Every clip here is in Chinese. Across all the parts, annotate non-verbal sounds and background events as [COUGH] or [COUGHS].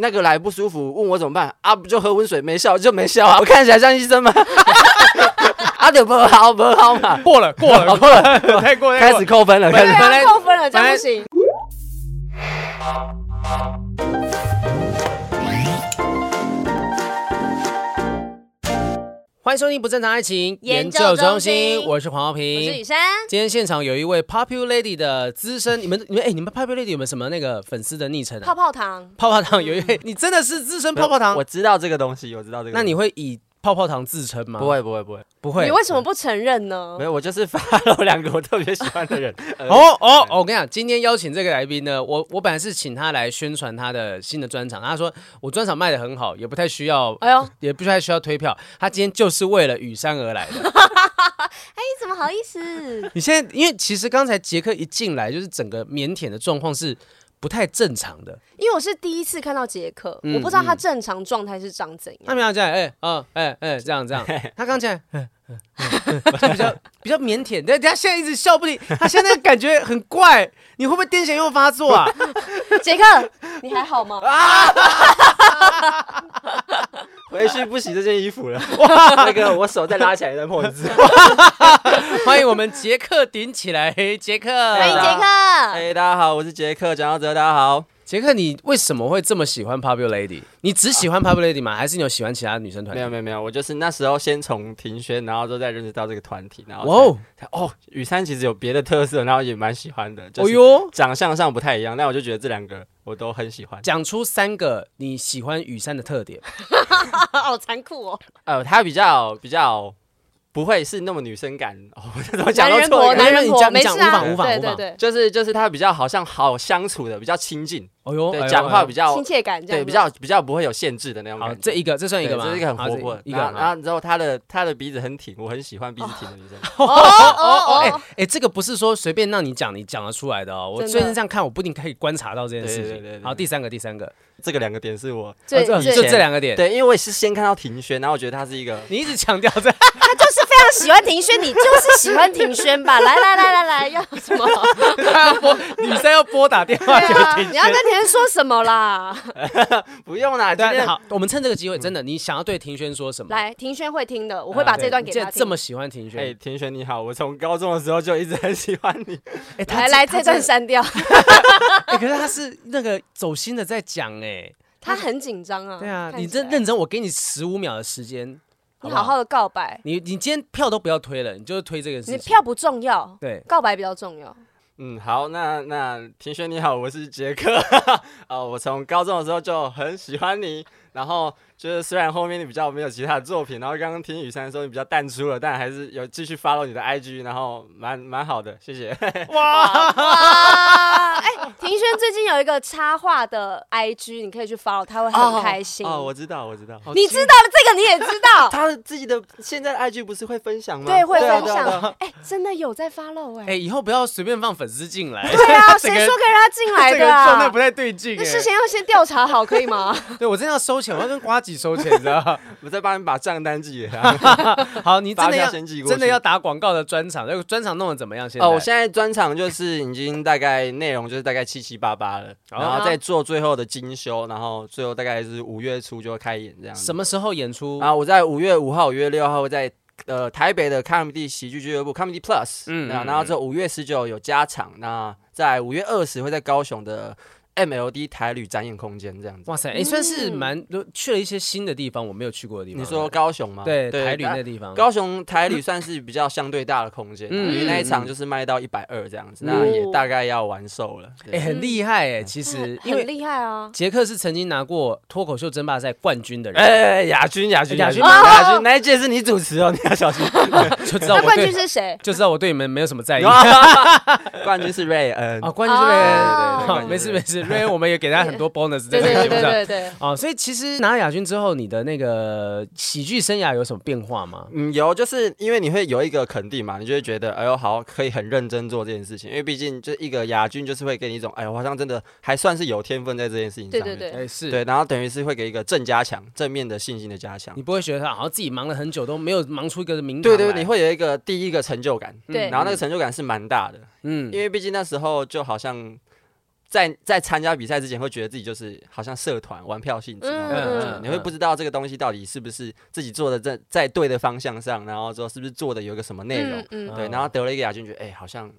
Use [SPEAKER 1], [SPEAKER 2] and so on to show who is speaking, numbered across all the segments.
[SPEAKER 1] 那个来不舒服，问我怎么办啊？不就喝温水没效就没效啊？我看起来像医生吗？ [LAUGHS] 啊，对，不好不好嘛，
[SPEAKER 2] 过 [LAUGHS] 了过了哦过了，太过了
[SPEAKER 1] 开始扣分了，开
[SPEAKER 2] 本
[SPEAKER 1] 始
[SPEAKER 2] 来
[SPEAKER 3] 对啊，扣分了，这样不行。
[SPEAKER 2] 欢迎收听不正常爱情
[SPEAKER 3] 研究中心
[SPEAKER 2] 我是黄浩平，
[SPEAKER 3] 我是雨珊，
[SPEAKER 2] 今天现场有一位 Popular Lady 的资深，你们你们哎、你们 Popular Lady 有没有什么那个粉丝的昵称
[SPEAKER 3] 泡
[SPEAKER 2] 啊？
[SPEAKER 3] 泡糖，
[SPEAKER 2] 泡泡糖有一位，你真的是资深泡泡糖
[SPEAKER 1] 我，知道这个东西，我知道这个东西。
[SPEAKER 2] 那你会以泡泡糖自称吗？
[SPEAKER 1] 不会不会不会，
[SPEAKER 2] 不会嗯
[SPEAKER 3] 你，为什么不承认呢
[SPEAKER 1] 没？有，我就是发了两个我特别喜欢的 [LAUGHS] 人。呃
[SPEAKER 2] 哦哦哦！我跟你讲，今天邀请这个来宾呢，我我本来是请他来宣传他的新的专场，他说我专场卖的很好，也不太需要，
[SPEAKER 3] 哎呦，
[SPEAKER 2] 也不太需要推票。他今天就是为了雨山而来的。
[SPEAKER 3] 你怎么好意 [LAUGHS] 思？
[SPEAKER 2] 你现在因为其实刚才杰克一进来，就是整个腼腆的状况是不太正常的。
[SPEAKER 3] 因为我是第一次看到杰克，
[SPEAKER 2] 嗯
[SPEAKER 3] 我不知道他正常状态是长怎
[SPEAKER 2] 他
[SPEAKER 3] 样。
[SPEAKER 2] 没有这样，哎、哦，哎、哎、这样
[SPEAKER 1] [LAUGHS]
[SPEAKER 2] 这样。他刚才嗯嗯嗯就比较比较腼腆，但他现在一直笑不停，他现在感觉很怪。你会不会癫痫又发作啊？
[SPEAKER 3] 杰克，你还
[SPEAKER 2] [LAUGHS]
[SPEAKER 3] 好吗？
[SPEAKER 2] 哎
[SPEAKER 1] 回去不洗这件衣服了， [LAUGHS] 那个我手再拉起来一段破子。
[SPEAKER 2] 欢迎我们杰克顶起来，杰克，
[SPEAKER 3] 欢迎杰克。
[SPEAKER 1] [LAUGHS] 哎，大家好，我是杰克，蒋耀哲，大家好。
[SPEAKER 2] 杰克，你为什么会这么喜欢 Popular Lady？你只喜欢 Popular Lady 吗？还是你有喜欢其他女生团
[SPEAKER 1] 没
[SPEAKER 2] 体？
[SPEAKER 1] 有没有没有，我就是那时候先从庭轩，然后之后再认识到这个团体，然后
[SPEAKER 2] 哇哦，
[SPEAKER 1] 才哦，雨山其实有别的特色，然后也蛮喜欢的，就
[SPEAKER 2] 哦
[SPEAKER 1] 是
[SPEAKER 2] 哟，
[SPEAKER 1] 长相上不太一样，但我就觉得这两个我都很喜欢。
[SPEAKER 2] 讲出三个你喜欢雨山的特点。
[SPEAKER 3] [LAUGHS] 好残酷哦！
[SPEAKER 1] 呃，他比较比较不会是那么女生感，哦，我这怎么讲
[SPEAKER 3] 男
[SPEAKER 1] 都
[SPEAKER 3] 人
[SPEAKER 1] 错
[SPEAKER 3] 婆，
[SPEAKER 1] 了。
[SPEAKER 3] 男人
[SPEAKER 2] 你
[SPEAKER 3] 婆，
[SPEAKER 2] 讲
[SPEAKER 3] 没
[SPEAKER 2] 你讲
[SPEAKER 3] 事啊，
[SPEAKER 2] 无法无法
[SPEAKER 3] 对
[SPEAKER 2] 无法
[SPEAKER 3] 对对，
[SPEAKER 1] [LAUGHS] 就是就是他比较好像好相处的，比较亲近，
[SPEAKER 2] 哦哟，哎呦
[SPEAKER 1] 对，讲话比较
[SPEAKER 3] 亲切感这
[SPEAKER 1] 对
[SPEAKER 3] 样子。
[SPEAKER 1] 比较比较不会有限制的那种
[SPEAKER 2] 好，
[SPEAKER 1] 感觉。
[SPEAKER 2] 这一个，这算一个
[SPEAKER 1] 对
[SPEAKER 2] 吗？
[SPEAKER 1] 这是一个很活
[SPEAKER 2] 好
[SPEAKER 1] 泼，
[SPEAKER 2] 这一个
[SPEAKER 1] 然后
[SPEAKER 2] 好哦
[SPEAKER 1] 然后之后他的他的鼻子很挺，我很喜欢鼻子挺的女生。
[SPEAKER 3] 哦哦
[SPEAKER 2] 哎
[SPEAKER 3] 哦，
[SPEAKER 2] 哎，这个不是说随便让你讲，你讲得出来的哦。我
[SPEAKER 3] 真的
[SPEAKER 2] 最近这样看，我不一定可以观察到这件事情。
[SPEAKER 1] 对对对对对
[SPEAKER 2] 好，第三个，第三个，
[SPEAKER 1] [LAUGHS] 这个两个点是我
[SPEAKER 3] 对
[SPEAKER 2] 哦这
[SPEAKER 3] 对
[SPEAKER 2] 就这两个点。
[SPEAKER 1] 对，因为我也是先看到庭轩，然后我觉得他是一个
[SPEAKER 2] 你一直强调这，
[SPEAKER 3] 他就是非常喜欢庭轩，你就是喜欢庭轩
[SPEAKER 2] [LAUGHS]
[SPEAKER 3] 吧？来来来来来，要什么？
[SPEAKER 2] 他
[SPEAKER 3] [LAUGHS]
[SPEAKER 2] 要拨女生要拨打电话
[SPEAKER 3] 对
[SPEAKER 2] 给
[SPEAKER 3] 啊，
[SPEAKER 2] 庭
[SPEAKER 3] 你要跟庭轩说什么啦？
[SPEAKER 1] 不用啦，今
[SPEAKER 2] 对啊，
[SPEAKER 1] 天
[SPEAKER 2] 好，我们趁这个
[SPEAKER 1] 嗯
[SPEAKER 2] 机会，真的，你想要对庭轩说什么？
[SPEAKER 3] 来，庭轩会听的，我会把这段给
[SPEAKER 2] 既
[SPEAKER 3] 他
[SPEAKER 2] 然
[SPEAKER 3] 听。
[SPEAKER 2] 这么喜欢庭轩，
[SPEAKER 1] 哎，庭轩你好，我从高中的时候就一直很喜欢你，
[SPEAKER 2] 哎他
[SPEAKER 3] 来
[SPEAKER 2] 这
[SPEAKER 3] 来，
[SPEAKER 2] 他
[SPEAKER 3] 这段
[SPEAKER 2] 真的
[SPEAKER 3] 删掉。
[SPEAKER 2] 哎、可是他是那个走心的在讲哎、
[SPEAKER 3] 他很紧张啊。
[SPEAKER 2] 对啊，
[SPEAKER 3] 看
[SPEAKER 2] 你
[SPEAKER 3] 起
[SPEAKER 2] 这
[SPEAKER 3] 来
[SPEAKER 2] 认真，我给你十五秒的时间，不
[SPEAKER 3] 你
[SPEAKER 2] 好
[SPEAKER 3] 好好的告白，
[SPEAKER 2] 你你今天票都不要推了，你就是推这个事情。
[SPEAKER 3] 你票不重要，
[SPEAKER 2] 对，
[SPEAKER 3] 告白比较重要。
[SPEAKER 1] 嗯，好，那那庭轩你好，我是杰克， [LAUGHS] 呃，我从高中的时候就很喜欢你，然后就是虽然后面你比较没有其他的作品，然后刚刚听雨珊说你比较淡出了，但还是有继续 follow 你的 IG，然后蛮蛮好的，谢谢。
[SPEAKER 3] 哇！哎，庭轩最近有一个插画的 IG，你可以去 follow，他会很开心。
[SPEAKER 1] 哦，我知道，我知道。
[SPEAKER 3] 你知道了这个，你也知道。
[SPEAKER 1] 他自己的现在的 IG 不是会分享吗？
[SPEAKER 3] 对，会
[SPEAKER 1] 啊
[SPEAKER 3] 分
[SPEAKER 1] 对啊对啊
[SPEAKER 3] 享。哎，真的有在 follow
[SPEAKER 2] 哎、
[SPEAKER 3] 哎。
[SPEAKER 2] 以后不要随便放粉丝进来。[LAUGHS]
[SPEAKER 3] 对啊，
[SPEAKER 2] 这个
[SPEAKER 3] 谁说可以让他进来
[SPEAKER 2] 这个
[SPEAKER 3] 的
[SPEAKER 2] 状态
[SPEAKER 3] 啊
[SPEAKER 2] 不？太对劲、
[SPEAKER 3] 那
[SPEAKER 2] 哎
[SPEAKER 3] 事先要先调查好，可以吗？
[SPEAKER 2] 对我真的要收钱，我要跟瓜子收钱，你知道吗？
[SPEAKER 1] 我再帮你把账单寄给他。
[SPEAKER 2] 好，你真的
[SPEAKER 1] 发
[SPEAKER 2] 要
[SPEAKER 1] 票先寄过去
[SPEAKER 2] 真的要打广告的专场，那个专场弄得怎么样？现在
[SPEAKER 1] 哦，我现在专场就是已经大概内容就是大概七七八八了，
[SPEAKER 2] 哦
[SPEAKER 1] 然后再做最后的精修，然后最后大概是五月初就会开演这样子。
[SPEAKER 2] 什么时候演出？
[SPEAKER 1] 然后我在五月五号、五月六号会在呃台北的 Comedy 喜剧俱乐部 Comedy Plus，
[SPEAKER 2] 嗯
[SPEAKER 1] 嗯，
[SPEAKER 2] 嗯
[SPEAKER 1] 然后这五月十九有加场，那在五月二十会在高雄的 MLD 台旅展演空间这样子。
[SPEAKER 2] 哇塞，哎、算是
[SPEAKER 3] 嗯
[SPEAKER 2] 蛮都去了一些新的地方，我没有去过的地方。
[SPEAKER 1] 你说高雄吗？
[SPEAKER 2] 哦对台旅
[SPEAKER 1] 那
[SPEAKER 2] 那地方，
[SPEAKER 1] 高雄台旅算是比较相对大的空间啊，
[SPEAKER 2] 嗯
[SPEAKER 1] 因为那一场就是卖到一百二这样子，
[SPEAKER 2] 嗯
[SPEAKER 1] 那也大概要完售了。
[SPEAKER 2] 哎、
[SPEAKER 1] 对
[SPEAKER 2] 很厉害哎、
[SPEAKER 1] 嗯
[SPEAKER 2] 其实因为
[SPEAKER 3] 嗯很厉害啊！
[SPEAKER 2] 杰克是曾经拿过脱口秀争霸赛冠军的人，
[SPEAKER 1] 哎哎，哎亚军，亚军，
[SPEAKER 2] 亚军
[SPEAKER 3] 吗
[SPEAKER 1] 亚军，那一届是你主持哦，你要小心。
[SPEAKER 2] 就知道
[SPEAKER 3] 那
[SPEAKER 2] 我
[SPEAKER 3] 冠军
[SPEAKER 2] 对，
[SPEAKER 3] 是谁？
[SPEAKER 2] 就知道我对你们没有什么
[SPEAKER 1] [LAUGHS]
[SPEAKER 2] 在
[SPEAKER 1] 啊
[SPEAKER 2] 意。
[SPEAKER 1] 哎冠军是嗯瑞恩
[SPEAKER 2] 啊，，冠军这 [LAUGHS]
[SPEAKER 1] 对对对
[SPEAKER 3] 哦
[SPEAKER 2] 边，
[SPEAKER 1] 对
[SPEAKER 2] 没事没事，因为我们也给大家很
[SPEAKER 3] [LAUGHS]
[SPEAKER 2] 多 bonus 在
[SPEAKER 3] 对
[SPEAKER 2] 这
[SPEAKER 3] 对
[SPEAKER 2] 个
[SPEAKER 3] 对
[SPEAKER 2] 节目
[SPEAKER 3] 对
[SPEAKER 2] 上。
[SPEAKER 3] 对对。
[SPEAKER 2] 哦，所以其实拿了亚军之后，你的那个喜剧生涯有什么变化吗？
[SPEAKER 1] 嗯，有，就是因为你会有一个肯定嘛，你就会觉得，哎呦，好，可以很认真做这件事情，因为毕竟就一个亚军，就是会给你一种，哎呦，我好像真的还算是有天分在这件事情
[SPEAKER 3] 对
[SPEAKER 1] 上
[SPEAKER 3] 对
[SPEAKER 1] 面。
[SPEAKER 3] 对，
[SPEAKER 2] 哎，是
[SPEAKER 1] 对，然后等于是会给一个正加强，正面的信心的加强
[SPEAKER 2] 你。不会觉得好像自己忙了很久都没有忙出一个名堂
[SPEAKER 1] 对对，
[SPEAKER 2] 来
[SPEAKER 1] 你会有嗯一个第一个成就感，
[SPEAKER 3] 对
[SPEAKER 1] 然后那个成就感是蛮大的，
[SPEAKER 2] 嗯
[SPEAKER 1] 因为毕竟那时候就好像在在参加比赛之前会觉得自己就是好像社团玩票性质那种感觉，
[SPEAKER 2] 嗯嗯
[SPEAKER 1] 你会不知道这个东西到底是不是自己做的在在对的方向上，然后说是不是做的有一个什么内容，
[SPEAKER 3] 嗯嗯，
[SPEAKER 1] 对，然后得了一个亚军，觉得哎、好像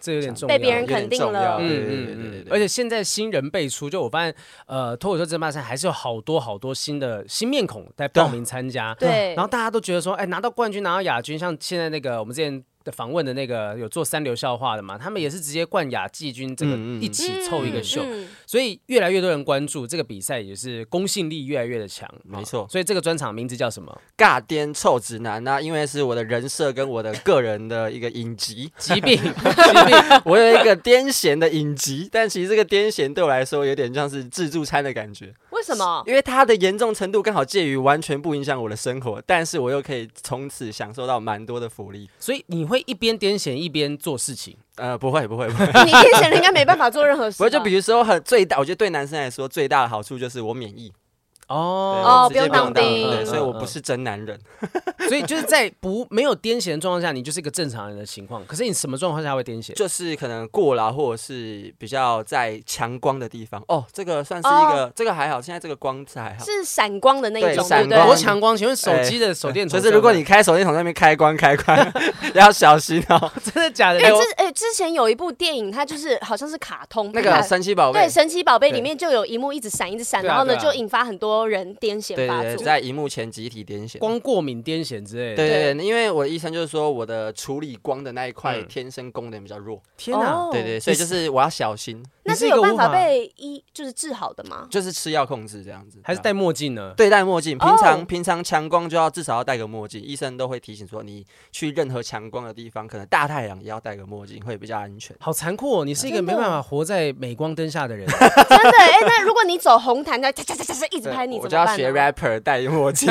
[SPEAKER 2] 这有点重要。
[SPEAKER 3] 被别人
[SPEAKER 1] 有点
[SPEAKER 3] 肯定
[SPEAKER 1] 重
[SPEAKER 3] 了
[SPEAKER 1] 要，对对对
[SPEAKER 2] 嗯
[SPEAKER 1] 对对
[SPEAKER 2] 嗯
[SPEAKER 1] 对
[SPEAKER 2] 嗯，而且现在新人辈出，就我发现，呃，脱口秀争霸赛还是有好多好多新的新面孔在
[SPEAKER 1] 啊
[SPEAKER 2] 报名参加，
[SPEAKER 3] 对，
[SPEAKER 2] 然后大家都觉得说，哎，拿到冠军，拿到亚军，像现在那个我们之前的访问的那个有做三流笑话的嘛，他们也是直接冠亚季军，这个
[SPEAKER 1] 嗯嗯
[SPEAKER 2] 一起凑一个秀，
[SPEAKER 3] 嗯嗯
[SPEAKER 2] 所以越来越多人关注这个比赛，也是公信力越来越的强。
[SPEAKER 1] 没错
[SPEAKER 2] 所以这个专场名字叫
[SPEAKER 1] [LAUGHS]
[SPEAKER 2] 什么？，
[SPEAKER 1] 尬颠臭直男那、因为是我的人设跟我的个人的一个影集
[SPEAKER 2] 疾病，疾病，
[SPEAKER 1] 我有一个癫痫的影集，但其实这个癫痫对我来说有点像是自助餐的感觉，
[SPEAKER 3] 为什么？
[SPEAKER 1] 因为它的严重程度刚好介于完全不影响我的生活，但是我又可以从此享受到蛮多的福利。
[SPEAKER 2] 所以你会一边癫痫一边做事情。
[SPEAKER 1] 呃，不会不会不会，
[SPEAKER 3] 你癫痫了应该没办法做任何事
[SPEAKER 1] 不
[SPEAKER 3] 吧。
[SPEAKER 1] 会就比如说很最大，我觉得对男生来说最大的好处就是我免疫，对
[SPEAKER 2] 哦
[SPEAKER 1] 我
[SPEAKER 3] 哦
[SPEAKER 1] 直接
[SPEAKER 3] 不用当兵
[SPEAKER 1] 对，所以我不。
[SPEAKER 2] 嗯嗯嗯
[SPEAKER 1] 是真男人。
[SPEAKER 2] 所以就是在不没有癫痫的状况下，你就是一个正常人的情况。可是你什么状况下会癫痫？
[SPEAKER 1] 就是可能过劳，或者是比较在强光的地方。哦，这个算是一个，这个还好，现在这个光是还好。
[SPEAKER 3] 是闪光的那一种，
[SPEAKER 1] 对
[SPEAKER 3] 对
[SPEAKER 1] 闪
[SPEAKER 3] 不
[SPEAKER 2] 多
[SPEAKER 1] 光
[SPEAKER 3] 对？
[SPEAKER 2] 强光？请问手机的手电筒
[SPEAKER 1] 就
[SPEAKER 2] 上面？ [LAUGHS]
[SPEAKER 1] 是如果你开手电筒那边开关开 [LAUGHS] 关，要小心哦。
[SPEAKER 2] [LAUGHS] 真的假的，
[SPEAKER 3] 因为
[SPEAKER 2] 哎我
[SPEAKER 3] 之哎之前有一部电影，它就是好像是卡通，
[SPEAKER 1] 那个神奇宝
[SPEAKER 3] 对
[SPEAKER 1] 贝
[SPEAKER 3] 《，神奇宝贝》
[SPEAKER 1] 对
[SPEAKER 3] 里面就有一幕一直闪一直闪，
[SPEAKER 2] 对啊
[SPEAKER 3] 然后呢
[SPEAKER 2] 对啊
[SPEAKER 3] 就引发很多人癫痫
[SPEAKER 1] 对
[SPEAKER 3] 发
[SPEAKER 1] 对对，
[SPEAKER 3] 作。
[SPEAKER 1] 在荧幕前集体癫痫。
[SPEAKER 2] 光过敏、癫痫之类的。
[SPEAKER 1] 对对对，因为我的医生就是说我的处理光的那一块天生功能比较弱，
[SPEAKER 2] 天哪！
[SPEAKER 3] 哦
[SPEAKER 1] 对对，所以就是我要小心，
[SPEAKER 3] 那
[SPEAKER 2] 你是
[SPEAKER 3] 是
[SPEAKER 2] 一个
[SPEAKER 3] 有办
[SPEAKER 2] 无
[SPEAKER 3] 法
[SPEAKER 2] 法
[SPEAKER 3] 被医就是治好的吗？
[SPEAKER 1] 就是吃药控制这样子。
[SPEAKER 2] 还是戴墨镜呢？
[SPEAKER 1] 对戴墨镜，平
[SPEAKER 3] 哦
[SPEAKER 1] 常平常强光就要至少要戴个墨镜，医生都会提醒说你去任何强光的地方，可能大太阳也要戴个墨镜会比较安全。
[SPEAKER 2] 好残酷哦！你是一个
[SPEAKER 3] 真的
[SPEAKER 2] 没办法活在镁光灯下
[SPEAKER 1] [LAUGHS]
[SPEAKER 2] 的人。
[SPEAKER 3] 真的哎，那如果你走红毯，那嚓嚓嚓嚓嚓一直
[SPEAKER 1] 对
[SPEAKER 3] 拍你，
[SPEAKER 1] 我
[SPEAKER 3] 怎
[SPEAKER 1] 就
[SPEAKER 3] 么
[SPEAKER 1] 要
[SPEAKER 3] 办啊
[SPEAKER 1] 学
[SPEAKER 3] 呢？
[SPEAKER 1] rapper 戴墨
[SPEAKER 3] [LAUGHS]
[SPEAKER 1] 镜，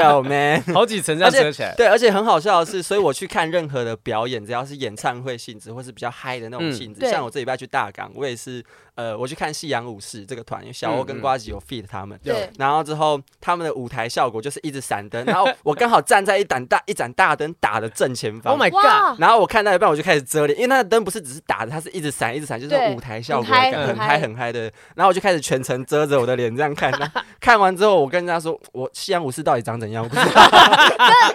[SPEAKER 1] 有 man。
[SPEAKER 2] 好几层这样遮起来。
[SPEAKER 1] 对，而且很好笑的是，所以我去看任何的表演，只要是演唱会性质或是比较嗨的那种
[SPEAKER 2] 嗯
[SPEAKER 1] 性质，
[SPEAKER 3] 对
[SPEAKER 1] 像我这礼拜去大港，我也是，呃，我去看夕阳武士这个团，因为小
[SPEAKER 2] 嗯
[SPEAKER 1] 欧跟瓜子有 feed 他们。
[SPEAKER 3] 对，
[SPEAKER 1] 然后之后，他们的舞台效果就是一直闪灯，然后我刚好站在一盏大一盏大灯打的正前方
[SPEAKER 2] [LAUGHS] Oh my god！
[SPEAKER 3] 哇，
[SPEAKER 1] 然后我看到一半我就开始遮脸，因为那个灯不是只是打的，它是一直闪一直闪，就是那种
[SPEAKER 3] 对
[SPEAKER 1] 舞台效果
[SPEAKER 3] 很嗨
[SPEAKER 1] 的感觉
[SPEAKER 3] 很
[SPEAKER 1] 很
[SPEAKER 3] 嗨
[SPEAKER 1] 嗨很嗨的。然后我就开始全程遮着我的脸这样看，然后 [LAUGHS] 看完之后我跟人家说，我西洋武士到底长怎样？我不知道，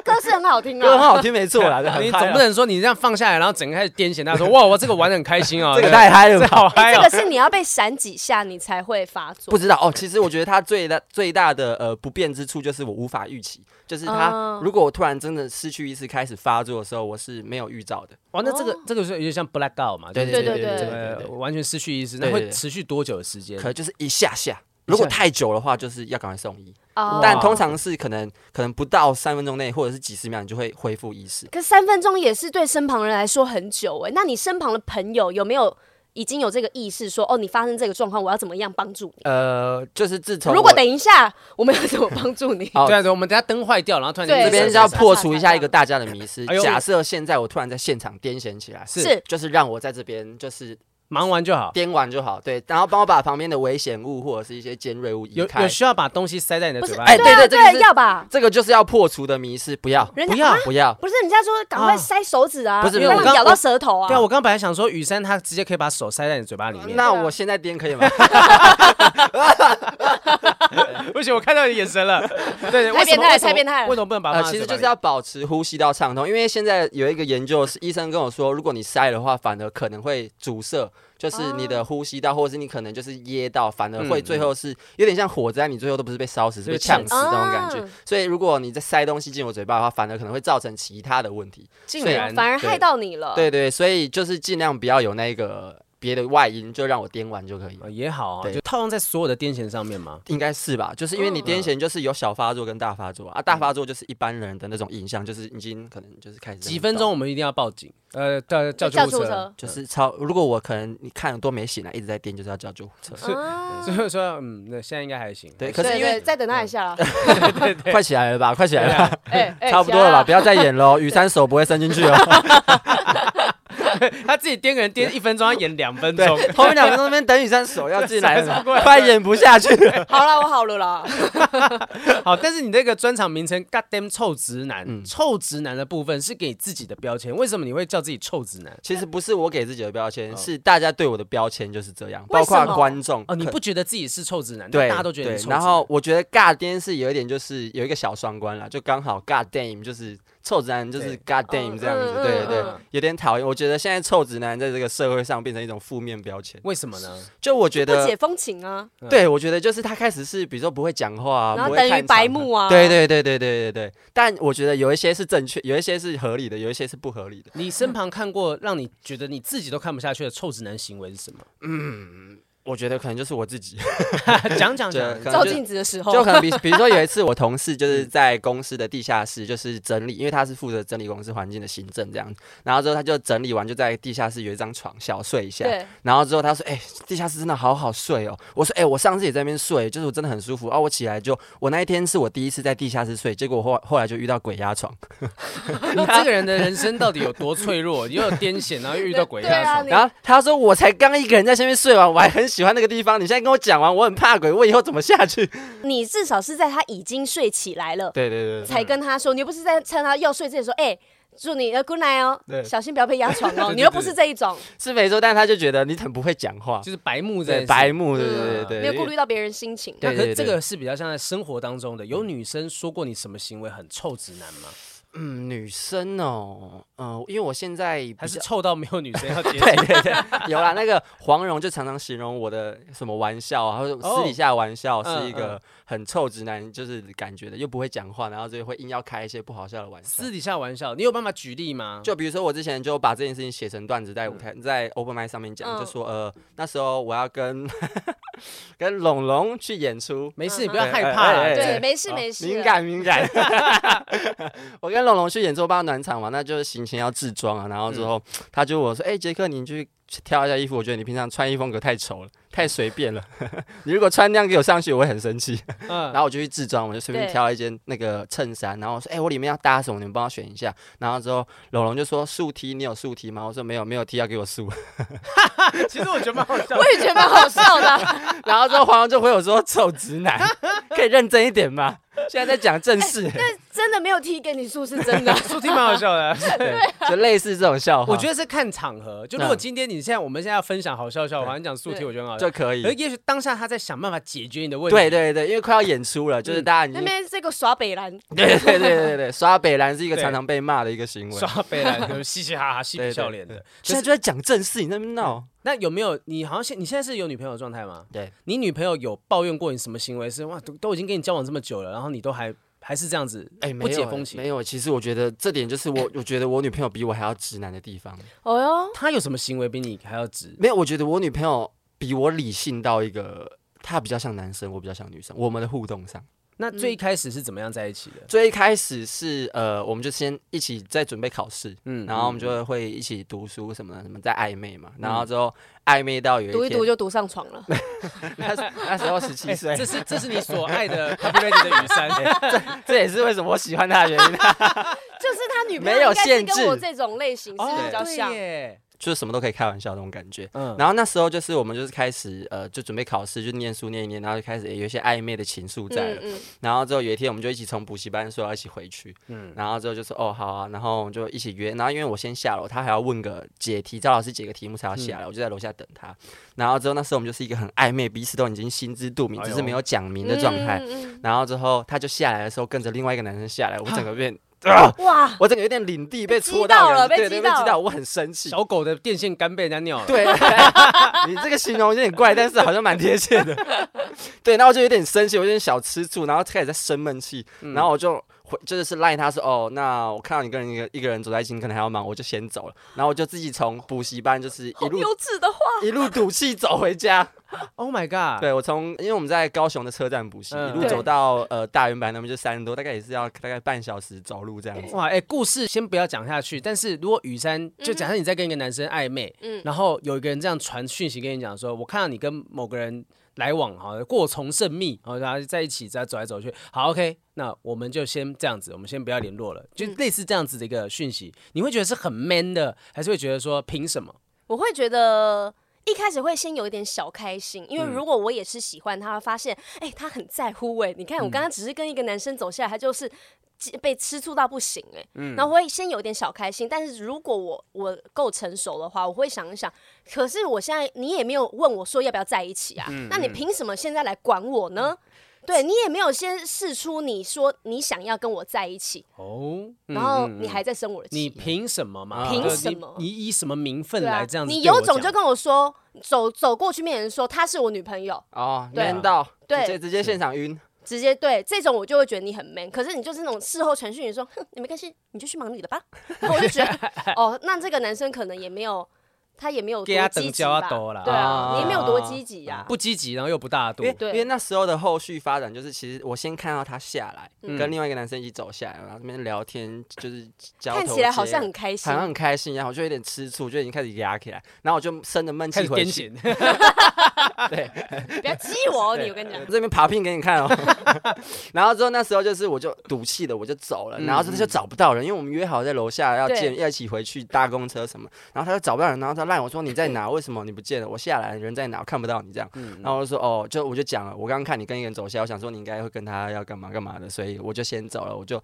[SPEAKER 3] 歌是很好
[SPEAKER 1] [LAUGHS]
[SPEAKER 3] 听
[SPEAKER 1] 歌很
[SPEAKER 3] 啊。
[SPEAKER 1] 好听没
[SPEAKER 2] [LAUGHS]
[SPEAKER 1] 错啦，但很
[SPEAKER 2] 你
[SPEAKER 1] 嗨
[SPEAKER 2] 总
[SPEAKER 1] 啊
[SPEAKER 2] 不能说你这样放下来，然后整个开始癫痫，大家说哇，我这个玩的很开心哦，
[SPEAKER 1] [LAUGHS] 这个太嗨了
[SPEAKER 2] 这
[SPEAKER 1] 吧？
[SPEAKER 2] 好嗨
[SPEAKER 3] 哎这
[SPEAKER 2] 哦
[SPEAKER 3] 个。是你要被闪几下你才会发作
[SPEAKER 1] 不，知道哦，其实我觉得它最大最大的呃不便之处就是我无法预期，就是它
[SPEAKER 3] 嗯
[SPEAKER 1] 如果我突然真的失去意识开始发作的时候，我是没有预兆的。
[SPEAKER 2] 哇，那这个
[SPEAKER 3] 哦
[SPEAKER 2] 这个是有点像 black out 嘛，
[SPEAKER 1] 对
[SPEAKER 2] 就是
[SPEAKER 3] 对对
[SPEAKER 2] 这
[SPEAKER 1] 对
[SPEAKER 3] 对
[SPEAKER 1] 对
[SPEAKER 2] 个呃
[SPEAKER 1] 对
[SPEAKER 2] 完全失去意识，
[SPEAKER 1] 对
[SPEAKER 2] 那
[SPEAKER 1] 对
[SPEAKER 2] 会
[SPEAKER 1] 对
[SPEAKER 2] 持续多久的时间？
[SPEAKER 1] 可就是一下下，如果太久的话，就是要赶快送医。
[SPEAKER 3] 哦
[SPEAKER 1] 但通常是可能可能不到三分钟内，或者是几十秒，你就会恢复意识。
[SPEAKER 3] 可是三分钟也是对身旁人来说很久哎、那你身旁的朋友有没有已经有这个意识说，哦，你发生这个状况，我要怎么样帮助你？
[SPEAKER 1] 呃，就是自从
[SPEAKER 3] 如果
[SPEAKER 1] 我
[SPEAKER 3] 等一下，我们要怎么帮助你？
[SPEAKER 1] 好
[SPEAKER 2] 对啊对，我们等下灯坏掉，然后突然间
[SPEAKER 3] 对
[SPEAKER 1] 哦这边是要破除一下一个大家的迷思
[SPEAKER 2] 哎。呦
[SPEAKER 1] 假设现在我突然在现场癫痫起来，
[SPEAKER 2] 是
[SPEAKER 3] 是
[SPEAKER 1] [LAUGHS] 就是让我在这边就是
[SPEAKER 2] 忙完就好。
[SPEAKER 1] 癫完就好，对，然后帮我把旁边的危险物或者是一些尖锐物移
[SPEAKER 2] 有
[SPEAKER 1] 开
[SPEAKER 2] 有。需要把东西塞在你的
[SPEAKER 3] 不是，
[SPEAKER 2] 嘴巴
[SPEAKER 1] 哎
[SPEAKER 2] 里？
[SPEAKER 1] 对
[SPEAKER 3] 啊
[SPEAKER 1] 对这个
[SPEAKER 3] 对，
[SPEAKER 1] 是
[SPEAKER 3] 要吧？
[SPEAKER 1] 这个就是要破除的迷思，不要 [LAUGHS]
[SPEAKER 3] 人
[SPEAKER 2] 不
[SPEAKER 3] 家
[SPEAKER 2] 要
[SPEAKER 3] 啊
[SPEAKER 1] 不要，
[SPEAKER 3] 不是人家说赶快
[SPEAKER 2] 啊
[SPEAKER 3] 塞手指啊，
[SPEAKER 1] 不是
[SPEAKER 3] 不要
[SPEAKER 1] 不是
[SPEAKER 3] 让咬
[SPEAKER 2] 我刚
[SPEAKER 3] 到舌头啊。
[SPEAKER 2] 对啊，我刚本来想说雨珊她直接可以把手塞在你嘴巴里面，
[SPEAKER 1] 那我现在癫可以吗？
[SPEAKER 2] [LAUGHS] 不行，我看到你眼神
[SPEAKER 3] [LAUGHS]
[SPEAKER 2] 了。对，为
[SPEAKER 3] 太
[SPEAKER 2] 什
[SPEAKER 3] 变
[SPEAKER 2] 么
[SPEAKER 3] 态了
[SPEAKER 2] 为什么
[SPEAKER 3] 太变态了
[SPEAKER 2] 为什么不能把它
[SPEAKER 1] [LAUGHS] [LAUGHS] 呃，
[SPEAKER 2] 放在
[SPEAKER 1] 其实
[SPEAKER 2] 嘴
[SPEAKER 1] 就
[SPEAKER 2] 巴
[SPEAKER 1] 是
[SPEAKER 2] 里
[SPEAKER 1] 要保持呼吸道畅通，因为现在有一个研究是医生跟我说，如果你塞的话，反而可能会阻塞，就是你的呼吸道，或者是你可能就是噎到，反而会
[SPEAKER 2] 嗯
[SPEAKER 1] 最后是有点像火灾，你最后都不是被烧死，是被呛死
[SPEAKER 3] 被呛死
[SPEAKER 1] 这种感觉
[SPEAKER 3] 啊。
[SPEAKER 1] 所以如果你在塞东西进我嘴巴的话，反而可能会造成其他的问题。
[SPEAKER 2] 竟
[SPEAKER 1] 对
[SPEAKER 3] 对
[SPEAKER 2] 然
[SPEAKER 3] 反而害到你了。
[SPEAKER 1] 对对，所以就是尽量不要有那个别的外因，就让我颠完就可以。
[SPEAKER 2] 呃也好啊，
[SPEAKER 1] 对
[SPEAKER 2] 就套用在所有的癫痫上面嘛。
[SPEAKER 1] 应该是吧，就是因为你癫痫就是有小发作跟大发作啊，
[SPEAKER 2] 嗯
[SPEAKER 1] 大发作就是一般人的那种印象，就是已经可能就是开始
[SPEAKER 2] 几分
[SPEAKER 1] 动
[SPEAKER 2] 钟我们一定要报警，呃，叫叫
[SPEAKER 3] 叫
[SPEAKER 2] 救
[SPEAKER 3] 救护
[SPEAKER 2] 护
[SPEAKER 3] 车
[SPEAKER 2] 车。
[SPEAKER 1] 就是超，如果我可能你看都没醒来，一直在颠，就是要叫救护
[SPEAKER 2] [LAUGHS]
[SPEAKER 1] 车。
[SPEAKER 3] 啊，
[SPEAKER 2] 所以说，嗯，那现在应该还行。
[SPEAKER 1] 对，可
[SPEAKER 3] 对
[SPEAKER 1] 是因为嗯
[SPEAKER 3] 对再等他一下啦。
[SPEAKER 2] [LAUGHS]
[SPEAKER 1] 快起来了吧，快起
[SPEAKER 2] 啊
[SPEAKER 1] [LAUGHS] 来了吧，
[SPEAKER 3] 哎，
[SPEAKER 2] [LAUGHS]
[SPEAKER 3] 哎
[SPEAKER 1] 差不多了吧，
[SPEAKER 3] 起
[SPEAKER 1] 哦不要再演喽。雨山手不会伸进去哦。
[SPEAKER 2] 他自己颠个人颠一分钟，他演两分钟。
[SPEAKER 1] 后面两个人在那边等雨山手要进
[SPEAKER 2] [LAUGHS]
[SPEAKER 1] 来
[SPEAKER 2] 手
[SPEAKER 1] 了，快演不下去了。 [LAUGHS]
[SPEAKER 3] 啊好了，我好了啦。
[SPEAKER 2] 好，但是你那个专场名称 “God damn 臭直男”，
[SPEAKER 1] 嗯
[SPEAKER 2] 臭直男的部分是给自己的标签。为什么你会叫自己臭直男？
[SPEAKER 1] 其实不是我给自己的标签，
[SPEAKER 2] 嗯
[SPEAKER 1] 是大家对我的标签就是这样，
[SPEAKER 3] 为
[SPEAKER 1] 包括
[SPEAKER 3] 什么
[SPEAKER 1] 观众
[SPEAKER 2] 哦，你
[SPEAKER 1] 可
[SPEAKER 2] 不觉得自己是臭直男，但
[SPEAKER 1] 对，
[SPEAKER 2] 大家都觉得你
[SPEAKER 1] 对
[SPEAKER 2] 是臭直男。
[SPEAKER 1] 然后我觉得尬颠是有一点，就是有一个小双关啦，就刚好尬 damn 就是臭直男，就是
[SPEAKER 2] 对
[SPEAKER 1] 尬 damn
[SPEAKER 3] 嗯
[SPEAKER 1] 这样子，对
[SPEAKER 3] 嗯
[SPEAKER 1] 对对
[SPEAKER 3] 嗯嗯，
[SPEAKER 1] 有点讨厌。我觉得现在臭直男在这个社会上变成一种负面标签，
[SPEAKER 2] 为什么呢？
[SPEAKER 1] 就我觉
[SPEAKER 3] 不
[SPEAKER 1] 得
[SPEAKER 3] 解，风情啊，
[SPEAKER 2] 嗯
[SPEAKER 1] 对我觉得就是他开始是比如说不会讲话啊，
[SPEAKER 3] 然后
[SPEAKER 1] 不会
[SPEAKER 3] 等于
[SPEAKER 1] 看
[SPEAKER 3] 白
[SPEAKER 1] 场合
[SPEAKER 3] 目啊。
[SPEAKER 1] 对对对对对对对，但我觉得有一些是正确，有一些是合理的，有一些是不合理的。
[SPEAKER 2] 你身旁看过让你觉得你自己都看不下去的臭直男行为是什
[SPEAKER 1] [LAUGHS]
[SPEAKER 2] 么？
[SPEAKER 1] 我觉得可能就是我自己，
[SPEAKER 2] 讲讲
[SPEAKER 1] 就
[SPEAKER 2] 讲
[SPEAKER 1] 啊可，能
[SPEAKER 3] 照
[SPEAKER 1] 就
[SPEAKER 3] 镜子的时候，
[SPEAKER 1] 就可能
[SPEAKER 3] [LAUGHS]
[SPEAKER 1] 比比如说有一次，我同事
[SPEAKER 3] 嗯
[SPEAKER 1] 就是在公司的地下室，就是整理，因为他是负责整理公司环境的行政这样。然后之后他就整理完，就在地下室有一张床小睡一下。
[SPEAKER 3] 对，
[SPEAKER 1] 然后之后他说：“哎、地下室真的好好睡哦。”我说：“哎、我上次也在那边睡，就是我真的很舒服啊。”我起来就，我那一天是我第一次在地下室睡，结果我后后来就遇到鬼压床。
[SPEAKER 2] 你这个人的人生到底有多脆弱？又有癫痫，然后又遇到鬼
[SPEAKER 3] 对
[SPEAKER 2] 压
[SPEAKER 3] 啊
[SPEAKER 2] 床。
[SPEAKER 3] 你
[SPEAKER 1] 然后他说：“我才刚一个人在下面睡完，我还很喜欢那个地方。你现在跟我讲完，我很怕鬼，我以后怎么下去
[SPEAKER 3] 你至少是在他已经睡起来了？”，
[SPEAKER 1] 对对对，
[SPEAKER 3] 才跟他说，你又不是在趁他要睡之前说，哎。祝你呃 good night 哦，
[SPEAKER 1] 对
[SPEAKER 3] 小心不要被压床
[SPEAKER 1] 对 [LAUGHS]
[SPEAKER 3] 哦。
[SPEAKER 1] 对
[SPEAKER 3] 你又不是这一种，
[SPEAKER 1] 是没错，但他就觉得你很不会讲话，
[SPEAKER 2] 就是白目在
[SPEAKER 1] 对白目，对对对
[SPEAKER 3] 嗯
[SPEAKER 1] 对，
[SPEAKER 3] 没有顾
[SPEAKER 1] 因为
[SPEAKER 3] 虑到别人心情。啊
[SPEAKER 1] 对
[SPEAKER 2] 那可是这个是比较像在生活当中的。有女生说过你什么行为很臭直男吗？
[SPEAKER 1] 嗯，女生哦，嗯、因为我现在比
[SPEAKER 2] 还是
[SPEAKER 1] 较
[SPEAKER 2] 臭到没有女生要
[SPEAKER 1] [LAUGHS]
[SPEAKER 2] 接
[SPEAKER 1] 对
[SPEAKER 2] 近？
[SPEAKER 1] 对对，有啦。那个黄蓉就常常形容我的什么玩笑啊，或者私底下玩笑
[SPEAKER 2] 嗯
[SPEAKER 1] 是一个很臭直男，就是感觉的，又不会讲话，然后就会硬要开一些不好笑的玩笑
[SPEAKER 2] 私。底下玩笑，你有办法举例吗？
[SPEAKER 1] 就比如说我之前就把这件事情写成段子，
[SPEAKER 2] 嗯
[SPEAKER 1] 在舞台、在 open mic 上面讲，
[SPEAKER 3] 嗯
[SPEAKER 1] 就说呃那时候我要跟 [LAUGHS] 跟龙龙去演出，
[SPEAKER 2] 没
[SPEAKER 3] 嗯
[SPEAKER 2] 事，
[SPEAKER 3] 嗯
[SPEAKER 2] 你
[SPEAKER 1] [LAUGHS]
[SPEAKER 2] 不要害怕
[SPEAKER 1] 哎哎
[SPEAKER 2] 啊啦。
[SPEAKER 1] 哎
[SPEAKER 3] 对，
[SPEAKER 1] 对
[SPEAKER 3] 没事
[SPEAKER 1] 好
[SPEAKER 3] 没事。
[SPEAKER 1] 敏感敏感。 [LAUGHS] 我跟龙龙去演奏吧暖场嘛，那就是行前要制装啊，然后之后、他就问我说：“哎、杰克，你去挑一下衣服，我觉得你平常穿衣风格太丑了，太随便了。 [LAUGHS] 你如果穿那样给我上去，我会很生 [LAUGHS] 气。”
[SPEAKER 2] 嗯
[SPEAKER 1] 哎然，后我就去制装，我就随便
[SPEAKER 3] 对
[SPEAKER 1] 挑一件那个衬衫，然后我说：“哎、我里面要搭什么？你们帮我选一下。”然后之后龙龙就说：“竖 T，你有竖 T 吗？”我说：“没有，没有 T，要给我 [LAUGHS] 竖。
[SPEAKER 2] 其实我觉得蛮好笑的。
[SPEAKER 3] 我。也觉得蛮好笑
[SPEAKER 1] [LAUGHS]
[SPEAKER 3] 的。”啊
[SPEAKER 1] 然后之后黄龙就回我说：“臭直男，可以认真一点吗？ [LAUGHS] 现在在讲正 [LAUGHS] 事。
[SPEAKER 3] 真的没有踢给你数是真的
[SPEAKER 2] [LAUGHS] 说听蛮好
[SPEAKER 1] [LAUGHS]
[SPEAKER 2] 笑的。
[SPEAKER 1] 对，就类似这种笑话，
[SPEAKER 2] 我觉得是看场合。就如果今天你现在我们现在要分享好笑笑话，
[SPEAKER 1] 嗯对
[SPEAKER 2] 你讲素题，
[SPEAKER 3] 对
[SPEAKER 2] 我觉得很好笑
[SPEAKER 1] 就。可以
[SPEAKER 2] 可。是也许当下他在想办法解决你的问题。
[SPEAKER 1] 对对对，因为快要演出了，就是大家已
[SPEAKER 3] 那
[SPEAKER 1] 经
[SPEAKER 3] 边这个耍北兰，
[SPEAKER 1] 对对对对对，刷北兰是一个
[SPEAKER 2] [LAUGHS] 对
[SPEAKER 1] 常常被骂的一个行为。
[SPEAKER 2] 刷杯来就嘻嘻哈哈、嬉皮笑脸的。
[SPEAKER 1] 现在就在讲正事，你在那边闹，
[SPEAKER 2] 那有没有你好像现你现在是有女朋友的状态吗？
[SPEAKER 1] 对，
[SPEAKER 2] 你女朋友有抱怨过你什么行为是哇都都已经跟你交往这么久了，然后你都还还是这样子，
[SPEAKER 1] 哎，没
[SPEAKER 2] 不
[SPEAKER 1] 有
[SPEAKER 2] 解
[SPEAKER 1] 哎
[SPEAKER 2] 风情
[SPEAKER 1] 没有，其实我觉得这点就是我，我 [COUGHS] 觉得我女朋友比我还要直男的地方。
[SPEAKER 3] 哦哟，
[SPEAKER 2] 她有什么行为比你还要直？
[SPEAKER 1] 没有，我觉得我女朋友比我理性到一个，她比较像男生，我比较像女生。我们的互动上，
[SPEAKER 2] 那最一开始是怎么样在一起的？
[SPEAKER 1] 最一开始是呃，我们就先一起在准备考试，
[SPEAKER 2] 嗯
[SPEAKER 1] 然后我们就会一起读书什么的，什么在暧昧嘛，然后之后暧昧到有一天，
[SPEAKER 3] 读一读就读上床了。
[SPEAKER 1] [LAUGHS] 那那时候十七
[SPEAKER 2] [LAUGHS]
[SPEAKER 1] 岁，
[SPEAKER 2] 这是这是你所爱的 Happy Lady 的
[SPEAKER 1] [LAUGHS]
[SPEAKER 2] 雨山，
[SPEAKER 1] 这也是为什么我喜欢他的原因 [LAUGHS] 啊，
[SPEAKER 3] 就是他女朋友
[SPEAKER 1] 没有
[SPEAKER 3] 应该是
[SPEAKER 1] 限
[SPEAKER 3] 跟
[SPEAKER 1] 制哦
[SPEAKER 3] 我这种类型是比较像
[SPEAKER 2] 哦对。耶
[SPEAKER 1] 就是什么都可以开玩笑的那种感觉。
[SPEAKER 2] 嗯，
[SPEAKER 1] 然后那时候就是我们就是开始呃就准备考试，就念书念一念，然后就开始、诶有一些暧昧的情愫在
[SPEAKER 3] 嗯
[SPEAKER 1] 了。
[SPEAKER 3] 嗯，
[SPEAKER 1] 然后之后有一天我们就一起从补习班说要一起回去，
[SPEAKER 2] 嗯
[SPEAKER 1] 嗯，然后之后就说哦好啊，然后我们就一起约。然后因为我先下楼，他还要问个解题，赵老师解个题目才要下来，我就在楼下等他。然后之后那时候我们就是一个很暧昧，彼此都已经心知肚明，
[SPEAKER 2] 哎呦
[SPEAKER 1] 只是没有讲明的状态。
[SPEAKER 3] 嗯。嗯
[SPEAKER 1] 然后之后他就下来的时候跟着另外一个男生下来，我整 [LAUGHS] 个变啊。
[SPEAKER 3] 嗯哇，
[SPEAKER 1] 我整个有点领地被戳
[SPEAKER 3] 被击到了
[SPEAKER 1] 感觉对
[SPEAKER 3] 被
[SPEAKER 1] 对
[SPEAKER 3] 击
[SPEAKER 1] 被
[SPEAKER 3] 到
[SPEAKER 1] 击到，我很生气。
[SPEAKER 2] 小狗的电线杆被人家尿了，
[SPEAKER 1] 对， [LAUGHS] 你这个形容有点怪，但是好像蛮贴切的。 [LAUGHS] 对，然后我就有点生气，我有点小吃醋，然后开始在生闷气，
[SPEAKER 3] 嗯
[SPEAKER 1] 然后我就回就是赖他说，哦，那我看到你跟一个一个人走在一起，你可能还要忙，我就先走了。然后我就自己从补习班就是
[SPEAKER 3] 好
[SPEAKER 1] 一路
[SPEAKER 3] 幼稚的话，
[SPEAKER 1] 一路赌气走回家。
[SPEAKER 2] ，Oh my god，
[SPEAKER 1] 对我从因为我们在高雄的车站补习，
[SPEAKER 2] 嗯
[SPEAKER 1] 一路
[SPEAKER 3] 啊对
[SPEAKER 1] 走到呃大圆白那边就三十多，大概也是要大概半小时走路这样子。
[SPEAKER 2] 哇，哎、故事先不要讲下去，但是如果雨山就假设你在跟一个男生暧昧，
[SPEAKER 3] 嗯
[SPEAKER 2] 然后有一个人这样传讯息跟你讲说，我看到你跟某个人来往哈，过从甚密，哦然后大家在一起在走来走去。好，OK，那我们就先这样子，我们先不要联络了，就类似这样子的一个讯息，你会觉得是很 man 的，还是会觉得说凭什么？
[SPEAKER 3] 我会觉得一开始会先有一点小开心，因为
[SPEAKER 2] 嗯
[SPEAKER 3] 如果我也是喜欢他，发现哎、他很在乎哎、你看
[SPEAKER 2] 嗯
[SPEAKER 3] 我刚刚只是跟一个男生走下来，他就是。被吃醋到不行哎、
[SPEAKER 2] 嗯
[SPEAKER 3] 然后我会先有点小开心，但是如果我我够成熟的话，我会想一想，可是我现在你也没有问我说要不要在一起啊，
[SPEAKER 2] 嗯
[SPEAKER 3] 那你凭什么现在来管我呢？对你也没有先试出你说你想要跟我在一起，
[SPEAKER 2] 哦，嗯
[SPEAKER 3] 然后
[SPEAKER 2] 嗯
[SPEAKER 3] 你还在生我的气，
[SPEAKER 2] 你凭什么嘛？
[SPEAKER 1] 啊
[SPEAKER 3] 凭
[SPEAKER 2] 对
[SPEAKER 3] 什
[SPEAKER 2] 你
[SPEAKER 3] 么
[SPEAKER 2] 你以什么名分
[SPEAKER 3] 对啊
[SPEAKER 2] 来这样子
[SPEAKER 3] 你
[SPEAKER 2] 对我
[SPEAKER 3] 有
[SPEAKER 2] 讲？
[SPEAKER 3] 种就跟我说，走走过去面前说她是我女朋友，
[SPEAKER 1] 哦，
[SPEAKER 3] 对
[SPEAKER 1] 念到，
[SPEAKER 3] 对
[SPEAKER 1] 直接直接现场晕，
[SPEAKER 3] 直接对这种我就会觉得你很 man。可是你就是那种事后程序，你说哼，你没关系，你就去忙你的吧。然后我就
[SPEAKER 2] [LAUGHS]
[SPEAKER 3] 觉得，哦，那这个男生可能也没有，他也没有
[SPEAKER 2] 给他
[SPEAKER 3] 多
[SPEAKER 2] 等
[SPEAKER 3] 积极
[SPEAKER 2] 交啊嗯
[SPEAKER 3] 吧？
[SPEAKER 2] 多啦
[SPEAKER 3] 对啊，
[SPEAKER 1] 啊
[SPEAKER 3] 你也没有多积极啊呀、
[SPEAKER 2] 啊不积极，然后又不大度
[SPEAKER 1] 因，为
[SPEAKER 3] 对啊
[SPEAKER 1] 因为那时候的后续发展就是，其实我先看到他下来，
[SPEAKER 3] 嗯
[SPEAKER 1] 跟另外一个男生一起走下来，然后这边聊天，就是交头
[SPEAKER 3] 看起来好
[SPEAKER 1] 接
[SPEAKER 3] 像很开心
[SPEAKER 1] 好，像很开心一样，我就有点吃醋，就已经开始压起来，然后我就生着闷
[SPEAKER 2] 开
[SPEAKER 1] 气
[SPEAKER 2] 始
[SPEAKER 1] 回
[SPEAKER 2] 癫
[SPEAKER 1] 去，
[SPEAKER 2] 痫。
[SPEAKER 1] 对，
[SPEAKER 3] 不要激我哦，你我跟你讲
[SPEAKER 2] [LAUGHS]
[SPEAKER 1] 我，这边爬聘给你看哦。 [LAUGHS] 然后之后那时候就是我就赌气的我就走了，
[SPEAKER 2] 嗯
[SPEAKER 1] 然后他就找不到人，因为我们约好在楼下要
[SPEAKER 3] 对
[SPEAKER 1] 见，要一起回去搭公车什么，然后他就找不到人，然后他赖我说你在
[SPEAKER 2] 嗯
[SPEAKER 1] 哪？为什么你不见了？我下来人在哪？我看不到你这样。然后我就说哦，就我就讲了，我刚刚看你跟一个人走下，我想说你应该会跟他要干嘛干嘛的，所以我就先走了，我就。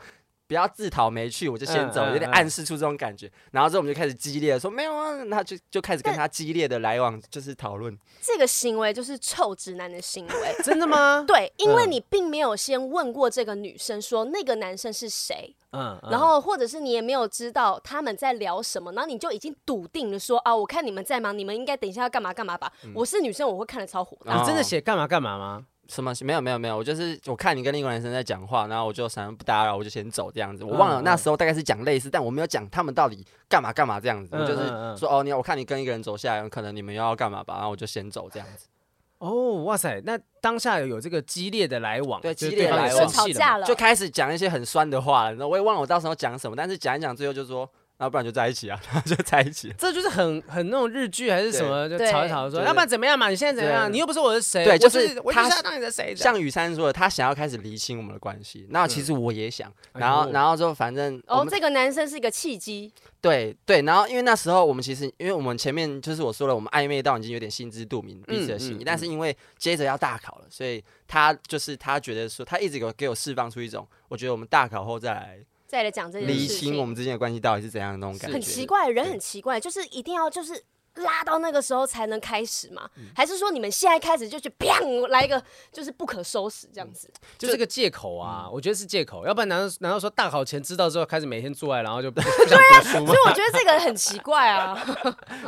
[SPEAKER 1] 不要自讨没趣，我就先走，
[SPEAKER 2] 嗯嗯
[SPEAKER 1] 有点
[SPEAKER 2] 嗯
[SPEAKER 1] 暗示出这种感觉。然后之后我们就开始激烈的说没有啊，那就就开始跟他激烈的来往，就是讨论。
[SPEAKER 3] 这个行为就是臭直男的行为。
[SPEAKER 2] [LAUGHS] 真的吗？
[SPEAKER 3] 对，因为
[SPEAKER 2] 嗯
[SPEAKER 3] 你并没有先问过这个女生说那个男生是谁，
[SPEAKER 2] 嗯，嗯
[SPEAKER 3] 然后或者是你也没有知道他们在聊什么，然后你就已经笃定了说啊，我看你们在忙，你们应该等一下要干嘛干嘛吧。
[SPEAKER 1] 嗯
[SPEAKER 3] 我是女生，我会看得超火大。
[SPEAKER 2] 你真的
[SPEAKER 1] 哦
[SPEAKER 2] 写干嘛干嘛吗？
[SPEAKER 1] 什么？没有没有没有，我就是我看你跟另一个男生在讲话，然后我就想不打扰，我就先走这样子。我忘了
[SPEAKER 2] 嗯
[SPEAKER 1] 那时候大概是讲类似，但我没有讲他们到底干嘛干嘛这样子。
[SPEAKER 2] 嗯
[SPEAKER 1] 我就是
[SPEAKER 2] 嗯嗯
[SPEAKER 1] 说哦，你我看你跟一个人走下来，可能你们又要干嘛吧，然后我就先走这样子。
[SPEAKER 2] 哦，哇塞，那当下有这个激烈的来往，
[SPEAKER 1] 对
[SPEAKER 2] 就是
[SPEAKER 1] 激烈
[SPEAKER 2] 方
[SPEAKER 1] 来
[SPEAKER 2] 也
[SPEAKER 1] 往
[SPEAKER 3] 是
[SPEAKER 2] 生
[SPEAKER 3] 吵
[SPEAKER 2] 气了
[SPEAKER 3] 架
[SPEAKER 2] 嘛
[SPEAKER 3] 了，
[SPEAKER 1] 就开始讲一些很酸的话了，然后我也忘了我到时候讲什么，但是讲一讲最后就说，那不然就在一起啊，然 [LAUGHS] 后就在一起了。
[SPEAKER 2] 这就是很很那种日剧还是什么，就
[SPEAKER 3] 对
[SPEAKER 2] 吵一吵说，
[SPEAKER 1] 对
[SPEAKER 2] 要不然怎么样嘛？你现在怎么样？
[SPEAKER 1] 对
[SPEAKER 2] 你又不是我的谁，
[SPEAKER 1] 对
[SPEAKER 2] 我
[SPEAKER 1] 就
[SPEAKER 2] 就是我
[SPEAKER 1] 他
[SPEAKER 2] 就是要当你的谁。这样
[SPEAKER 1] 像雨珊说的，她想要开始厘清我们的关系，那其实我也想，
[SPEAKER 2] 嗯
[SPEAKER 1] 然
[SPEAKER 2] 哎
[SPEAKER 1] 后
[SPEAKER 2] 呦
[SPEAKER 1] 然后之后反正我
[SPEAKER 3] 哦
[SPEAKER 1] 们，
[SPEAKER 3] 这个男生是一个契机，
[SPEAKER 1] 对对，然后因为那时候我们其实，因为我们前面就是我说了，我们暧昧到已经有点心知肚明彼此的心意，
[SPEAKER 2] 嗯嗯
[SPEAKER 1] 但是因为接着要大考了，所以他就是他觉得说，他一直给我给我释放出一种，我觉得我们大考后再来
[SPEAKER 3] 再来讲这件
[SPEAKER 1] 厘
[SPEAKER 3] 事
[SPEAKER 1] 清我
[SPEAKER 3] 情，
[SPEAKER 1] 们之间的关系到底是怎样的那种感觉，
[SPEAKER 3] 很奇怪，人
[SPEAKER 1] 对
[SPEAKER 3] 很奇怪，就是一定要就是。拉到那个时候才能开始嘛？
[SPEAKER 1] 嗯
[SPEAKER 3] 还是说你们现在开始就去砰来一个就是不可收拾这样子？
[SPEAKER 2] 就是个借口啊，
[SPEAKER 1] 嗯
[SPEAKER 2] 我觉得是借口，要不然难道难道说大考前知道之后开始每天做爱，然后就不不想读
[SPEAKER 1] 嗯
[SPEAKER 2] 书吗
[SPEAKER 3] 所以？我觉得这个很奇
[SPEAKER 1] [LAUGHS]
[SPEAKER 3] 怪啊。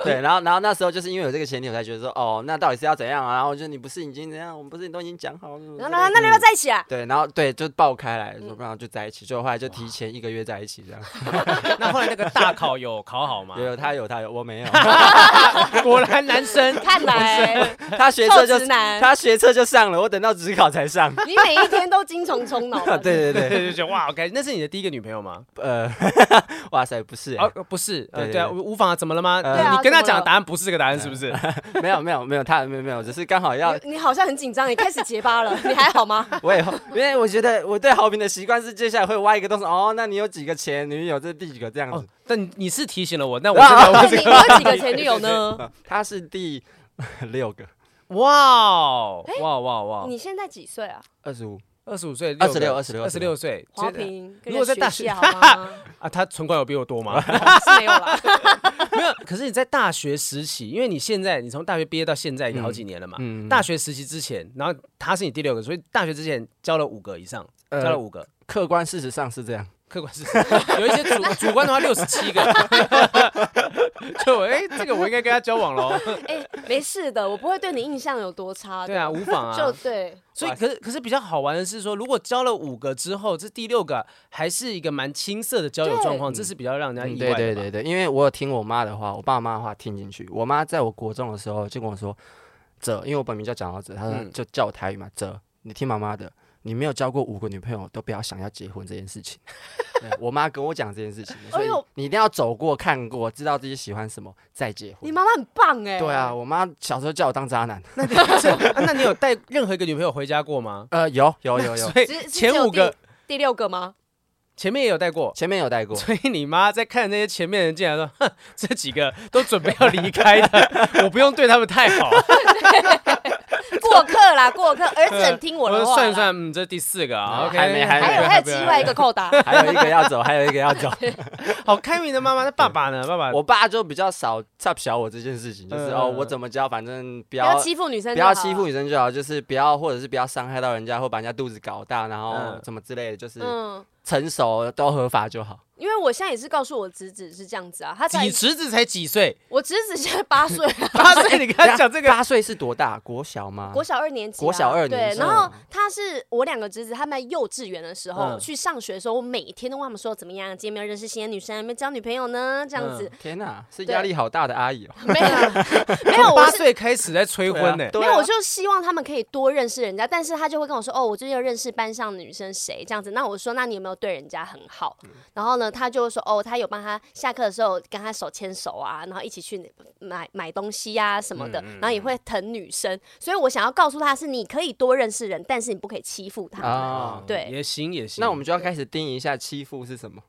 [SPEAKER 1] 对，然后然后那时候就是因为有这个前提，我才觉得说，哦，那到底是要怎样啊？然后就是你不是已经怎样，我们不是都已经讲好了什么之类
[SPEAKER 3] 然后
[SPEAKER 1] 的，
[SPEAKER 3] 呢，那你嗯要不要在一起啊？
[SPEAKER 1] 对，然后对就爆开来，说不然就在一起，就后来就提前一个月在一起这样，
[SPEAKER 2] [LAUGHS] 那后来那个大考有考好吗
[SPEAKER 1] 有？有他有他有我没有。
[SPEAKER 3] [LAUGHS]
[SPEAKER 1] [LAUGHS]
[SPEAKER 2] 果然男生
[SPEAKER 3] 看来
[SPEAKER 1] 他 [LAUGHS] 学测就
[SPEAKER 3] 臭直男
[SPEAKER 1] 他学测就上了，我等到职考才
[SPEAKER 3] [LAUGHS]
[SPEAKER 1] 上。。
[SPEAKER 3] 你每一天都精虫充脑
[SPEAKER 1] [LAUGHS] 对对
[SPEAKER 2] 对
[SPEAKER 1] 对，
[SPEAKER 2] [LAUGHS] 对对，哇，OK，那是你的第一个女朋友吗？
[SPEAKER 1] 呃， [LAUGHS] 哇塞，不是欸、
[SPEAKER 2] 哦，不是，呃，
[SPEAKER 1] 对
[SPEAKER 2] 对啊，
[SPEAKER 1] 对
[SPEAKER 2] 无无妨啊，怎么了吗？
[SPEAKER 1] 呃
[SPEAKER 2] 你
[SPEAKER 1] 对
[SPEAKER 3] 啊
[SPEAKER 2] 你跟他
[SPEAKER 3] 怎
[SPEAKER 2] 讲
[SPEAKER 3] 么了
[SPEAKER 2] 的答案不是这个答案，是不是？
[SPEAKER 1] 没有没有没有，他没有没有，只是刚好要 [LAUGHS]
[SPEAKER 3] 你你好像很紧张，你开始结
[SPEAKER 2] [LAUGHS]
[SPEAKER 3] 巴了，你还好吗？
[SPEAKER 1] 我以后，因为我觉得我对好评的习惯是接下来会挖一个洞说，哦，那你有几个前女友？这是第几个这样
[SPEAKER 2] 哦
[SPEAKER 1] 子？，
[SPEAKER 2] 但你是提醒了我，那我真的
[SPEAKER 3] 那
[SPEAKER 2] 我
[SPEAKER 3] [LAUGHS] 你
[SPEAKER 2] 这
[SPEAKER 3] 啊你
[SPEAKER 2] 个
[SPEAKER 3] 有几个前女友呢？
[SPEAKER 1] 呃他是第六个，
[SPEAKER 2] 哇哦
[SPEAKER 3] 哎
[SPEAKER 2] 哇哦哇哦哇哦，
[SPEAKER 3] 你现在几岁啊？
[SPEAKER 1] 二十五，
[SPEAKER 2] 二十五岁，
[SPEAKER 1] 26
[SPEAKER 2] 六个
[SPEAKER 1] 26
[SPEAKER 2] 二十六岁，
[SPEAKER 3] 华
[SPEAKER 2] 真的
[SPEAKER 3] 平，
[SPEAKER 2] 如果在大学
[SPEAKER 3] 跟人学姐好吗？
[SPEAKER 2] [LAUGHS]
[SPEAKER 3] 哦
[SPEAKER 2] 啊，他存款有比我多吗？
[SPEAKER 3] 是没有啦， [LAUGHS]
[SPEAKER 2] 没有，可是你在大学时期，因为你现在你从大学毕业到现在已经好几年了嘛，
[SPEAKER 1] 嗯
[SPEAKER 2] 大学时期之前，然后他是你第六个，所以大学之前交了五个以上，交
[SPEAKER 1] 呃
[SPEAKER 2] 了五个。
[SPEAKER 1] 客观事实上是这样。
[SPEAKER 2] 客观事实， [LAUGHS] 有一些主主观的话六十七个， [LAUGHS] 就我哎、这个我应该跟他交往
[SPEAKER 3] [LAUGHS]
[SPEAKER 2] 喽。
[SPEAKER 3] 哎，没事的，我不会对你印象有多差
[SPEAKER 2] 对
[SPEAKER 3] 的。
[SPEAKER 2] 啊，无妨啊。
[SPEAKER 3] 就对，
[SPEAKER 2] 所以，可是可是比较好玩的是说，如果交了五个之后，这第六个还是一个蛮青涩的交友状况，这是比较让人家意
[SPEAKER 1] 嗯对
[SPEAKER 2] 外的吧。
[SPEAKER 1] 对对对，因为我有听我妈的话，我爸妈的话听进去。我妈在我国中的时候就跟我说：“哲，因为我本名叫蒋浩哲，她说
[SPEAKER 2] 嗯
[SPEAKER 1] 就叫我台语嘛，哲，你听妈妈的，你没有交过五个女朋友，都不要想要结婚这件
[SPEAKER 2] [LAUGHS]
[SPEAKER 1] 事情。对我妈跟我讲这件事情，所以
[SPEAKER 3] 哎呦
[SPEAKER 1] 你一定要走过、看过，知道自己喜欢什么再结
[SPEAKER 3] 你
[SPEAKER 1] 婚。
[SPEAKER 3] 妈妈很棒哎、
[SPEAKER 1] 对啊，，我妈小时候叫我当渣男。
[SPEAKER 2] 啊那你有带任何一个女朋友回家过吗？
[SPEAKER 1] 呃，有有有
[SPEAKER 2] [LAUGHS]
[SPEAKER 1] 有，
[SPEAKER 2] 所以
[SPEAKER 3] 只
[SPEAKER 2] 前五个，
[SPEAKER 3] 第六个吗？
[SPEAKER 2] 前面也有带过。
[SPEAKER 1] 前面有带过。
[SPEAKER 2] 所以你妈在看那些前面人进来说，哼，这几个都准备要离开的，我 [LAUGHS] 不用对他们太好。
[SPEAKER 3] 过客啦，
[SPEAKER 2] [LAUGHS]
[SPEAKER 3] 过客，儿子很听 [LAUGHS] 我
[SPEAKER 2] 我
[SPEAKER 3] 的
[SPEAKER 2] 说
[SPEAKER 3] 话啦。
[SPEAKER 2] 算一算，嗯，这第四个啊
[SPEAKER 1] 啊
[SPEAKER 2] ，OK，
[SPEAKER 1] 还没还没
[SPEAKER 3] 还有还有机会一个扣打，
[SPEAKER 1] 还有一个要走，还有一个
[SPEAKER 2] [LAUGHS]
[SPEAKER 1] 要走。
[SPEAKER 2] 好开明的妈妈，那爸爸呢？爸爸，
[SPEAKER 1] 我爸就比较少插小我这件事情，就是、
[SPEAKER 2] 嗯
[SPEAKER 1] 哦，我怎么教，反正不
[SPEAKER 3] 不
[SPEAKER 1] 要
[SPEAKER 3] 要欺负女生，
[SPEAKER 1] 不要欺负。女生就好，就是不要或者是不要伤害到人家，或把人家肚子搞大，然后
[SPEAKER 2] 嗯
[SPEAKER 1] 什么之类的，就是
[SPEAKER 3] 嗯，
[SPEAKER 1] 成熟都合法就好。
[SPEAKER 3] 因为我现在也是告诉我侄子是这样子啊，他才
[SPEAKER 2] 几侄子才
[SPEAKER 1] [LAUGHS]
[SPEAKER 2] 几岁？
[SPEAKER 3] 我侄子现在八岁啊，
[SPEAKER 2] 八岁，你跟 [LAUGHS] 他讲这个，
[SPEAKER 1] 八岁是多大？国小吗？
[SPEAKER 3] 国小二年级啊、
[SPEAKER 1] 国小二年级嗯
[SPEAKER 3] 对，然后他是我两个侄子，他们在幼稚园的时候、
[SPEAKER 2] 嗯
[SPEAKER 3] 去上学的时候，我每天都问他们说怎么样，今天有没有认识新的女生，有没有交女朋友呢？这样子、
[SPEAKER 1] 天哪、是
[SPEAKER 3] 对
[SPEAKER 1] 压力好大的阿姨哦、
[SPEAKER 3] 没有， [LAUGHS] 没有，我
[SPEAKER 2] 八
[SPEAKER 3] 是。
[SPEAKER 2] 岁开始在催婚呢。
[SPEAKER 1] 对啊
[SPEAKER 3] 没有，我就希望他们可以多认识人家，但是他就会跟我说，哦，我最近有认识班上女生谁这样子。那我说，那你有没有对人家很好？然后呢，他就会说，哦，他有帮他下课的时候跟他手牵手啊，然后一起去买买东西呀、什么的，然后也会疼女生。所以我想要告诉他是，你可以多认识人，但是你不可以欺负他。
[SPEAKER 1] 啊
[SPEAKER 3] 对
[SPEAKER 2] 哦也行也行。
[SPEAKER 1] 那我
[SPEAKER 2] [LAUGHS]
[SPEAKER 1] 们就要开始定义一下欺负是什么，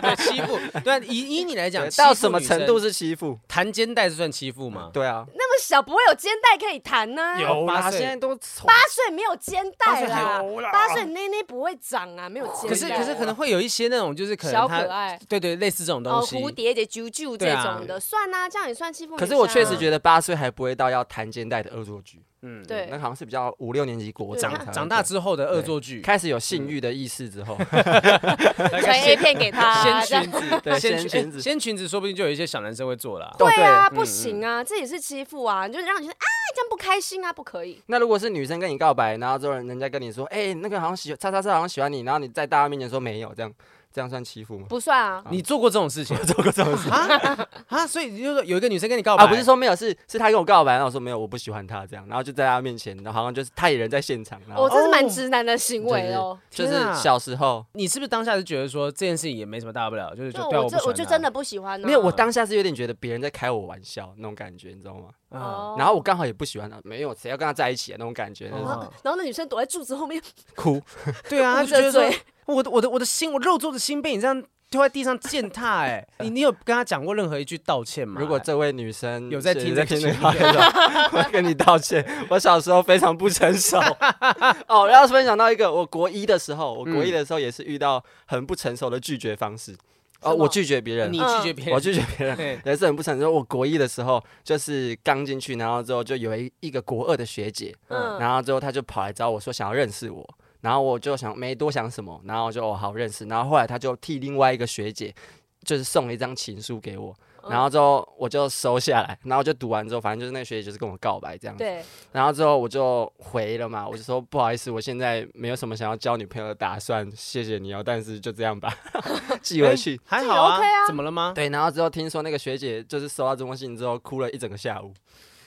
[SPEAKER 2] 对欺负， [LAUGHS] 对啊，以以你来讲
[SPEAKER 1] 对，到什么
[SPEAKER 2] 欺负女
[SPEAKER 1] 程
[SPEAKER 2] 生嗯
[SPEAKER 1] 度是欺负？
[SPEAKER 2] 弹肩带是算欺负吗？
[SPEAKER 1] 对啊，
[SPEAKER 3] 那么小不会有肩带可以弹呢、
[SPEAKER 2] 八
[SPEAKER 1] 啦，
[SPEAKER 2] 岁
[SPEAKER 1] 现在都八
[SPEAKER 3] 八岁没有肩带啦，八岁内内不会长啊，没有肩带。
[SPEAKER 2] 可是可是可能会有一些那种就是可
[SPEAKER 3] 小
[SPEAKER 2] 能
[SPEAKER 3] 可
[SPEAKER 2] 他
[SPEAKER 3] 爱
[SPEAKER 2] 对对类似这种东
[SPEAKER 3] 哦，
[SPEAKER 2] 西
[SPEAKER 3] 蝴，蝶结、啾啾
[SPEAKER 2] 对
[SPEAKER 3] 这
[SPEAKER 2] 啊
[SPEAKER 3] 种的，算啊，这样也算欺负女
[SPEAKER 1] 可
[SPEAKER 3] 生啊。
[SPEAKER 1] 是我确实觉得八岁还不会到要弹肩带的恶作剧，
[SPEAKER 2] 嗯，
[SPEAKER 3] 对
[SPEAKER 1] 那好像是比较五六年级国
[SPEAKER 3] 对
[SPEAKER 1] 中
[SPEAKER 3] 啊他
[SPEAKER 1] 才会
[SPEAKER 2] 长大
[SPEAKER 1] 做
[SPEAKER 2] 之后嗯的恶作剧，
[SPEAKER 1] 开始有性欲的意识之后，
[SPEAKER 3] 传 A 片给他，啊这
[SPEAKER 2] 掀裙
[SPEAKER 3] 样
[SPEAKER 2] 子，
[SPEAKER 1] 对
[SPEAKER 2] 掀
[SPEAKER 1] 掀
[SPEAKER 2] 裙
[SPEAKER 1] 裙
[SPEAKER 2] 子，
[SPEAKER 1] 子
[SPEAKER 2] 掀裙子，说不定就有一些小男生会做了啊。
[SPEAKER 1] 哦对
[SPEAKER 3] 对啊，不行啊，这也是欺负啊，就是让你觉得啊，这样不开心啊，不可以。
[SPEAKER 1] 那如果是女生跟你告白，然后之后人家跟你说，哎、那个好像喜叉叉叉好像喜欢你，然后你在大家面前说没有，这样这样算欺负吗？
[SPEAKER 3] 不算啊，
[SPEAKER 2] 你做过这种事情？ [LAUGHS] 做过这种事啊啊！所以你就说有一个女生跟你告白，
[SPEAKER 1] 啊，不是说没有，是是他跟我告白，然后我说没有，我不喜欢他这样，然后就在他面前，然后好像就是他也人在现场，然
[SPEAKER 3] 我
[SPEAKER 1] 后
[SPEAKER 3] 这是蛮直男的行为哦。
[SPEAKER 1] 就是
[SPEAKER 2] 哦天啊
[SPEAKER 1] 小时候
[SPEAKER 2] 你是不是当下就觉得说这件事情也没什么大不了，就是
[SPEAKER 3] 就
[SPEAKER 2] 就对啊
[SPEAKER 3] 我
[SPEAKER 2] 不喜
[SPEAKER 3] 就我
[SPEAKER 2] 欢
[SPEAKER 3] 就
[SPEAKER 2] 他
[SPEAKER 3] 真的不喜欢啊。
[SPEAKER 1] 没有，我当下是有点觉得别人在开我玩笑那种感觉，你知道吗？
[SPEAKER 2] 啊，
[SPEAKER 3] 哦
[SPEAKER 1] 然后我刚好也不喜欢他，没有谁要跟他在一起啊的那种感觉，就是
[SPEAKER 3] 然
[SPEAKER 2] 哦
[SPEAKER 3] 后然后那女生躲在柱子后面，
[SPEAKER 1] 哭。
[SPEAKER 2] [LAUGHS] 对啊，他
[SPEAKER 3] 捂
[SPEAKER 2] 就
[SPEAKER 3] 着
[SPEAKER 2] 觉得说
[SPEAKER 3] 嘴
[SPEAKER 2] 我的我的我的心，我肉做的心被你这样丢在地上践踏，哎，你你有跟他讲过任何一句道歉吗？哎
[SPEAKER 1] 如果这位女生
[SPEAKER 2] 有在
[SPEAKER 1] 是
[SPEAKER 2] 听
[SPEAKER 1] 在
[SPEAKER 2] 这
[SPEAKER 1] 听
[SPEAKER 2] 个
[SPEAKER 1] 这个
[SPEAKER 2] 节
[SPEAKER 1] [LAUGHS]
[SPEAKER 2] 目
[SPEAKER 1] podcast
[SPEAKER 2] [LAUGHS]
[SPEAKER 1] 的话，我要跟你道歉。我小时候非常不成
[SPEAKER 3] [LAUGHS]
[SPEAKER 1] 熟。哦，然后分享到一个，我国一的时候，我
[SPEAKER 3] 嗯
[SPEAKER 1] 国一的时候也是遇到很不成熟的拒绝方式。哦，
[SPEAKER 3] 什么
[SPEAKER 1] 我拒绝别人，
[SPEAKER 2] 你拒绝别人，
[SPEAKER 1] 我拒绝别人。
[SPEAKER 2] 对
[SPEAKER 1] 也是很不成熟。我国一的时候，就是刚进去，然后之后就有一一个国二的学姐，
[SPEAKER 3] 嗯，
[SPEAKER 1] 然后之后她就跑来找我说想要认识我，然后我就想没多想什么，然后我就哦好认识，然后后来她就替另外一个学姐就是送了一张情书给我，
[SPEAKER 3] 嗯
[SPEAKER 1] 然后之后我就收下来，然后就读完之后，反正就是那个学姐就是跟我告白这样子，
[SPEAKER 3] 对，
[SPEAKER 1] 然后之后我就回了嘛，我就说不好意思，我现在没有什么想要交女朋友的打算，谢谢你哦，但是就这样
[SPEAKER 3] [LAUGHS]
[SPEAKER 1] 吧，寄回去。
[SPEAKER 2] 还
[SPEAKER 3] 这
[SPEAKER 2] 好
[SPEAKER 3] 也 OK 啊
[SPEAKER 2] 怎么了吗？
[SPEAKER 1] 对，然后之后听说那个学姐就是收到这封信之后哭了一整个下午，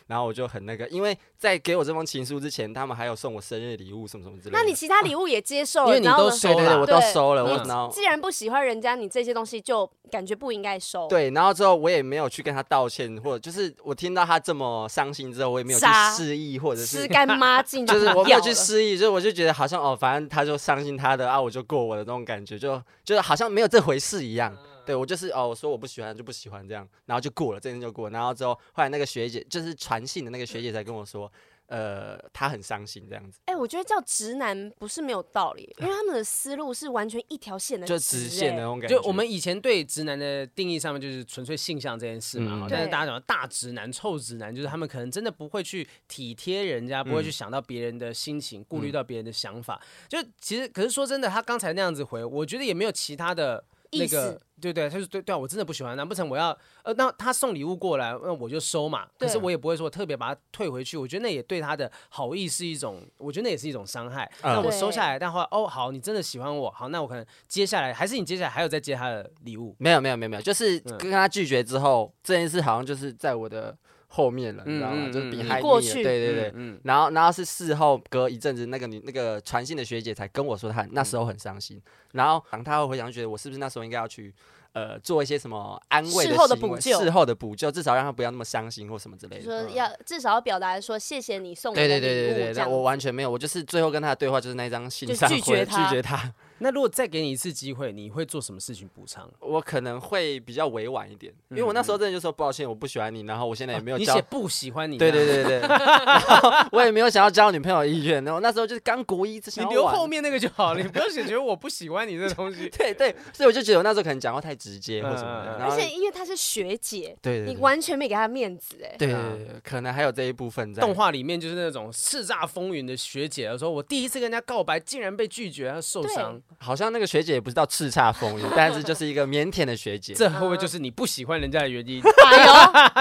[SPEAKER 1] 然后我就很那个，因为在给我这封情书之前，他们还有送我生日礼物什么什么之类的。
[SPEAKER 3] 那你其他礼物也接受
[SPEAKER 2] 因
[SPEAKER 3] 了，
[SPEAKER 2] 为你
[SPEAKER 3] 然后
[SPEAKER 2] 都
[SPEAKER 3] 呢
[SPEAKER 2] 收
[SPEAKER 1] 对对对，
[SPEAKER 2] 了
[SPEAKER 1] 我都
[SPEAKER 3] 对
[SPEAKER 1] 收了，我
[SPEAKER 2] 嗯
[SPEAKER 1] 然后
[SPEAKER 3] 既然不喜欢人家，你这些东西就感觉不应该收。
[SPEAKER 1] 对，然后之后我也没有去跟他道歉，或者就是我听到他这么伤心之后，我也没有去
[SPEAKER 3] 傻
[SPEAKER 1] 示意，或者
[SPEAKER 3] 吃
[SPEAKER 1] 是。
[SPEAKER 3] 干抹
[SPEAKER 1] [LAUGHS]
[SPEAKER 3] 净
[SPEAKER 1] 就是我没
[SPEAKER 3] 要
[SPEAKER 1] 有去
[SPEAKER 3] 了
[SPEAKER 1] 失忆，就我就觉得好像哦，反正他就伤心他的啊，我就过我的那种感觉，就就是好像没有这回事一样。
[SPEAKER 2] 嗯
[SPEAKER 1] 对我就是哦，我说我不喜欢就不喜欢这样，然后就过了，这件就过了。然后之后后来那个学姐就是传信的那个学姐才跟我说，呃，她很伤心这样子，
[SPEAKER 3] 哎、我觉得叫直男不是没有道理，因为他们的思路是完全一条线的、
[SPEAKER 1] 就直线的那
[SPEAKER 3] 哎。
[SPEAKER 1] 种感觉。
[SPEAKER 2] 就我们以前对直男的定义上面，就是纯粹性向这件事嘛。
[SPEAKER 1] 嗯
[SPEAKER 2] 好但是
[SPEAKER 3] 对
[SPEAKER 2] 大家讲到大直男、臭直男，就是他们可能真的不会去体贴人家，不会
[SPEAKER 1] 嗯
[SPEAKER 2] 去想到别人的心情，顾虑到别人的想法。就其实，可是说真的，他刚才那样子回，我觉得也没有其他的。那
[SPEAKER 3] 意
[SPEAKER 2] 个
[SPEAKER 3] 思
[SPEAKER 2] 对对，他就是对对啊，我真的不喜欢，难不成我要呃，那他送礼物过来，那我就收嘛。可
[SPEAKER 3] 对
[SPEAKER 2] 是我也不会说特别把它退回去，我觉得那也对他的好意是一种，我觉得那也是一种伤害。
[SPEAKER 1] 嗯
[SPEAKER 2] 那我收
[SPEAKER 3] 对
[SPEAKER 2] 下来，但后来哦，好，你真的喜欢我，好，那我可能接下来还是你接下来还有再接他的礼物，嗯
[SPEAKER 1] 没有没有没有没有，就是跟他拒绝之后，这件事好像就是在我的后面了，你知道吗？
[SPEAKER 2] 嗯嗯
[SPEAKER 1] 就是
[SPEAKER 2] 嗯
[SPEAKER 1] 比
[SPEAKER 2] 嗯
[SPEAKER 1] 嗨
[SPEAKER 3] 过
[SPEAKER 1] 你了
[SPEAKER 3] 去
[SPEAKER 1] 对对对。
[SPEAKER 2] 嗯，
[SPEAKER 1] 然后，然后是事后隔一阵子，那个女那个传信的学姐才跟我说，她那时候很伤心。然后，她会回想，觉得我是不是那时候应该要去呃做一些什么安慰
[SPEAKER 3] 事
[SPEAKER 1] 的
[SPEAKER 3] 后的
[SPEAKER 1] 行为
[SPEAKER 3] 补救
[SPEAKER 1] 事后的补救，至少让她不要那么伤心或什么之类
[SPEAKER 3] 就
[SPEAKER 1] 的。
[SPEAKER 3] 说要至少要表达说谢谢你送我的
[SPEAKER 1] 嗯对
[SPEAKER 3] 礼
[SPEAKER 1] 对
[SPEAKER 3] 物，
[SPEAKER 1] 对对对
[SPEAKER 3] 这
[SPEAKER 1] 对，
[SPEAKER 3] 样
[SPEAKER 1] 我完全没有，我就是最后跟她的对话就是那张信
[SPEAKER 3] 就
[SPEAKER 1] 上
[SPEAKER 3] 拒
[SPEAKER 1] 会
[SPEAKER 3] 绝她
[SPEAKER 1] 拒绝她，
[SPEAKER 2] 那如果再给你一次机会，你会做什么事情补偿？
[SPEAKER 1] 我可能会比较委婉一点，因
[SPEAKER 3] 嗯
[SPEAKER 1] 为我那时候真的就说抱歉，我不喜欢你，然后我现在也没有
[SPEAKER 3] 啊
[SPEAKER 2] 你
[SPEAKER 1] 交
[SPEAKER 2] 写不喜欢你，
[SPEAKER 1] 对对，对
[SPEAKER 3] [LAUGHS]
[SPEAKER 1] 对，然后我也没有想要交女朋友的意愿，然后那时候就是刚国一，只
[SPEAKER 2] 你
[SPEAKER 1] 想要
[SPEAKER 2] 留
[SPEAKER 1] 玩。
[SPEAKER 2] 后。面那个就好了，你不要写觉得我不喜欢你这东西
[SPEAKER 1] [LAUGHS] 对对，所以我就觉得我那时候可能讲话太直接或什么
[SPEAKER 2] 嗯嗯
[SPEAKER 1] 的，
[SPEAKER 2] 嗯
[SPEAKER 1] 然
[SPEAKER 3] 而
[SPEAKER 1] 后
[SPEAKER 3] 且因为她是学姐，
[SPEAKER 1] 对对
[SPEAKER 3] 你
[SPEAKER 1] 对
[SPEAKER 3] 完全没给她面子哎、
[SPEAKER 1] 对
[SPEAKER 2] 嗯
[SPEAKER 1] 对，对可能还有这一部分在。
[SPEAKER 2] 动画里面就是那种叱咤风云的学姐，说我第一次跟人家告白，竟然被拒绝，她受伤，
[SPEAKER 1] 好像那个学姐也不知道叱咤风云，但是就是一个腼腆的学姐。
[SPEAKER 2] 这会不会就是你不喜欢人家的原因？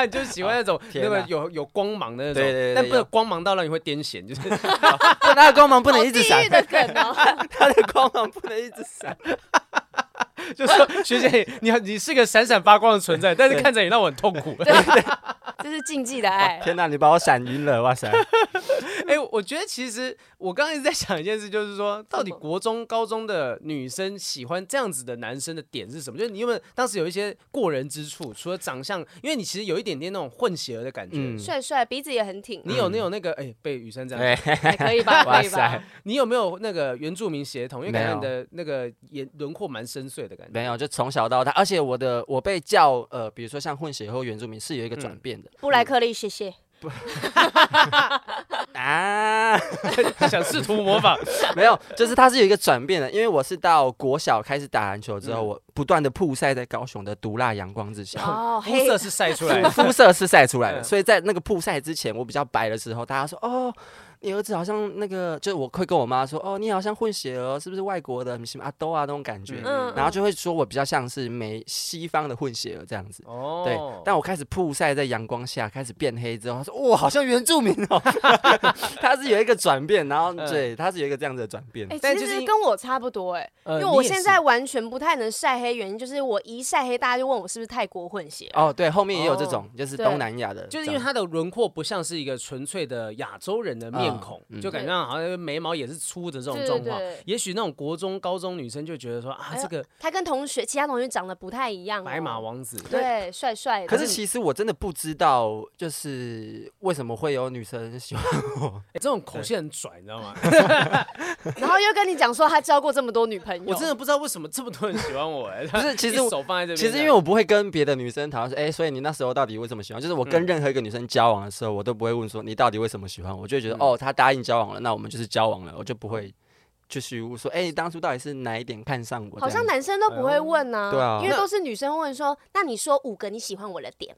[SPEAKER 2] 你 [LAUGHS] 就喜欢那种
[SPEAKER 1] 哎哦天
[SPEAKER 2] 那
[SPEAKER 1] 哪
[SPEAKER 2] 个有有光芒的那种，
[SPEAKER 1] 对对对
[SPEAKER 2] 但不能
[SPEAKER 1] 有
[SPEAKER 2] 光芒到让你会癫痫，就是
[SPEAKER 1] 不她的光芒不
[SPEAKER 3] 不
[SPEAKER 1] 能一直闪
[SPEAKER 3] 地狱，的梗哦、
[SPEAKER 1] [LAUGHS] 她的光芒不能一直闪。
[SPEAKER 2] [LAUGHS] 就说学姐，你你是个闪闪发光的存在，但是看着你让我很痛苦。
[SPEAKER 3] 这是禁忌的爱。
[SPEAKER 1] 哦天哪，你把我闪晕了，哇
[SPEAKER 2] [LAUGHS]
[SPEAKER 1] 塞！
[SPEAKER 2] [LAUGHS] 哎、我觉得其实我刚刚一直在想一件事，就是说，到底国中、高中的女生喜欢这样子的男生的点是什么？就是你有没有当时有一些过人之处？除了长相，因为你其实有一点点那种混血儿的感觉。
[SPEAKER 1] 嗯
[SPEAKER 3] 帅帅，鼻子也很挺，
[SPEAKER 2] 你有那种那个哎、被雨山这样，
[SPEAKER 1] 对，
[SPEAKER 3] 还可以吧？
[SPEAKER 1] [LAUGHS] 哇
[SPEAKER 3] 可以吧
[SPEAKER 1] 塞？
[SPEAKER 2] 你有没有那个原住民血统？因为
[SPEAKER 1] 没
[SPEAKER 2] 感觉
[SPEAKER 1] 有
[SPEAKER 2] 你的那个眼轮廓蛮深邃的感觉。
[SPEAKER 1] 没有，就从小到大，而且我的我被叫呃，比如说像混血或原住民是有一个转
[SPEAKER 2] 嗯
[SPEAKER 1] 变的
[SPEAKER 3] 布莱克利，
[SPEAKER 1] [LAUGHS]
[SPEAKER 3] 谢谢。
[SPEAKER 1] 啊。 [LAUGHS]
[SPEAKER 2] 想试图模仿，
[SPEAKER 1] 没有，就是它是有一个转变的，因为我是到国小开始打篮球
[SPEAKER 2] 嗯
[SPEAKER 1] 之后，我不断的曝晒在高雄的毒辣阳光之下。
[SPEAKER 3] 哦，
[SPEAKER 2] 肤色是晒出来的。
[SPEAKER 1] 肤色是晒出来的，
[SPEAKER 2] 嗯
[SPEAKER 1] 所以在那个曝晒之前，我比较白的时候，大家说哦，你儿子好像那个，就是我会跟我妈说哦，你好像混血儿，是不是外国的，你是不是阿兜啊那种感觉，
[SPEAKER 2] 嗯
[SPEAKER 1] 然后就会说我比较像是美西方的混血儿这样子。
[SPEAKER 2] 哦
[SPEAKER 1] 对，但我开始曝晒在阳光下，开始变黑之后，他说：“哇，好像原住民哦。” [LAUGHS] 他是有一个转变，然后
[SPEAKER 2] 嗯
[SPEAKER 1] 对，他是有一个这样子的转变。
[SPEAKER 3] 哎、
[SPEAKER 2] 但
[SPEAKER 3] 其
[SPEAKER 2] 就是
[SPEAKER 3] 实
[SPEAKER 2] 因
[SPEAKER 3] 跟我差不多哎、
[SPEAKER 2] 呃
[SPEAKER 3] 因为
[SPEAKER 2] 你
[SPEAKER 3] 我
[SPEAKER 2] 也
[SPEAKER 3] 现
[SPEAKER 2] 是
[SPEAKER 3] 在完全不太能晒黑，原因就是我一晒黑，大家就问我是不是泰国混血。
[SPEAKER 1] 哦，对，后面也有这
[SPEAKER 2] 哦
[SPEAKER 1] 种，就是
[SPEAKER 3] 对
[SPEAKER 1] 东南亚的长，
[SPEAKER 2] 就是因为他的轮廓不像是一个纯粹的亚洲人的面孔，
[SPEAKER 1] 嗯嗯
[SPEAKER 2] 就感觉好像眉毛也是粗的这种
[SPEAKER 3] 对
[SPEAKER 2] 状
[SPEAKER 3] 对
[SPEAKER 2] 况。
[SPEAKER 3] 对
[SPEAKER 2] 也许那种国中、高中女生就觉得说啊，
[SPEAKER 3] 哎呦
[SPEAKER 2] 这个
[SPEAKER 3] 他跟同学、其他同学长得不太一样、哦。
[SPEAKER 2] 白马王子，
[SPEAKER 3] 对，帅帅的。
[SPEAKER 1] 欸
[SPEAKER 3] 嗯
[SPEAKER 1] 可是其实我真的不知道，就是为什么会有女生喜欢 [LAUGHS] 我。
[SPEAKER 2] 哎这种口气很拽，你知道吗？
[SPEAKER 1] 哎
[SPEAKER 3] 然后又跟你讲说他交过这么多女朋友，
[SPEAKER 2] 我真的不知道为什么这么多人喜欢我。哎，
[SPEAKER 1] 不是其实
[SPEAKER 2] 一手放在这边，
[SPEAKER 1] 其实因为我不会跟别的女生讨论说，哎、所以你那时候到底为什么喜欢？就是我跟任何一个女生交往的时候，我都不会问说你到底为什么喜欢我，我就会觉得、哦，她答应交往了，那我们就是交往了，我就不会去虚无说，哎、你当初到底是哪一点看上我？
[SPEAKER 3] 好
[SPEAKER 1] 这样
[SPEAKER 3] 像
[SPEAKER 1] 子
[SPEAKER 3] 男生都不会问呢、
[SPEAKER 1] 哎呦对啊
[SPEAKER 3] 因为都是女生问说，那你说五个你喜欢我的点，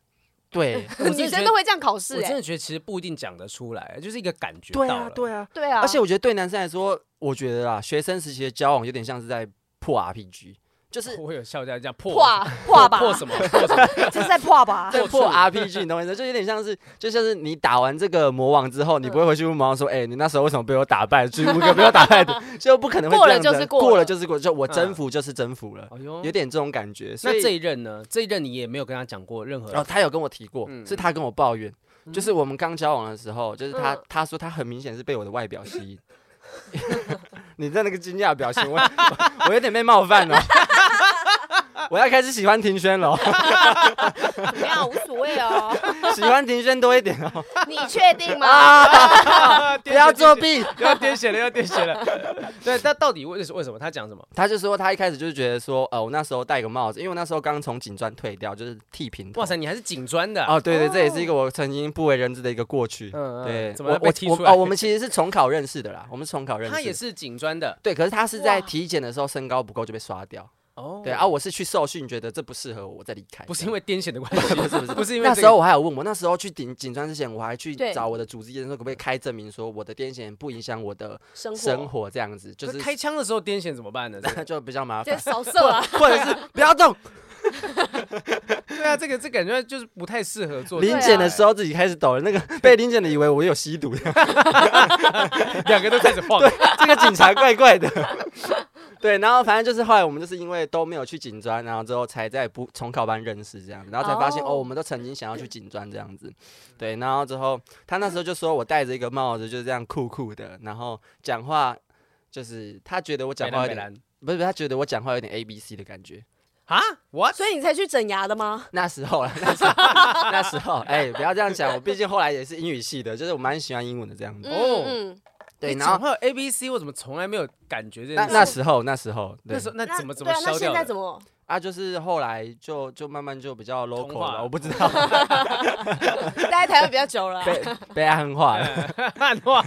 [SPEAKER 1] 对
[SPEAKER 2] 我真的
[SPEAKER 3] 女
[SPEAKER 2] 觉
[SPEAKER 3] 生
[SPEAKER 2] 得
[SPEAKER 3] 都会这样考试
[SPEAKER 2] 我真
[SPEAKER 3] 哎、
[SPEAKER 2] 的觉得其实不一定讲得出来，就是一个感觉
[SPEAKER 1] 对
[SPEAKER 2] 到
[SPEAKER 1] 啊
[SPEAKER 2] 了
[SPEAKER 1] 对啊， [LAUGHS]
[SPEAKER 3] 对啊，
[SPEAKER 1] 而且我觉得对男生来说，我觉得啦，学生时期的交往有点像是在破 RPG，就是
[SPEAKER 2] 我有笑这样这样破
[SPEAKER 3] 破啊破吧，
[SPEAKER 2] 破什么破
[SPEAKER 1] [LAUGHS]
[SPEAKER 2] 什么？
[SPEAKER 3] 这是在破吧？
[SPEAKER 1] 在破
[SPEAKER 2] 破处
[SPEAKER 1] RPG，你懂我意思？就有点像是，就像是你打完这个魔王之后，你不
[SPEAKER 3] 嗯
[SPEAKER 1] 会回去问魔王说：“哎、你那时候为什么被我打败？追五个被我打败
[SPEAKER 3] [LAUGHS]
[SPEAKER 1] 的，就不可能会
[SPEAKER 3] 过
[SPEAKER 1] 这
[SPEAKER 3] 了
[SPEAKER 1] 样子
[SPEAKER 3] 就是过
[SPEAKER 1] 过
[SPEAKER 3] 了
[SPEAKER 1] 就是过了，就我征服就是征服了，
[SPEAKER 2] 哎呦
[SPEAKER 1] 有，点这种感觉。所
[SPEAKER 2] 嗯那
[SPEAKER 1] 以哦
[SPEAKER 2] 这一任呢？这一任你也没有跟他讲过任何
[SPEAKER 1] 然后他有跟我提过，
[SPEAKER 2] 嗯
[SPEAKER 1] 是他跟我抱怨，就是我们刚交往的时候，就是他、
[SPEAKER 3] 嗯
[SPEAKER 1] 他说他很明显是被我的外表吸
[SPEAKER 3] [LAUGHS]
[SPEAKER 1] 引。你在那个惊讶的表情，我我我有点被冒犯了， [LAUGHS] 我要开始喜欢庭轩了哦， [LAUGHS]
[SPEAKER 3] 怎么样？无所谓哦。
[SPEAKER 1] 喜欢庭轩多一点哦，
[SPEAKER 3] 你确定吗？
[SPEAKER 1] 啊， [LAUGHS] 不
[SPEAKER 2] [LAUGHS] 不
[SPEAKER 1] 要作弊。
[SPEAKER 2] 要癫痫了，要癫痫了。 [LAUGHS] 对，但到底为什为什么他讲什么？
[SPEAKER 1] 他就说他一开始就是觉得说，呃，我那时候戴个帽子，因为我那时候刚从警专退掉，就是剃平头。
[SPEAKER 2] 哇塞，！你还是警专的啊、
[SPEAKER 1] 哦，对对，
[SPEAKER 3] 哦
[SPEAKER 1] 这也是一个我曾经不为人知的一个过去。
[SPEAKER 2] 嗯嗯
[SPEAKER 1] 对，
[SPEAKER 2] 怎么
[SPEAKER 1] 我
[SPEAKER 2] 被
[SPEAKER 1] 我
[SPEAKER 2] 踢
[SPEAKER 1] 我
[SPEAKER 2] 出来
[SPEAKER 1] 哦，我们其实是重考认识的啦，我们是重考认识。
[SPEAKER 2] [LAUGHS] 他也是警专的
[SPEAKER 1] 对，可是他是在
[SPEAKER 3] 哇
[SPEAKER 1] 体检的时候身高不够就被刷掉。
[SPEAKER 2] 哦。
[SPEAKER 1] 对啊，，我是去受训，觉得这不适合我，我再离开。
[SPEAKER 2] 不是
[SPEAKER 1] 这
[SPEAKER 2] 因
[SPEAKER 1] 样
[SPEAKER 2] 为癫痫的关
[SPEAKER 1] [LAUGHS]
[SPEAKER 2] 系，不是不是，不是因为
[SPEAKER 1] 那
[SPEAKER 2] 这
[SPEAKER 1] 时
[SPEAKER 2] 个
[SPEAKER 1] 候我还有问我，那时候去警警专之前，我还去
[SPEAKER 3] 对
[SPEAKER 1] 找我的主治医生说，可不可以开证明说我的癫痫不影响我的
[SPEAKER 3] 生
[SPEAKER 1] 生
[SPEAKER 3] 活
[SPEAKER 1] 活这样子，就
[SPEAKER 2] 可
[SPEAKER 1] 是 [LAUGHS]
[SPEAKER 2] 是开枪的时候癫痫怎么办呢？这个
[SPEAKER 1] 就比较麻
[SPEAKER 3] 就
[SPEAKER 1] 烦，
[SPEAKER 3] 扫
[SPEAKER 1] [LAUGHS]
[SPEAKER 3] 射啊，
[SPEAKER 1] 或者是不要动，
[SPEAKER 2] 对啊，这个这感觉就是不太适合做。
[SPEAKER 1] 临
[SPEAKER 3] 对
[SPEAKER 1] 检
[SPEAKER 3] 啊
[SPEAKER 1] 的时候自己开始抖了，那个被临检的以为我有吸毒，
[SPEAKER 2] 啊两个都开始晃，
[SPEAKER 1] 这个警察怪怪的。 [LAUGHS] 对，然后反正就是后来我们就是因为都没有去警专，然后之后才在补重考班认识这样子，然后才发现哦
[SPEAKER 3] 哦
[SPEAKER 1] 我们都曾经想要去警专这样子。对，然后之后他那时候就说我戴着一个帽子就是这样酷酷的，然后讲话就是他觉得我讲话有
[SPEAKER 2] 北
[SPEAKER 1] 点
[SPEAKER 2] 兰
[SPEAKER 1] 不是不是他觉得我讲话有点 A B C 的感觉。
[SPEAKER 2] 啊，what？
[SPEAKER 3] 所以你才去整牙的吗？
[SPEAKER 1] 那时候了，那时候那时候哎、不要这样讲，我毕竟后来也是英语系的，就是我蛮喜欢英文的这样子。
[SPEAKER 2] 哦
[SPEAKER 3] 嗯嗯，
[SPEAKER 1] 对，
[SPEAKER 2] 你
[SPEAKER 1] 然后
[SPEAKER 2] 讲话有 A B C，我怎么从来没有感觉这
[SPEAKER 1] 那
[SPEAKER 2] 件事？
[SPEAKER 1] 那时候那时候对
[SPEAKER 2] 那时候那怎么怎么
[SPEAKER 3] 对啊？
[SPEAKER 2] 消
[SPEAKER 3] 那现
[SPEAKER 2] 掉
[SPEAKER 3] 在
[SPEAKER 2] 的
[SPEAKER 3] 怎？么？ [LAUGHS]
[SPEAKER 1] 啊，就是后来就就慢慢就比较
[SPEAKER 2] 同
[SPEAKER 1] local
[SPEAKER 2] 化
[SPEAKER 1] 了，
[SPEAKER 2] 了
[SPEAKER 1] 我不
[SPEAKER 2] [LAUGHS]
[SPEAKER 1] 知道
[SPEAKER 3] 待在台湾比较久了啊，
[SPEAKER 1] 被被暗化了。
[SPEAKER 2] 嗯 [LAUGHS] 哎哇，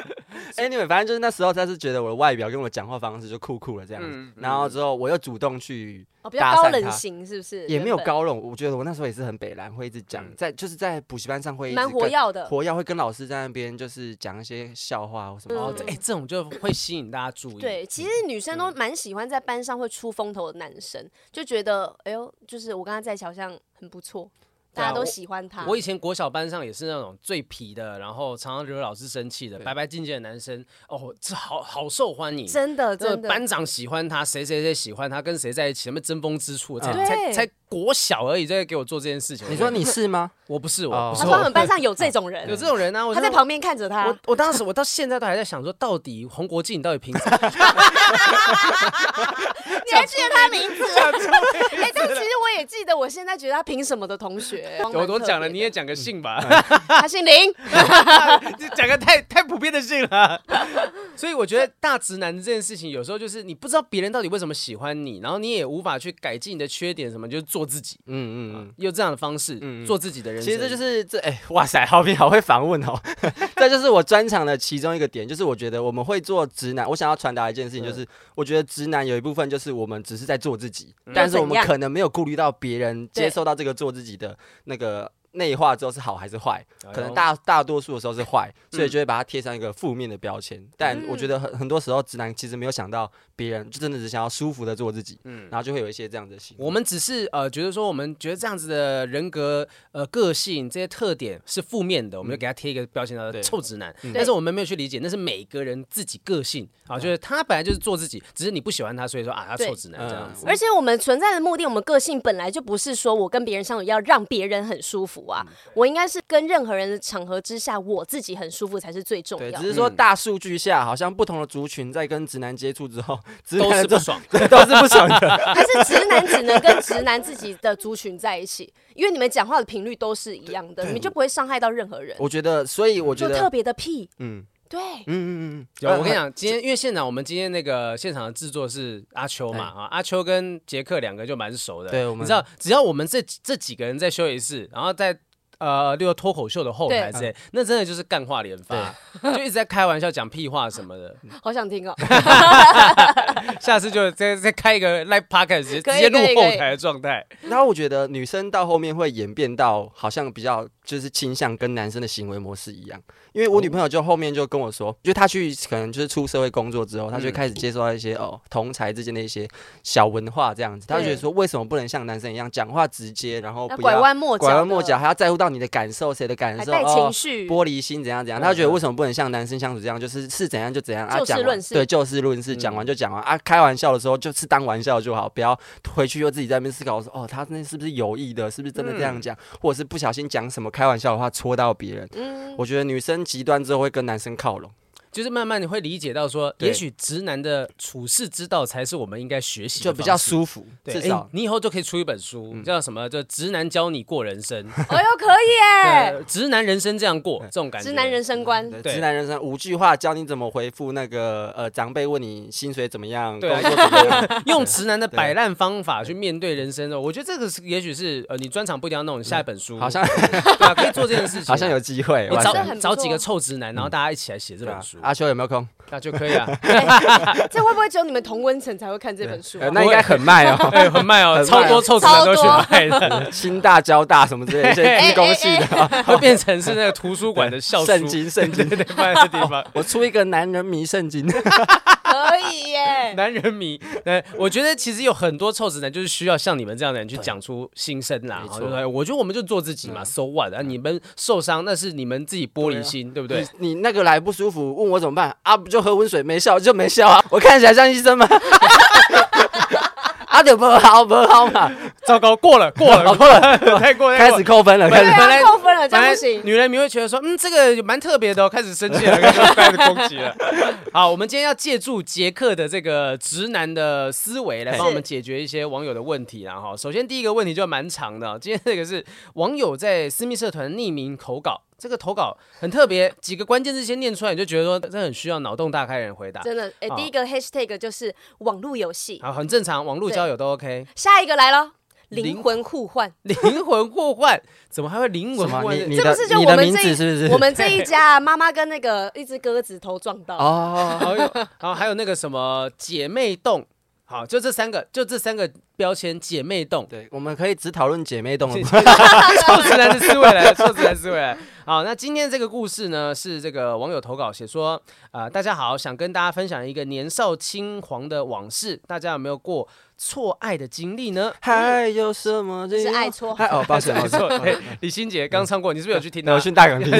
[SPEAKER 1] [LAUGHS] Anyway，反正就是那时候，他是觉得我的外表跟我讲话方式就酷酷的这样子。
[SPEAKER 2] 嗯
[SPEAKER 1] 然后之后我又主动去，
[SPEAKER 3] 哦，比较高冷型是不是？
[SPEAKER 1] 也没有
[SPEAKER 3] 呃原本，
[SPEAKER 1] 高冷，我觉得我那时候也是很北蓝，会一直讲，
[SPEAKER 2] 嗯
[SPEAKER 1] 在就是在补习班上会一直
[SPEAKER 3] 蛮活
[SPEAKER 1] 跟
[SPEAKER 3] 跃的。
[SPEAKER 1] 活跃会跟老师在那边就是讲一些笑话或什么。
[SPEAKER 3] 嗯
[SPEAKER 1] 哦
[SPEAKER 2] 哦，这哎，这种就会吸引大家注意。
[SPEAKER 3] 对，其实女生
[SPEAKER 2] 嗯
[SPEAKER 3] 都蛮喜欢在班上会出风头的男生，就觉得哎呦，就是我跟他在一起好像很不错，
[SPEAKER 2] 对啊
[SPEAKER 3] 大家都
[SPEAKER 2] 我
[SPEAKER 3] 喜欢他。
[SPEAKER 2] 我以前国小班上也是那种最皮的，然后常常惹老师生气的
[SPEAKER 1] 对
[SPEAKER 2] 白白净净的男生，哦，这好好受欢迎。
[SPEAKER 3] 真的
[SPEAKER 2] 那
[SPEAKER 3] 真
[SPEAKER 2] 个
[SPEAKER 3] 的，
[SPEAKER 2] 班长喜欢他，谁谁谁喜欢他，跟谁在一起，什么争锋之处，才
[SPEAKER 1] 嗯
[SPEAKER 2] 才
[SPEAKER 3] 啊对
[SPEAKER 2] 才国小而已，在给我做这件事情。
[SPEAKER 1] 你说你是吗？
[SPEAKER 2] 我不是
[SPEAKER 1] 哦
[SPEAKER 2] 我，不
[SPEAKER 3] 他
[SPEAKER 2] 是
[SPEAKER 3] 说他
[SPEAKER 2] 我，
[SPEAKER 3] 们班上有这种人
[SPEAKER 2] 有，这种人啊，我
[SPEAKER 3] 他
[SPEAKER 2] 就
[SPEAKER 3] 在旁边看着他
[SPEAKER 2] 我。我当时我到现在都还在想说，到底洪国际你到底凭什么？
[SPEAKER 3] 你还记得他名字？哎、但其实我也记得，我现在觉得他凭什么的同学，
[SPEAKER 2] [LAUGHS] 我都讲了，你也讲个姓吧，
[SPEAKER 3] 他
[SPEAKER 2] [LAUGHS]
[SPEAKER 3] 姓林，
[SPEAKER 2] 就讲个太太普遍的姓了。所以我觉得大直男这件事情，有时候就是你不知道别人到底为什么喜欢你，然后你也无法去改进你的缺点，什么就是做自己，啊
[SPEAKER 1] 嗯嗯嗯。
[SPEAKER 2] 用这样的方式、
[SPEAKER 1] 嗯嗯
[SPEAKER 2] 做自己的人生。
[SPEAKER 1] 其实这就是这哎、哇塞，浩平好会访问哦， [LAUGHS] 这就是我专长的其中一个点，就是我觉得我们会做直男，我想要传达一件事情，就是、我觉得直男有一部分就是我们只是在做自己，
[SPEAKER 2] 嗯
[SPEAKER 1] 但是我
[SPEAKER 3] 又
[SPEAKER 1] 们
[SPEAKER 3] 怎样
[SPEAKER 1] 可能没有顾虑到别人
[SPEAKER 3] 对
[SPEAKER 1] 接受到这个做自己的那个。内化之后是好还是坏？可能
[SPEAKER 2] 嗯哎
[SPEAKER 1] 大大多数的时候是坏，所以
[SPEAKER 2] 嗯
[SPEAKER 1] 就会把它贴上一个负面的标签。但我觉得很很多时候直男其实没有想到别人，就真的只想要舒服的做自己，
[SPEAKER 2] 嗯
[SPEAKER 1] 然后就会有一些这样的行为。
[SPEAKER 2] 呦我们只是呃觉得说，我们觉得这样子的人格、呃个性这些特点是负面的，我们就给他贴一个标签，叫
[SPEAKER 1] 嗯对
[SPEAKER 2] 做臭直男。
[SPEAKER 1] 嗯
[SPEAKER 2] 但是我们没有去理解，那是每个人自己个性啊，就是他本来就是做自己，只是你不喜欢他，所以说啊他
[SPEAKER 3] 对
[SPEAKER 2] 臭直男这样子。
[SPEAKER 1] 嗯
[SPEAKER 3] 而且我们存在的目的，我们个性本来就不是说我跟别人相处要让别人很舒服啊，
[SPEAKER 2] 嗯
[SPEAKER 3] 我应该是跟任何人的场合之下，我自己很舒服才是最重
[SPEAKER 1] 对，
[SPEAKER 3] 要
[SPEAKER 1] 只。是说
[SPEAKER 2] 嗯
[SPEAKER 1] 大数据下，好像不同的族群在跟直男接触之
[SPEAKER 2] [LAUGHS]
[SPEAKER 1] 后，直
[SPEAKER 2] 都
[SPEAKER 1] 男
[SPEAKER 2] 是
[SPEAKER 1] 的
[SPEAKER 2] 不爽，
[SPEAKER 1] 状都是不爽
[SPEAKER 2] [LAUGHS]
[SPEAKER 1] 的。
[SPEAKER 3] 还是直男只能跟直男自己的族群在一起，因为你们讲话的频率都是一样的，你们就不会伤害到任何人，
[SPEAKER 1] 嗯我觉得，所以我觉
[SPEAKER 3] 就特
[SPEAKER 1] 得，
[SPEAKER 3] 别的屁。
[SPEAKER 1] 嗯
[SPEAKER 3] 对，
[SPEAKER 1] 嗯嗯嗯，
[SPEAKER 2] 有，我跟你，讲，今天因为现场我们今天那个现场的制作是阿秋嘛，啊，阿秋跟杰克两个就蛮熟的。
[SPEAKER 1] 哎对我们
[SPEAKER 2] 你知道，只要我们这这几个人在休息室，然后在呃，例如脱口秀的后台之
[SPEAKER 1] 啊
[SPEAKER 2] 类，那真的就是干话连发，就一直在开玩笑、讲屁话什
[SPEAKER 1] [LAUGHS]
[SPEAKER 2] 么的。
[SPEAKER 3] 好想听哦。
[SPEAKER 2] 下次就再再开一个 live podcast，直接
[SPEAKER 3] 可
[SPEAKER 2] 直
[SPEAKER 3] 以
[SPEAKER 2] 接录
[SPEAKER 3] 可以
[SPEAKER 2] 后
[SPEAKER 3] 可以
[SPEAKER 2] 台的状态。
[SPEAKER 1] 然后我觉得女生到后面会演变到好像比较就是倾向跟男生的行为模式一样，因为我女朋友就后面就跟我说，就她去可能就是出社会工作之后，她就
[SPEAKER 2] 嗯
[SPEAKER 1] 开始接受到一些哦同才之间的一些小文化这样子，她就觉得
[SPEAKER 3] 对
[SPEAKER 1] 说为什么不能像男生一样讲话直接，然后
[SPEAKER 3] 要
[SPEAKER 1] 哦不
[SPEAKER 3] 拐
[SPEAKER 1] 要
[SPEAKER 3] 弯抹角，
[SPEAKER 1] 拐弯抹角，，还要在乎到你的感受，谁的感
[SPEAKER 3] 还
[SPEAKER 1] 受，
[SPEAKER 3] 带
[SPEAKER 1] 哦
[SPEAKER 3] 情绪，
[SPEAKER 1] 玻璃心怎样怎样，
[SPEAKER 2] 嗯
[SPEAKER 1] 他觉得为什么不能像男生相处这样，就是是怎样就怎样啊，
[SPEAKER 3] 就事
[SPEAKER 1] 讲完
[SPEAKER 3] 论事
[SPEAKER 1] 对就事论事，讲完就讲完啊，开玩笑的时候就是当玩笑就好，不要回去又自己在那边思考说哦，他那是不是有意的，是不是真的这样讲，或者是不小心讲什么开玩笑的话戳到别人。
[SPEAKER 3] 嗯，
[SPEAKER 1] 我觉得女生极端之后会跟男生靠拢，
[SPEAKER 2] 就是慢慢你会理解到说，
[SPEAKER 1] 对
[SPEAKER 2] 也许直男的处世之道才是我们应该学习的
[SPEAKER 1] 就比较
[SPEAKER 2] 方式。
[SPEAKER 1] 舒服，
[SPEAKER 2] 对，
[SPEAKER 1] 至
[SPEAKER 2] 诶
[SPEAKER 1] 少嗯
[SPEAKER 2] 你以后就可以出一本书，叫什么？就直男教你过人生。
[SPEAKER 3] 哎呦，可
[SPEAKER 1] [LAUGHS]
[SPEAKER 3] 以
[SPEAKER 2] 对，直男人生这样过，
[SPEAKER 1] 哎
[SPEAKER 2] 这种感
[SPEAKER 3] 耶，
[SPEAKER 2] 觉。
[SPEAKER 3] 哎直男人生观，
[SPEAKER 1] 对
[SPEAKER 2] 对
[SPEAKER 1] 直男人生五句话教你怎么回复那个呃长辈问你薪水怎么样，
[SPEAKER 2] 对
[SPEAKER 1] 工
[SPEAKER 2] 啊
[SPEAKER 1] 作怎么
[SPEAKER 2] [LAUGHS]
[SPEAKER 1] 样，
[SPEAKER 2] [LAUGHS] 用直男的摆烂方法去面对人生的，我觉得这个是也许是呃，你专场不一定要弄，你下一本书
[SPEAKER 1] 好像
[SPEAKER 2] [LAUGHS] 对啊，可以做这件事情啊。
[SPEAKER 1] 好像有机会。
[SPEAKER 2] 你
[SPEAKER 1] 哇
[SPEAKER 3] 这
[SPEAKER 1] 塞
[SPEAKER 3] 很不
[SPEAKER 2] 找
[SPEAKER 3] 错
[SPEAKER 2] 找几个臭直男，然后大家一起来写这
[SPEAKER 1] 对
[SPEAKER 2] 本
[SPEAKER 1] 啊
[SPEAKER 2] 书，
[SPEAKER 1] 阿修有没有空？
[SPEAKER 2] 那就可以啊。
[SPEAKER 3] 这会不会只有你们同温层才会看这本书啊
[SPEAKER 1] 呃？那应该很卖哦。
[SPEAKER 2] 哎，很卖哦，
[SPEAKER 1] [LAUGHS] 很卖
[SPEAKER 2] 超多臭直男都去卖 [LAUGHS]
[SPEAKER 1] [LAUGHS]
[SPEAKER 2] 的，
[SPEAKER 1] 清大、交大什么之类的
[SPEAKER 2] [LAUGHS]
[SPEAKER 1] 一些自工系的
[SPEAKER 2] 会变成是那个图书
[SPEAKER 1] [LAUGHS]
[SPEAKER 2] 馆的校
[SPEAKER 1] 圣
[SPEAKER 2] 书，
[SPEAKER 1] 经，圣
[SPEAKER 2] 对
[SPEAKER 1] 经。
[SPEAKER 2] 对对，卖的地方。
[SPEAKER 1] 我出一个男人迷圣经，
[SPEAKER 3] 可以
[SPEAKER 1] [LAUGHS]
[SPEAKER 3] 耶，
[SPEAKER 2] [LAUGHS] 男人迷，呃，我觉得其实有很多臭直男，就是需要像你们这样的人去讲出心声啦
[SPEAKER 1] 没。错
[SPEAKER 2] 对不对？我觉得我们就做自己嘛，so what 嗯啊？你们受伤那是你们自己玻璃心，对不对？
[SPEAKER 1] 你你那个来不舒服，问我怎么办啊？不就喝温水没效就没效啊，我看起来像医生吗？ [LAUGHS] 啊，对，不好不好嘛，
[SPEAKER 2] 糟糕，过了过 [LAUGHS] 了过了，太过
[SPEAKER 1] 开始。扣分了，开
[SPEAKER 3] 对
[SPEAKER 1] 始。
[SPEAKER 2] 本来
[SPEAKER 3] 啊，扣分了，这
[SPEAKER 2] 本
[SPEAKER 3] 样
[SPEAKER 2] 来
[SPEAKER 3] 不行。
[SPEAKER 2] 女人迷会觉得说，嗯，这个蛮特别的、哦，开始生
[SPEAKER 3] [LAUGHS]
[SPEAKER 2] 气了，开始开始攻击了。好，我们今天要借助杰克的这个直男的思维来帮
[SPEAKER 3] 是
[SPEAKER 2] 我们解决一些网友的问题啦。哈，首先第一个问题就蛮长的哦，今天这个是网友在私密社团匿名投稿，这个投稿很特别，几个关键字先念出来，你就觉得说这很需要脑洞大开的人回答。
[SPEAKER 3] 真
[SPEAKER 1] 哦
[SPEAKER 3] 的，哎、
[SPEAKER 2] 好
[SPEAKER 3] 第一个 hashtag 就是网络游戏，
[SPEAKER 2] 好，很正常，网络交友都 OK。
[SPEAKER 3] 下一个来了，
[SPEAKER 2] 灵
[SPEAKER 3] 灵魂互换。
[SPEAKER 2] 灵魂互换，怎么还会灵
[SPEAKER 1] 什
[SPEAKER 2] 魂
[SPEAKER 1] 么
[SPEAKER 2] 互？换
[SPEAKER 1] 你？你
[SPEAKER 3] 这
[SPEAKER 1] 的
[SPEAKER 3] 不是就
[SPEAKER 1] 你
[SPEAKER 3] 我
[SPEAKER 1] 的
[SPEAKER 3] 们
[SPEAKER 1] 名
[SPEAKER 3] 这
[SPEAKER 1] 字
[SPEAKER 3] 一
[SPEAKER 1] 是不是？
[SPEAKER 3] 我们这一家啊妈妈跟那个一只鸽子头撞到，
[SPEAKER 1] 哦，，
[SPEAKER 2] 好有，然后还有那个什么姐妹洞，好，就这三个，就这三个标签，姐妹洞
[SPEAKER 1] 对，我们可以只讨论姐妹洞了吗。
[SPEAKER 2] 臭直男的思维来了，臭直男思维来了。好，那今天这个故事呢，是这个网友投稿写说，啊、大家好，想跟大家分享一个年少轻狂的往事，大家有没有过错爱的经历呢？
[SPEAKER 1] 还有什么理由？
[SPEAKER 3] 是爱错
[SPEAKER 1] 还哦，抱
[SPEAKER 2] [LAUGHS]
[SPEAKER 1] 歉，抱
[SPEAKER 2] 没
[SPEAKER 1] 歉，
[SPEAKER 2] 错，对，李心洁刚唱过，你是不是有去听
[SPEAKER 1] 那
[SPEAKER 2] 到
[SPEAKER 1] 我？去大港听。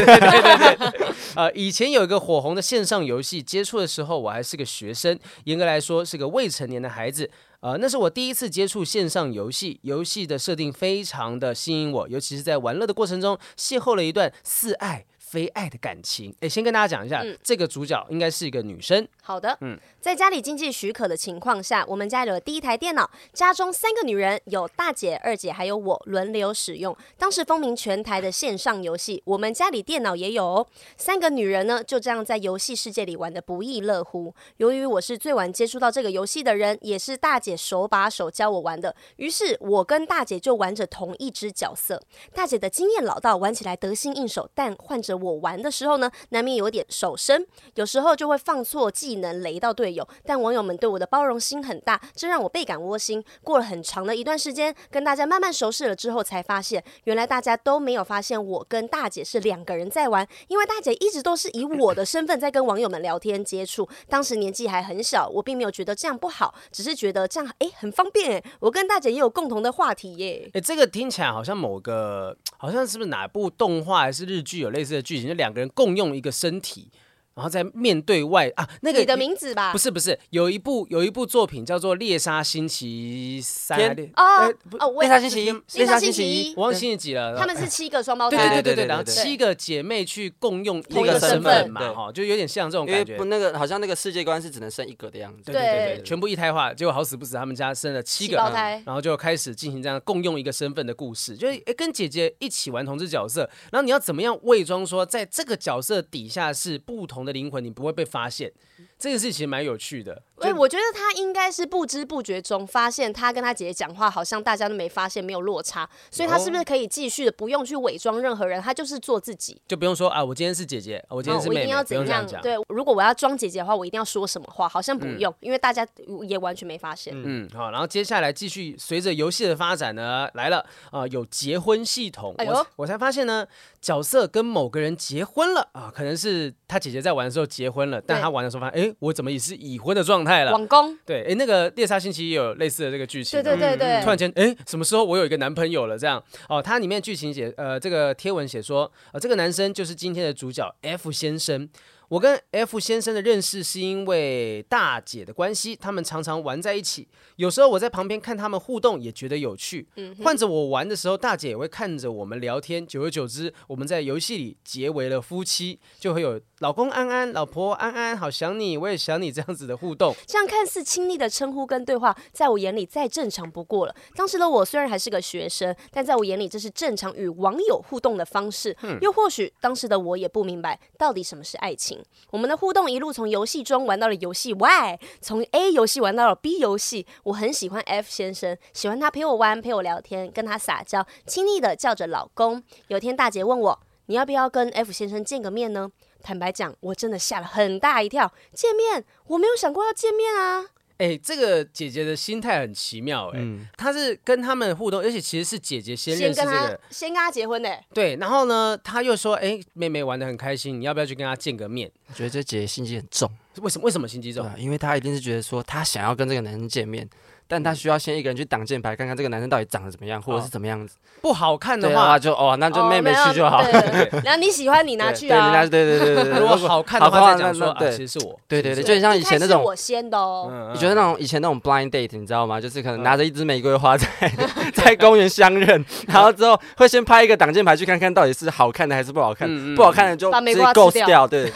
[SPEAKER 2] 呃，以前有一个火红的线上游戏，接触的时候我还是个学生，严格来说是个未成年的孩子。呃，那是我第一次接触线上游戏，游戏的设定非常的吸引我，尤其是在玩乐的过程中，邂逅了一段似爱非爱的感情。诶，先跟大家讲一下，这个主角应该是一个女生，
[SPEAKER 3] 好的，在家里经济许可的情况下，我们家有了第一台电脑，家中三个女人，有大姐、二姐还有我轮流使用。当时风靡全台的线上游戏，我们家里电脑也有哦。三个女人呢，就这样在游戏世界里玩的不亦乐乎。由于我是最晚接触到这个游戏的人，也是大姐手把手教我玩的，于是我跟大姐就玩着同一只角色。大姐的经验老道，玩起来得心应手，但换着我玩的时候呢，难免有点手生。有时候就会放错技能，雷到队友。但网友们对我的包容心很大，这让我倍感窝心。过了很长的一段时间，跟大家慢慢熟识了之后，才发现原来大家都没有发现我跟大姐是两个人在玩，因为大姐一直都是以我的身份在跟网友们聊天接触。当时年纪还很小，我并没有觉得这样不好，只是觉得这样诶很方便诶，我跟大姐也有共同的话题耶。
[SPEAKER 2] 诶，这个听起来好像某个，好像是不是哪部动画还是日剧有类似的剧情，就两个人共用一个身体，然后再面对外啊，那个
[SPEAKER 3] 你的名字吧
[SPEAKER 2] 不？是不是，有一部有一部作品叫做《猎杀星期三》
[SPEAKER 1] 天
[SPEAKER 2] 还是，
[SPEAKER 3] 哦
[SPEAKER 2] 呃不
[SPEAKER 3] 哦，我也
[SPEAKER 1] 他星期一，
[SPEAKER 3] 猎杀星期一
[SPEAKER 2] 我忘记星期几了。
[SPEAKER 3] 他们是七个双胞
[SPEAKER 2] 对
[SPEAKER 3] 胎，
[SPEAKER 1] 对
[SPEAKER 2] 对对对对，
[SPEAKER 1] 对
[SPEAKER 2] 然后
[SPEAKER 1] 对
[SPEAKER 2] 七个姐妹去共用一
[SPEAKER 3] 同
[SPEAKER 1] 一个
[SPEAKER 2] 个身
[SPEAKER 1] 身
[SPEAKER 2] 份
[SPEAKER 1] 份
[SPEAKER 2] 嘛，
[SPEAKER 1] 对
[SPEAKER 2] 哈，就有点像这种
[SPEAKER 1] 因为
[SPEAKER 2] 感觉
[SPEAKER 1] 不。那个好像那个世界观是只能生一个的样子。
[SPEAKER 2] 对对对
[SPEAKER 3] 对
[SPEAKER 2] 对，全部一胎化，结果好死不死，他们家生了七
[SPEAKER 3] 七
[SPEAKER 2] 个
[SPEAKER 3] 胞胎。
[SPEAKER 2] 然后就开始进行这样共用一个身份的故事，就是诶跟姐姐一起玩同志角色，然后你要怎么样伪装说在这个角色底下是不同的灵魂，你不会被发现，这件事情蛮有趣的。
[SPEAKER 3] 哎、我觉得他应该是不知不觉中发现他跟他姐姐讲话好像大家都没发现，没有落差，所以他是
[SPEAKER 2] 哦
[SPEAKER 3] 不是可以继续的不用去伪装任何人，他就是做自己。
[SPEAKER 2] 就不用说啊，我今天是姐姐，啊我今
[SPEAKER 3] 哦
[SPEAKER 2] 天是
[SPEAKER 3] 我一
[SPEAKER 2] 妹
[SPEAKER 3] 定
[SPEAKER 2] 妹，
[SPEAKER 3] 要
[SPEAKER 2] 不
[SPEAKER 3] 怎
[SPEAKER 2] 用这样
[SPEAKER 3] 样
[SPEAKER 2] 讲。？
[SPEAKER 3] 对，如果我要装姐姐的话，我一定要说什么话？好像不用，因为大家也完全没发现。
[SPEAKER 2] 嗯，好，然后接下来继续随着游戏的发展呢，来了啊、有结婚系统，
[SPEAKER 3] 哎
[SPEAKER 2] 我
[SPEAKER 3] 呦
[SPEAKER 2] 我才发现呢，角色跟某个人结婚了啊，可能是他姐姐在玩的时候结婚了，但
[SPEAKER 3] 对
[SPEAKER 2] 他玩的时候发现，哎，我怎么也是已婚的状态了？
[SPEAKER 3] 网工，
[SPEAKER 2] 对，哎，那个猎杀星期也有类似的这个剧情
[SPEAKER 3] 对
[SPEAKER 2] 啊，
[SPEAKER 3] 对对对，
[SPEAKER 2] 突然间，哎，什么时候我有一个男朋友了？这样哦，它里面剧情写，呃，这个贴文写说，呃，这个男生就是今天的主角 F 先生。我跟 F 先生的认识是因为大姐的关系，他们常常玩在一起。有时候我在旁边看他们互动，也觉得有趣。
[SPEAKER 3] 嗯
[SPEAKER 2] 换着我玩的时候，大姐也会看着我们聊天。久而久之，我们在游戏里结为了夫妻，就会有老公安安、老婆安安，好想你，我也想你这样子的互动。
[SPEAKER 3] 这样看似亲昵的称呼跟对话，在我眼里再正常不过了。当时的我虽然还是个学生，但在我眼里这是正常与网友互动的方式。又或许当时的我也不明白到底什么是爱情。我们的互动一路从游戏中玩到了游戏外，从 A 游戏玩到了 B 游戏。我很喜欢 F 先生，喜欢他陪我玩、陪我聊天，跟他撒娇，亲昵的叫着老公。有天大姐问我，你要不要跟 F 先生见个面呢？坦白讲，我真的吓了很大一跳。见面，我没有想过要见面啊。
[SPEAKER 2] 哎、这个姐姐的心态很奇妙哎、
[SPEAKER 1] 嗯
[SPEAKER 2] 她是跟他们互动，而且其实是姐姐先认
[SPEAKER 3] 先
[SPEAKER 2] 识这
[SPEAKER 3] 跟
[SPEAKER 2] 个
[SPEAKER 3] 他
[SPEAKER 2] 人，
[SPEAKER 3] 先跟他结婚呢、
[SPEAKER 2] 对，然后呢，她又说，哎、妹妹玩的很开心，你要不要去跟她见个面？
[SPEAKER 1] 我觉得这姐心机很重，
[SPEAKER 2] 为什么？为什么心机
[SPEAKER 1] 对啊
[SPEAKER 2] 重？
[SPEAKER 1] 吧？因为她一定是觉得说她想要跟这个男人见面，但
[SPEAKER 2] 嗯
[SPEAKER 1] 他需要先一个人去挡箭牌，看看这个男生到底长得怎么样，或者是怎么样子。
[SPEAKER 2] 不好看
[SPEAKER 1] 对
[SPEAKER 2] 哦的
[SPEAKER 1] 的话
[SPEAKER 2] 话，
[SPEAKER 1] 就哦，那就妹妹去就好。
[SPEAKER 3] 哦没有对然后你喜欢你拿去
[SPEAKER 1] 对，你拿
[SPEAKER 3] 啊
[SPEAKER 1] 去，，对对对对对。
[SPEAKER 2] 如果
[SPEAKER 1] 果
[SPEAKER 2] 好看的
[SPEAKER 1] 好
[SPEAKER 2] 话
[SPEAKER 1] 看
[SPEAKER 2] 再讲说
[SPEAKER 1] 那
[SPEAKER 2] 啊，
[SPEAKER 1] 对
[SPEAKER 2] 其实是我，
[SPEAKER 1] 对对对，
[SPEAKER 2] 其实
[SPEAKER 1] 就很像以
[SPEAKER 3] 一开
[SPEAKER 1] 前那
[SPEAKER 3] 始
[SPEAKER 1] 种
[SPEAKER 3] 我先的
[SPEAKER 2] 是我
[SPEAKER 3] 哦，
[SPEAKER 2] 嗯
[SPEAKER 1] 你觉得那种以前那种 blind date，你知道吗？就是可能
[SPEAKER 2] 嗯
[SPEAKER 1] 拿着一支玫瑰
[SPEAKER 2] [LAUGHS]
[SPEAKER 1] 花在 [LAUGHS] 在公园相认，然后之后会先拍一个挡箭牌去看看到底是好看的还是不好看
[SPEAKER 2] 嗯嗯，
[SPEAKER 1] 不好看的就
[SPEAKER 3] 把
[SPEAKER 1] 直
[SPEAKER 3] 玫
[SPEAKER 1] 接
[SPEAKER 3] 瑰花
[SPEAKER 1] ghost
[SPEAKER 3] 吃掉
[SPEAKER 1] 掉，
[SPEAKER 2] [LAUGHS]
[SPEAKER 1] 对，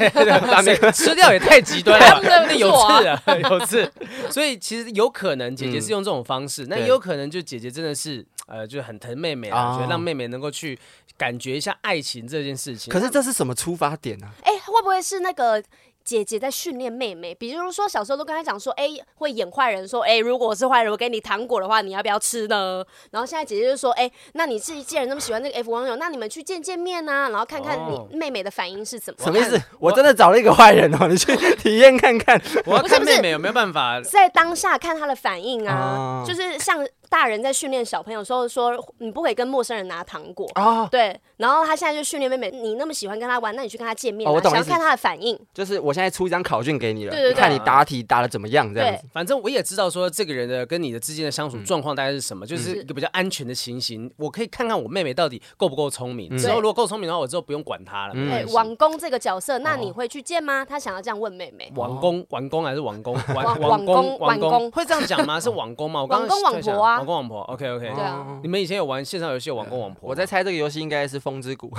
[SPEAKER 1] 把玫瑰
[SPEAKER 2] 谁吃掉也太极端了吧，
[SPEAKER 3] 对
[SPEAKER 2] 那
[SPEAKER 3] 不
[SPEAKER 2] 有
[SPEAKER 3] 错啊
[SPEAKER 2] 刺啊，有刺。所以其实有可能姐姐是用这种方式，那也
[SPEAKER 1] 对
[SPEAKER 2] 有可能就姐姐真的是呃，就是很疼妹妹啊，
[SPEAKER 1] 啊
[SPEAKER 2] 觉得让妹妹能够去感觉一下爱情这件事情。
[SPEAKER 1] 可是这是什么出发点啊？
[SPEAKER 3] 哎，会不会是那个？姐姐在训练妹妹，比如说小时候都跟她讲说，哎、会演坏人，说，哎、如果我是坏人，我给你糖果的话，你要不要吃呢？然后现在姐姐就说，哎、那你自己既然那么喜欢那个 F 网友，那你们去见见面啊，然后看看
[SPEAKER 2] 哦
[SPEAKER 3] 你妹妹的反应是怎么。
[SPEAKER 1] 什么意思？我真的找了一个坏人哦，你去体验看看。
[SPEAKER 2] 我要
[SPEAKER 3] 不是
[SPEAKER 2] 看
[SPEAKER 3] 不是
[SPEAKER 2] 妹妹有没有办法
[SPEAKER 3] 在当下看他的反应啊，
[SPEAKER 1] 啊
[SPEAKER 3] 就是像大人在训练小朋友的时候说，你不可以跟陌生人拿糖果。
[SPEAKER 1] 哦，
[SPEAKER 3] 对，然后他现在就训练妹妹，你那么喜欢跟他玩，那你去跟他见面、啊，
[SPEAKER 1] 哦我懂
[SPEAKER 3] 想要
[SPEAKER 1] 意思
[SPEAKER 3] 看他的反应。
[SPEAKER 1] 就是我现在出一张考卷给你了，
[SPEAKER 3] 对对对
[SPEAKER 1] 你看你答题答的怎么样，这样
[SPEAKER 3] 对
[SPEAKER 1] 子。，
[SPEAKER 2] 反正我也知道说这个人的跟你的之间的相处状况大概是什么，就是一个比较安全的情形。我可以看看我妹妹到底够不够聪明，之后如果够聪明的话，我之后不用管她了。没
[SPEAKER 1] 嗯
[SPEAKER 3] 对
[SPEAKER 2] 关，系
[SPEAKER 3] 王公这个角色，
[SPEAKER 1] 哦
[SPEAKER 3] 那你会去见吗？他想要这样问妹妹。
[SPEAKER 2] 王公，王公还是王公，
[SPEAKER 3] 王
[SPEAKER 2] 王
[SPEAKER 3] 王公
[SPEAKER 2] 公，
[SPEAKER 3] 王
[SPEAKER 2] 王
[SPEAKER 3] 公
[SPEAKER 2] 公会这样讲吗？是王公吗？我刚刚
[SPEAKER 3] 王公
[SPEAKER 2] 在想
[SPEAKER 3] 王婆啊
[SPEAKER 2] 王公王婆。OK
[SPEAKER 1] 哦
[SPEAKER 2] OK，
[SPEAKER 3] 对啊，
[SPEAKER 2] 你们以前有玩线上游戏有王公王婆？
[SPEAKER 1] 我在猜这个游戏应该是《风之谷》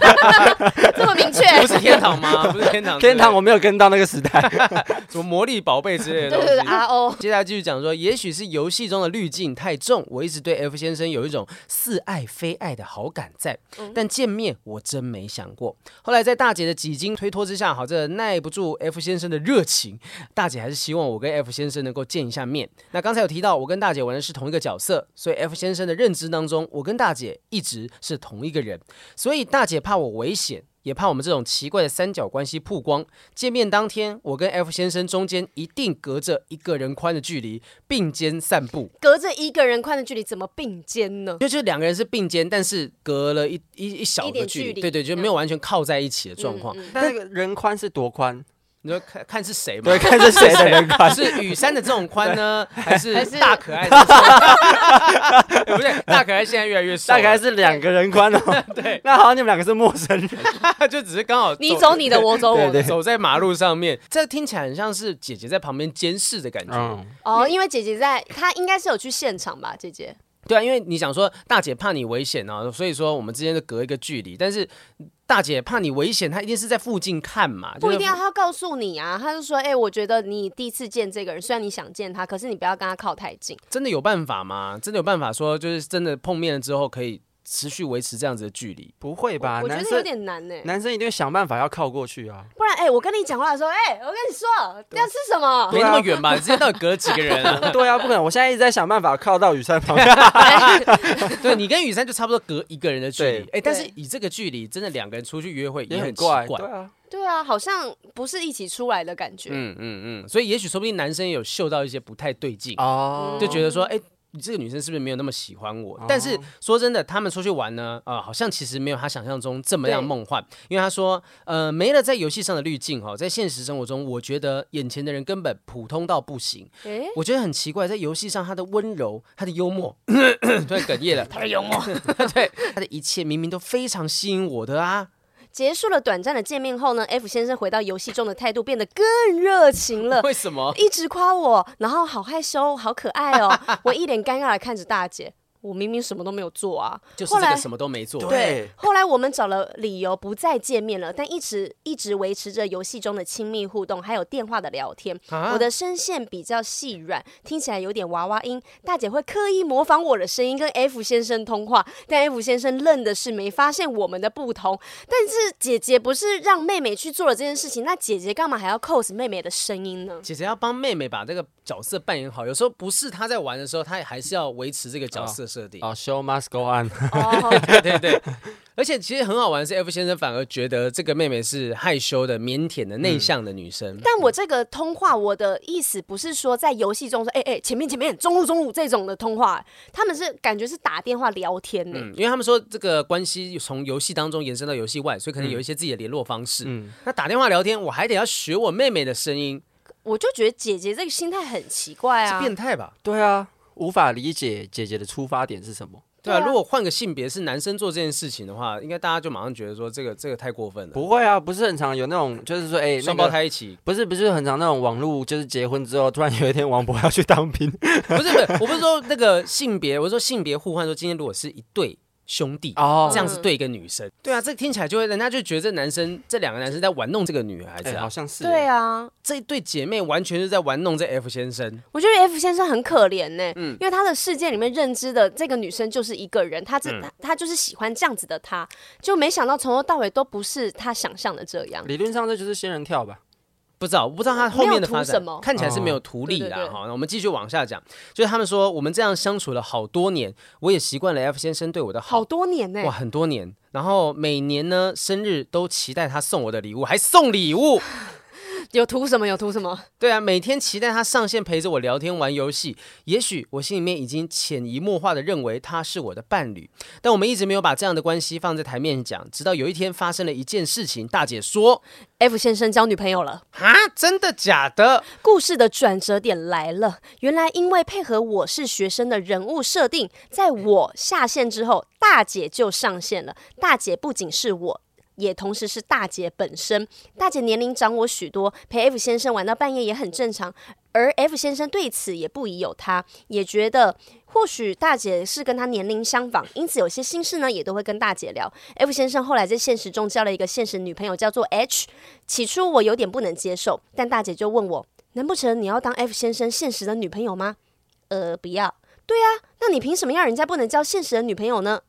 [SPEAKER 1] [LAUGHS]
[SPEAKER 3] 这么明确。
[SPEAKER 2] 不是天堂吗？不是天
[SPEAKER 1] [LAUGHS]
[SPEAKER 2] 堂，
[SPEAKER 1] 天堂，
[SPEAKER 2] 对
[SPEAKER 1] 我没有跟到那个时代。
[SPEAKER 2] 什么魔力宝贝之类
[SPEAKER 3] 对
[SPEAKER 2] 的东
[SPEAKER 3] 对对
[SPEAKER 2] 西。
[SPEAKER 3] ，R O，
[SPEAKER 2] 接下来继续讲说，也许是游戏中的滤镜太重，我一直对 F 先生有一种似爱非爱的好感在，但见面我真没想过。后来在大姐的几经推脱之下，好，这耐不住 F 先生的热情，大姐还是希望我跟 F 先生能够见一下面。那刚才有提到，我跟大姐玩的是同一个角色，所以 F 先生的认知当中，我跟大姐一直是同一个人，所以大姐怕我危险。也怕我们这种奇怪的三角关系曝光。见面当天，我跟 F 先生中间一定隔着一个人宽的距离，并肩散步。
[SPEAKER 3] 隔着一个人宽的距离，怎么并肩呢？
[SPEAKER 2] 因为就是两个人是并肩，但是隔了一一一小
[SPEAKER 3] 一点
[SPEAKER 2] 的距
[SPEAKER 3] 距
[SPEAKER 2] 离，
[SPEAKER 3] 离嗯
[SPEAKER 2] 对对，就没有完全靠在一起的状况。
[SPEAKER 1] [LAUGHS] 但那个人宽是多宽？
[SPEAKER 2] 你说看看是谁嘛？
[SPEAKER 1] 对， [LAUGHS] 看是谁的人宽。
[SPEAKER 2] 是雨山的这种
[SPEAKER 1] [LAUGHS]
[SPEAKER 2] 宽呢，还是
[SPEAKER 3] 还是
[SPEAKER 2] 大可爱的这种？
[SPEAKER 3] [LAUGHS]
[SPEAKER 2] 不对，大可爱现在越来越瘦
[SPEAKER 1] 大
[SPEAKER 2] 了，
[SPEAKER 1] 概是两个人宽哦。
[SPEAKER 2] [LAUGHS] 对，
[SPEAKER 1] [LAUGHS] 那好像你们两个是陌生人。
[SPEAKER 2] 他就只是刚好
[SPEAKER 3] 你走你的，我走我的。
[SPEAKER 1] 对
[SPEAKER 2] 走在马路上面，这听起来很像是姐姐在旁边监视的感觉。
[SPEAKER 1] 嗯，
[SPEAKER 3] 哦，因为姐姐在，她应该是有去现场吧？姐姐，
[SPEAKER 2] 对啊，因为你想说大姐怕你危险啊，所以说我们之间就隔一个距离，但是大姐怕你危险，她一定是在附近看
[SPEAKER 1] 啊
[SPEAKER 2] 嘛，
[SPEAKER 3] 不
[SPEAKER 2] 就是
[SPEAKER 3] 一定要他告诉你啊，他就说，哎、我觉得你第一次见这个人，虽然你想见他，可是你不要跟他靠太近。
[SPEAKER 2] 真的有办法吗？真的有办法说，就是真的碰面了之后可以持续维持这样子的距离？
[SPEAKER 1] 不会吧？
[SPEAKER 3] 我觉
[SPEAKER 1] 男
[SPEAKER 3] 得有
[SPEAKER 1] 生
[SPEAKER 3] 点难呢、
[SPEAKER 1] [LAUGHS] 男生一定会想办法要靠过去啊。
[SPEAKER 3] 不然，哎、我跟你讲话的时候，哎、我跟你说要吃
[SPEAKER 1] [LAUGHS]
[SPEAKER 3] 什么？ [LAUGHS]
[SPEAKER 2] 没那么远吧？之间到底隔了几个人啊？
[SPEAKER 1] 对啊，不可能！我现在一直在想办法靠到雨山旁 [LAUGHS] 边。
[SPEAKER 2] 对你跟雨珊就差不多隔一个人的距离，
[SPEAKER 1] 对
[SPEAKER 2] 哎，但是
[SPEAKER 3] 对
[SPEAKER 2] 以这个距离，真的两个人出去约会
[SPEAKER 1] 也
[SPEAKER 2] 很
[SPEAKER 1] 很
[SPEAKER 2] 奇
[SPEAKER 1] 怪，
[SPEAKER 2] 怪
[SPEAKER 1] 对啊，
[SPEAKER 3] 对啊，好像不是一起出来的感觉。
[SPEAKER 2] 嗯嗯嗯，所以也许说不定男生也有嗅到一些不太对劲，
[SPEAKER 1] 哦
[SPEAKER 2] 就觉得说，哎、你这个女生是不是没有那么喜欢我？但是
[SPEAKER 1] 哦
[SPEAKER 2] 说真的，他们出去玩呢，啊、好像其实没有他想象中这么样
[SPEAKER 3] 对
[SPEAKER 2] 梦幻。因为他说，呃，没了在游戏上的滤镜哈、哦，在现实生活中，我觉得眼前的人根本普通到不行。
[SPEAKER 3] 哎、
[SPEAKER 2] 我觉得很奇怪，在游戏上他的温柔，他的幽 [COUGHS] 默，突然哽咽了， [LAUGHS] 他的幽默，对，他的一切明明都非常吸引我的啊。
[SPEAKER 3] 结束了短暂的见面后呢，F 先生回到游戏中的态度变得更热情了。
[SPEAKER 2] 为什么？
[SPEAKER 3] 一直夸我，然后好害羞，好可爱哦。我一脸尴尬的看着大姐，我明明什么都没有做啊。
[SPEAKER 2] 就是
[SPEAKER 3] 后
[SPEAKER 2] 这
[SPEAKER 3] 来
[SPEAKER 2] 个什么都没做。
[SPEAKER 1] 对
[SPEAKER 3] 后来我们找了理由不再见面了，但一直一直维持着游戏中的亲密互动，还有电话的聊天。
[SPEAKER 2] 啊
[SPEAKER 3] 我的声线比较细软，听起来有点娃娃音。大姐会刻意模仿我的声音跟 F 先生通话，但 F 先生愣的是没发现我们的不同。但是姐姐不是让妹妹去做了这件事情，那姐姐干嘛还要 cos 妹妹的声音呢？
[SPEAKER 2] 姐姐要帮妹妹把这个角色扮演好，有时候不是她在玩的时候，她也还是要维持这个角色设定。
[SPEAKER 1] 哦，show must go on，
[SPEAKER 3] 哦，
[SPEAKER 2] 对对对，
[SPEAKER 1] [LAUGHS]
[SPEAKER 2] 而且其实很好玩的是，F 先生反而觉得这个妹妹是害羞的、腼腆的、
[SPEAKER 1] 嗯
[SPEAKER 2] 内向的女生。
[SPEAKER 3] 但我这个通话，我的意思不是说在游戏中说，哎、哎、前面前面，中路中路这种的通话，他们是感觉是打电话聊天呢、
[SPEAKER 2] 嗯，因为他们说这个关系从游戏当中延伸到游
[SPEAKER 1] 嗯
[SPEAKER 2] 戏外，所以可能有一些自己的联络方式。那打电话聊天，我还得要学我妹妹的声音，
[SPEAKER 3] 我就觉得姐姐这个心态很奇怪
[SPEAKER 2] 是
[SPEAKER 3] 啊，
[SPEAKER 2] 变态吧？
[SPEAKER 1] 对啊，无法理解姐姐的出发点是什么。
[SPEAKER 2] 对啊，
[SPEAKER 3] 对啊
[SPEAKER 2] 如果换个性别是男生做这件事情的话，应该大家就马上觉得说这个这个太过分了。
[SPEAKER 1] 不会啊，不是很常有那种，就是说，哎、
[SPEAKER 2] 双
[SPEAKER 1] 那
[SPEAKER 2] 胞
[SPEAKER 1] 个
[SPEAKER 2] 胎一起
[SPEAKER 1] 不是不是很常那种网络，就是结婚之后，突然有一天王博要去当兵，
[SPEAKER 2] [LAUGHS] 不是不是，我不是说那个性别，我是说性别互换。说今天如果是一对兄弟，
[SPEAKER 1] [LAUGHS] 哦
[SPEAKER 2] 这样子对一个女生，对啊，这听起来就会人家就觉得这男生这两个男生在玩弄这个女孩子
[SPEAKER 1] 哎、
[SPEAKER 2] 啊，
[SPEAKER 1] 好像是、
[SPEAKER 3] 对
[SPEAKER 1] 啊，
[SPEAKER 3] 啊，
[SPEAKER 2] 这一对姐妹完全是在玩弄这 F 先生。
[SPEAKER 3] 我觉得 F 先生很可怜呢、
[SPEAKER 2] 嗯
[SPEAKER 3] 因为他的世界里面认知的这个女生就是一个人，他
[SPEAKER 2] 嗯
[SPEAKER 3] 这、他他就是喜欢这样子的他，就没想到从头到尾都不是他想象的这样。
[SPEAKER 1] 理论上这就是仙人跳吧？
[SPEAKER 2] 不知道，我不知道他后面的发
[SPEAKER 3] 没有图什
[SPEAKER 2] 展
[SPEAKER 3] 么，
[SPEAKER 2] 看起来是没有图利啦。
[SPEAKER 3] 哦对对对
[SPEAKER 2] 哈、那我们继续往下讲，就是他们说我们这样相处了好多年，我也习惯了 F 先生对我的好
[SPEAKER 3] 好多年呢、
[SPEAKER 2] 哇，很多年。然后每年呢，生日都期待他送我的礼物，还送礼物。
[SPEAKER 3] 有图什么有图什么？
[SPEAKER 2] 对啊，每天期待他上线陪着我聊天玩游戏。也许我心里面已经潜移默化的认为他是我的伴侣，但我们一直没有把这样的关系放在台面讲。直到有一天发生了一件事情，大姐说
[SPEAKER 3] F 先生交女朋友了，：“
[SPEAKER 2] 啊，真的假的？
[SPEAKER 3] 故事的转折点来了。原来因为配合我是学生的人物设定，在我下线之后，大姐就上线了。大姐不仅是我。也同时是大姐本身，大姐年龄长我许多，陪 F 先生玩到半夜也很正常。而 F 先生对此也不疑有他，也觉得或许大姐是跟他年龄相仿，因此有些心事呢也都会跟大姐聊。F 先生后来在现实中交了一个现实女朋友，叫做 H。起初我有点不能接受，但大姐就问我，难不成你要当 F 先生现实的女朋友吗？呃，不要。对啊，那你凭什么要人家不能交现实的女朋友呢？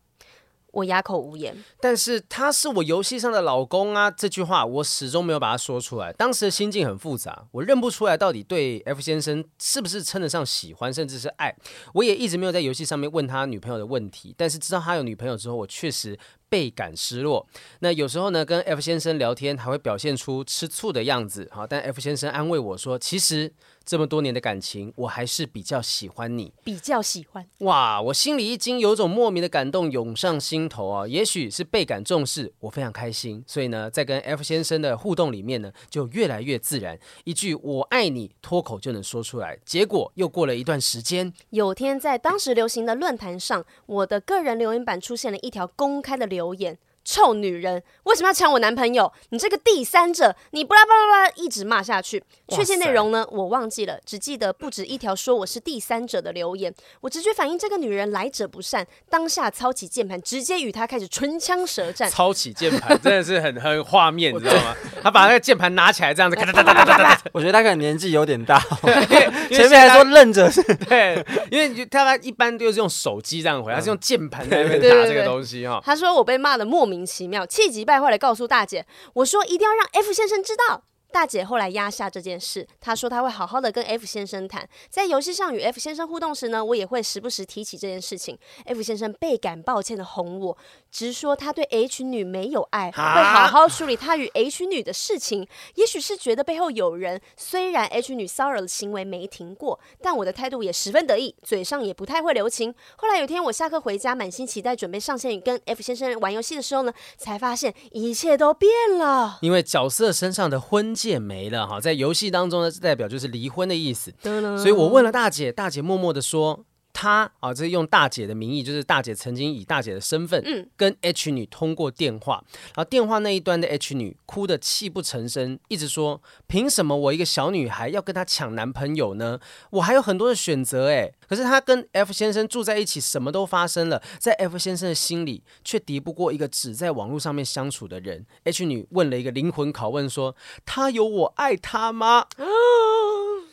[SPEAKER 3] 我哑口无言。
[SPEAKER 2] 但是他是我游戏上的老公啊！”这句话我始终没有把它说出来。当时的心境很复杂，我认不出来到底对 F 先生是不是称得上喜欢，甚至是爱。我也一直没有在游戏上面问他女朋友的问题，但是知道他有女朋友之后，我确实倍感失落。那有时候呢，跟 F 先生聊天还会表现出吃醋的样子，好，但 F 先生安慰我说，其实这么多年的感情，我还是比较喜欢你。
[SPEAKER 3] 比较喜欢，
[SPEAKER 2] 哇，我心里一惊，有种莫名的感动涌上心头啊！也许是倍感重视，我非常开心。所以呢，在跟 F 先生的互动里面呢，就越来越自然，一句“我爱你”脱口就能说出来。结果又过了一段时间，
[SPEAKER 3] 有天在当时流行的论坛上，我的个人留言板出现了一条公开的留言：“臭女人，为什么要抢我男朋友？你这个第三者，你巴拉巴拉巴拉，一直骂下去。”
[SPEAKER 2] 哇塞
[SPEAKER 3] 确切内容呢，我忘记了，只记得不止一条说我是第三者的留言。我直觉反应这个女人来者不善，当下操起键盘，直接与她开始唇枪舌战。
[SPEAKER 2] 操起键盘真的是很很画
[SPEAKER 3] [LAUGHS]
[SPEAKER 2] 面，你知道吗？他把那个键盘拿起来，这样子，咔哒哒哒哒哒哒。
[SPEAKER 1] 我觉得他可能年纪有点大 [LAUGHS] 哦、
[SPEAKER 2] 因为
[SPEAKER 1] 前面还说愣着是，
[SPEAKER 2] 对，因为你他一般都是用手机这样回，他是用键盘在那边
[SPEAKER 3] 对对
[SPEAKER 2] 打
[SPEAKER 3] 对
[SPEAKER 2] 这个东西哈。
[SPEAKER 3] 她说我被骂的莫名其妙，气急败坏的告诉大姐，我说一定要让 F 先生知道。大姐后来压下这件事，她说她会好好的跟 F 先生谈，在游戏上与 F 先生互动时呢，我也会时不时提起这件事情。F 先生倍感抱歉的哄我，直说他对 H 女没有爱，会
[SPEAKER 2] 啊
[SPEAKER 3] 好好处理他与 H 女的事情。也许是觉得背后有人，虽然 H 女骚扰的行为没停过，但我的态度也十分得意，嘴上也不太会留情。后来有天我下课回家，满心期待准备上线跟 F 先生玩游戏的时候呢，才发现一切都变了。
[SPEAKER 2] 因为角色身上的婚戒没了哈，在游戏当中呢，代表就是离婚的意思。所以我问了大姐，大姐默默的说，她啊，这是用大姐的名义，就是大姐曾经以大姐的身份，嗯，跟 H 女通过电话，然后电话那一端的 H 女哭得泣不成声，一直说，凭什么我一个小女孩要跟她抢男朋友呢？我还有很多的选择哎。可是她跟 F 先生住在一起，什么都发生了，在 F 先生的心里却敌不过一个只在网络上面相处的人。H 女问了一个灵魂拷问说：“他有我爱他吗？” [GASPS]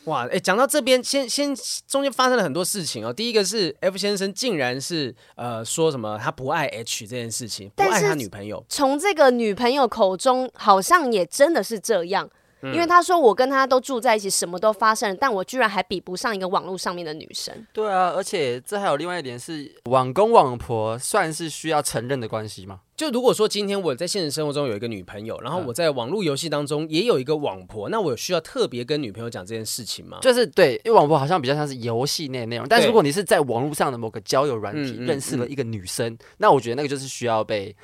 [SPEAKER 2] 哇，哎，讲到这边，先先中间发生了很多事情哦。第一个是 F 先生竟然是呃说什么他不爱 H 这件事情，不
[SPEAKER 3] 但
[SPEAKER 2] 爱
[SPEAKER 3] 是
[SPEAKER 2] 他女朋友。
[SPEAKER 3] 从这个女朋友口中，好像也真的是这样。
[SPEAKER 1] 嗯
[SPEAKER 3] 因为她说我跟她都住在一起，什么都发生了，但我居然还比不上一个网络上面的女生。
[SPEAKER 1] 对啊，而且这还有另外一点是，网公网婆算是需要承认的关系吗？
[SPEAKER 2] 就如果说今天我在现实生活中有一个女朋友，然后我在网络游戏当中也有一个网婆，那我有需要特别跟女朋友讲这件事情吗？
[SPEAKER 1] 就是对，因为网婆好像比较像是游戏内的内容，但
[SPEAKER 2] 啊对
[SPEAKER 1] 如果你是在网络上的某个交友软体
[SPEAKER 2] 嗯嗯
[SPEAKER 1] 认识了一个女生，那我觉得那个就是需要被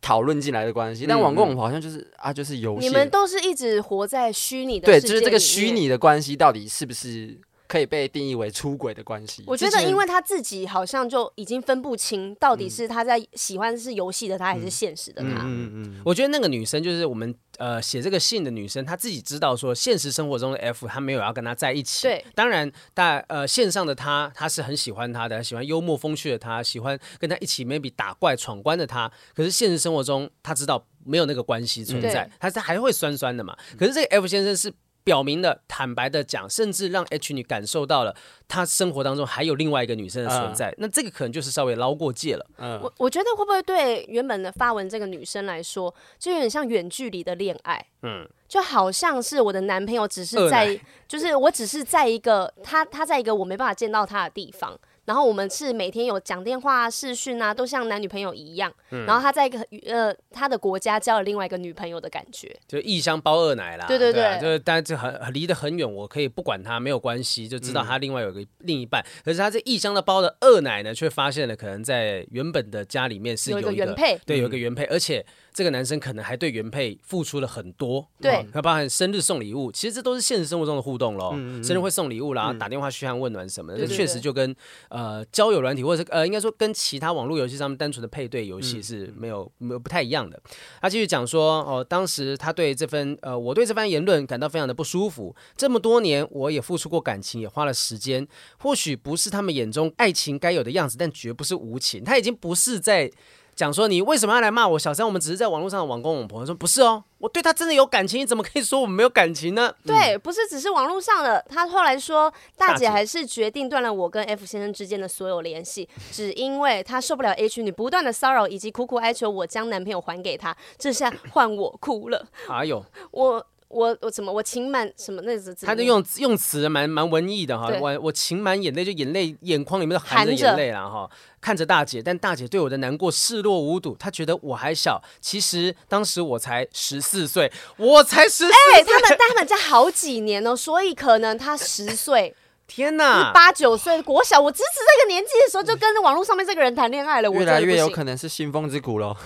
[SPEAKER 1] 讨论进来的
[SPEAKER 2] 嗯
[SPEAKER 1] 关系。但网购我们好像就是啊，就是游戏
[SPEAKER 3] 你，们都是一直活在虚拟的
[SPEAKER 1] 对，
[SPEAKER 3] 世界
[SPEAKER 1] 就是这个
[SPEAKER 3] 里
[SPEAKER 1] 虚
[SPEAKER 3] 面。
[SPEAKER 1] 拟的关系到底是不是可以被定义为出轨的关系？
[SPEAKER 3] 我觉得，因为他自己好像就已经分不清，到底是他在喜欢是游戏的他，还是现实的
[SPEAKER 1] 嗯
[SPEAKER 3] 他。
[SPEAKER 1] 嗯嗯
[SPEAKER 2] 我觉得那个女生就是我们呃写这个信的女生，她自己知道说现实生活中的 F 她没有要跟他在一起。
[SPEAKER 3] 对，
[SPEAKER 2] 当然，但呃线上的她，她是很喜欢他的，喜欢幽默风趣的他，喜欢跟他一起 maybe 打怪闯关的他。可是现实生活中，她知道没有那个关系存在，她她还会酸酸的嘛。可是这个 F 先生是。表明的、坦白的讲，甚至让 H 女感受到了她生活当中还有另外一个女生的存在，那这个可能就是稍微捞过界了。
[SPEAKER 1] 嗯，
[SPEAKER 3] 我我觉得会不会对原本的发文这个女生来说，就有点像远距离的恋爱？
[SPEAKER 2] 嗯
[SPEAKER 3] 嗯，就好像是我的男朋友只是
[SPEAKER 2] 二
[SPEAKER 3] 在
[SPEAKER 2] 奶，
[SPEAKER 3] 就是我只是在一个他他在一个我没办法见到他的地方，然后我们是每天有讲电话、啊、视讯啊，都像男女朋友一样。
[SPEAKER 2] 嗯
[SPEAKER 3] 然后他在一个呃他的国家交了另外一个女朋友的感觉。
[SPEAKER 2] 就异乡包二奶啦，
[SPEAKER 3] 对对
[SPEAKER 2] 啊
[SPEAKER 3] 对
[SPEAKER 2] 就是但是很很离得很远，我可以不管他，没有关系，就知道他另外有个另一半。可是他这异乡的包的二奶呢，却发现了可能在原本的家里面是
[SPEAKER 3] 有一
[SPEAKER 2] 一个
[SPEAKER 3] 个原配
[SPEAKER 2] 对，有一个原配，而且这个男生可能还对原配付出了很多，嗯
[SPEAKER 3] 对，
[SPEAKER 2] 那包含生日送礼物，其实这都是现实生活中的互动喽。生日会送礼物啦，打电话嘘寒问暖什么的，这
[SPEAKER 3] 对对
[SPEAKER 2] 确实就跟呃交友软体或者是呃应该说跟其他网络游戏上面单纯的配对游戏是没有没有不太一样的。他继续讲说，哦，当时他对这份呃我对这番言论感到非常的不舒服。这么多年，我也付出过感情，也花了时间，或许不是他们眼中爱情该有的样子，但绝不是无情。他已经不是在讲说你为什么要来骂我小三，我们只是在网络上的网公网婆。他说不是哦，我对他真的有感情，你怎么可以说我们没有感情
[SPEAKER 3] [LAUGHS]
[SPEAKER 2] 呢？
[SPEAKER 3] 对，不是只是网络上的。他后来说，
[SPEAKER 2] 嗯大
[SPEAKER 3] 大
[SPEAKER 2] 姐
[SPEAKER 3] 姐还是决定断了我跟 F 先生之间的所有联系，只因为她受不了 H 女不断的骚扰以及苦苦哀求我将男朋友还给她。这下换我哭了，
[SPEAKER 2] 哎呦，
[SPEAKER 3] 我我我怎么我情满什么那字？
[SPEAKER 2] 他的用用词蛮蛮文艺的哈，
[SPEAKER 3] 对
[SPEAKER 2] 我我噙满眼泪，就眼泪眼眶里面都含着
[SPEAKER 3] 含着
[SPEAKER 2] 眼泪了哈。看着大姐，但大姐对我的难过视若无睹，她觉得我还小，其实当时我才十四岁，我才十四，
[SPEAKER 3] 对他们，但他们家好几年哦，所以可能他十岁、
[SPEAKER 2] 天哪！
[SPEAKER 3] 八九岁、国小，我侄子这个年纪的时候就跟网络上面这个人谈恋爱了，我
[SPEAKER 1] 越来越有
[SPEAKER 3] 能。
[SPEAKER 1] 可能是信风之谷喽。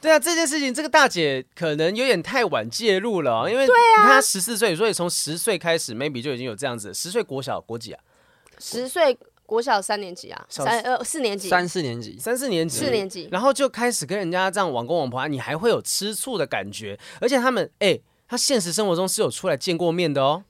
[SPEAKER 2] 对啊，这件事情，这个大姐可能有点太晚介入
[SPEAKER 3] 嗯
[SPEAKER 2] 了哦，因为对啊，她十四岁，所以从十岁开始，maybe 就已经有这样子。十岁国小国几啊？
[SPEAKER 3] 十岁国小三年级啊，
[SPEAKER 2] 小
[SPEAKER 3] 三呃四年级，
[SPEAKER 1] 三四年级，
[SPEAKER 2] 三四年级，
[SPEAKER 3] 四年级
[SPEAKER 2] 然后就开始跟人家这样网公网婆啊，你还会有吃醋的感觉，而且他们哎。他现实生活中是有出来见过面的哦，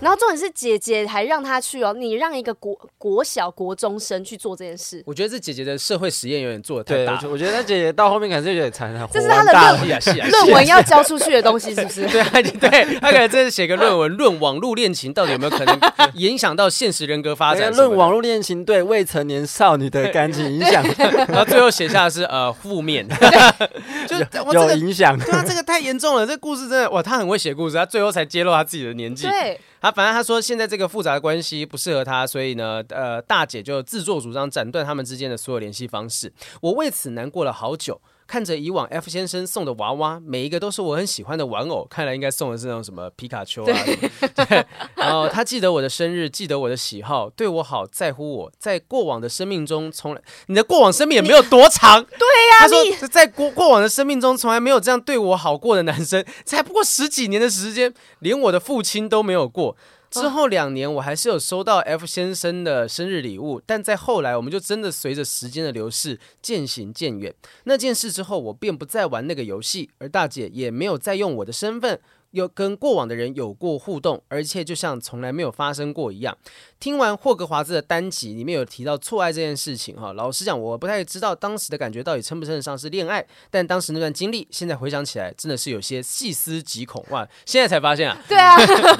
[SPEAKER 3] 然后重点是姐姐还让他去哦，你让一个国国小国中生去做这件事，
[SPEAKER 2] [LAUGHS] 我觉得这姐姐的社会实验有点做的太
[SPEAKER 1] 对，
[SPEAKER 2] 大
[SPEAKER 1] 我觉，我觉得那姐姐到后面可能是有点残忍，
[SPEAKER 3] 这是
[SPEAKER 1] 火完
[SPEAKER 3] 她的
[SPEAKER 1] 蛋
[SPEAKER 3] 乐
[SPEAKER 1] 了
[SPEAKER 2] 是啊是啊，
[SPEAKER 3] 论文要交出去的东西是不是？
[SPEAKER 2] [LAUGHS] 对啊对，他可能真的写个论文，论网络恋情到底有没有
[SPEAKER 3] [LAUGHS]
[SPEAKER 2] 可能影响到现实人格发展什么的？
[SPEAKER 1] 啊论网络恋情对未成年少女的感情影
[SPEAKER 3] [LAUGHS]
[SPEAKER 1] 响
[SPEAKER 2] [LAUGHS] 然后最后写下的是呃负 [LAUGHS] 面，就是我这
[SPEAKER 1] 有
[SPEAKER 2] 个
[SPEAKER 1] 影
[SPEAKER 3] [LAUGHS]
[SPEAKER 1] 响。
[SPEAKER 2] 对啊，这个太严重了，这故事真的哇，他很会写故事，他最后才揭露他自己的年纪。
[SPEAKER 3] [LAUGHS] 对，
[SPEAKER 2] 他反正他说现在这个复杂的关系不适合他，所以呢，呃，大姐就自作主张斩断他们之间的所有联系方式。我为此难过了好久。看着以往 F 先生送的娃娃，每一个都是我很喜欢的玩偶，看来应该送的是那种什么皮卡丘啊。对，然后呃他记得我的生日，记得我的喜好，对我好，在乎我，在过往的生命中从来，你的过往生命也没有多长，他说
[SPEAKER 3] 你
[SPEAKER 2] 在过过往的生命中，从来没有这样对我好过的男生，才不过十几年的时间，连我的父亲都没有过。之后两年，我还是有收到 F 先生的生日礼物，但在后来，我们就真的随着时间的流逝渐行渐远。那件事之后，我便不再玩那个游戏，而大姐也没有再用我的身份。有跟过往的人有过互动，而且就像从来没有发生过一样。听完霍格华兹的单集，里面有提到错爱这件事情哈。老实讲，我不太知道当时的感觉到底称不称得上是恋爱，但当时那段经历，现在回想起来，真的是有些细思极恐哇！现在才发现啊， [LAUGHS]
[SPEAKER 3] 对啊， [LAUGHS]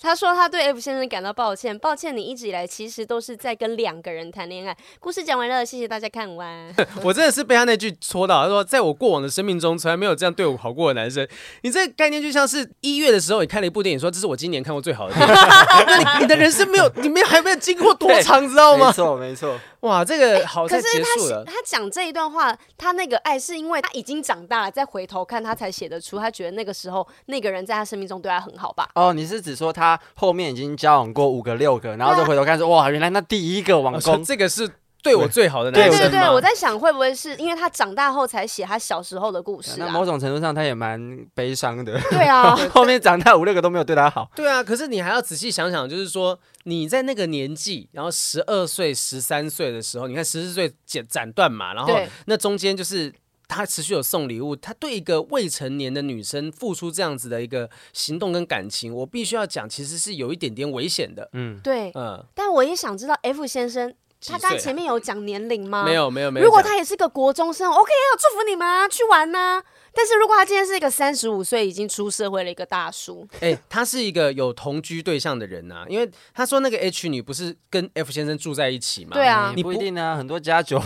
[SPEAKER 3] 他说他对 F 先生感到抱歉，抱歉你一直以来其实都是在跟两个人谈恋爱。故事讲完了，谢谢大家看完。
[SPEAKER 2] 我真的是被他那句戳到。他说，在我过往的生命中，从来没有这样对我好过的男生。你这个概念就像是一月的时候，你看了一部电影，说这是我今年看过最好的电影。 [LAUGHS] 那你你的人生没有，你没有还没有经过多长，知道
[SPEAKER 1] 没
[SPEAKER 2] 吗？
[SPEAKER 1] 错，没错，
[SPEAKER 2] 哇，这个好在
[SPEAKER 3] 可是
[SPEAKER 2] 结
[SPEAKER 3] 他
[SPEAKER 2] 束
[SPEAKER 3] 写 [LAUGHS]
[SPEAKER 2] 了。
[SPEAKER 3] 他讲这一段话，他那个爱是因为他已经长大了，再回头看他才写得出，他觉得那个时候那个人在他生命中对他很好吧？
[SPEAKER 1] 哦，你是指说 [LAUGHS] 他后面已经交往过五个六个，然后再回头看说，哇，原来那第一个网
[SPEAKER 2] 哦
[SPEAKER 1] 工
[SPEAKER 2] 这个是对我最好的
[SPEAKER 1] 对
[SPEAKER 2] 男
[SPEAKER 1] 我
[SPEAKER 3] 对
[SPEAKER 1] 在
[SPEAKER 2] 生
[SPEAKER 3] 对，
[SPEAKER 2] 嘛。
[SPEAKER 3] 我在想会不会是因为他长大后才写他小时候的故事
[SPEAKER 1] 那
[SPEAKER 3] 啊
[SPEAKER 1] 某？种程度上，他也蛮悲伤的。
[SPEAKER 3] 对
[SPEAKER 1] [LAUGHS]
[SPEAKER 3] 啊，
[SPEAKER 1] 后面长大五六个都没有对他好，
[SPEAKER 2] 对啊，可是你还要仔细想想，就是说你在那个年纪，然后十二岁、十三岁的时候，你看十四岁剪斩断嘛，然后
[SPEAKER 3] 对
[SPEAKER 2] 那中间就是他持续有送礼物，他对一个未成年的女生付出这样子的一个行动跟感情，我必须要讲，其实是有一点点危险的。
[SPEAKER 3] 对。
[SPEAKER 2] 嗯，
[SPEAKER 3] 但我也想知道 F 先生，
[SPEAKER 2] 几岁
[SPEAKER 3] 他刚
[SPEAKER 2] 啊
[SPEAKER 3] 前面有讲年龄吗？
[SPEAKER 2] 没。有没有没有讲。
[SPEAKER 3] 啊如果他也是个国中生，OK 啊，祝福你们啊，去玩呐、但是如果他今天是一个三十五岁已经出社会了一个大叔，
[SPEAKER 2] 哎、他是一个有同居对象的人呐、因为他说那个 H 女不是跟 F 先生住在一起嘛？
[SPEAKER 3] 对啊
[SPEAKER 1] 你不一定啊，很多 [LAUGHS] 家酒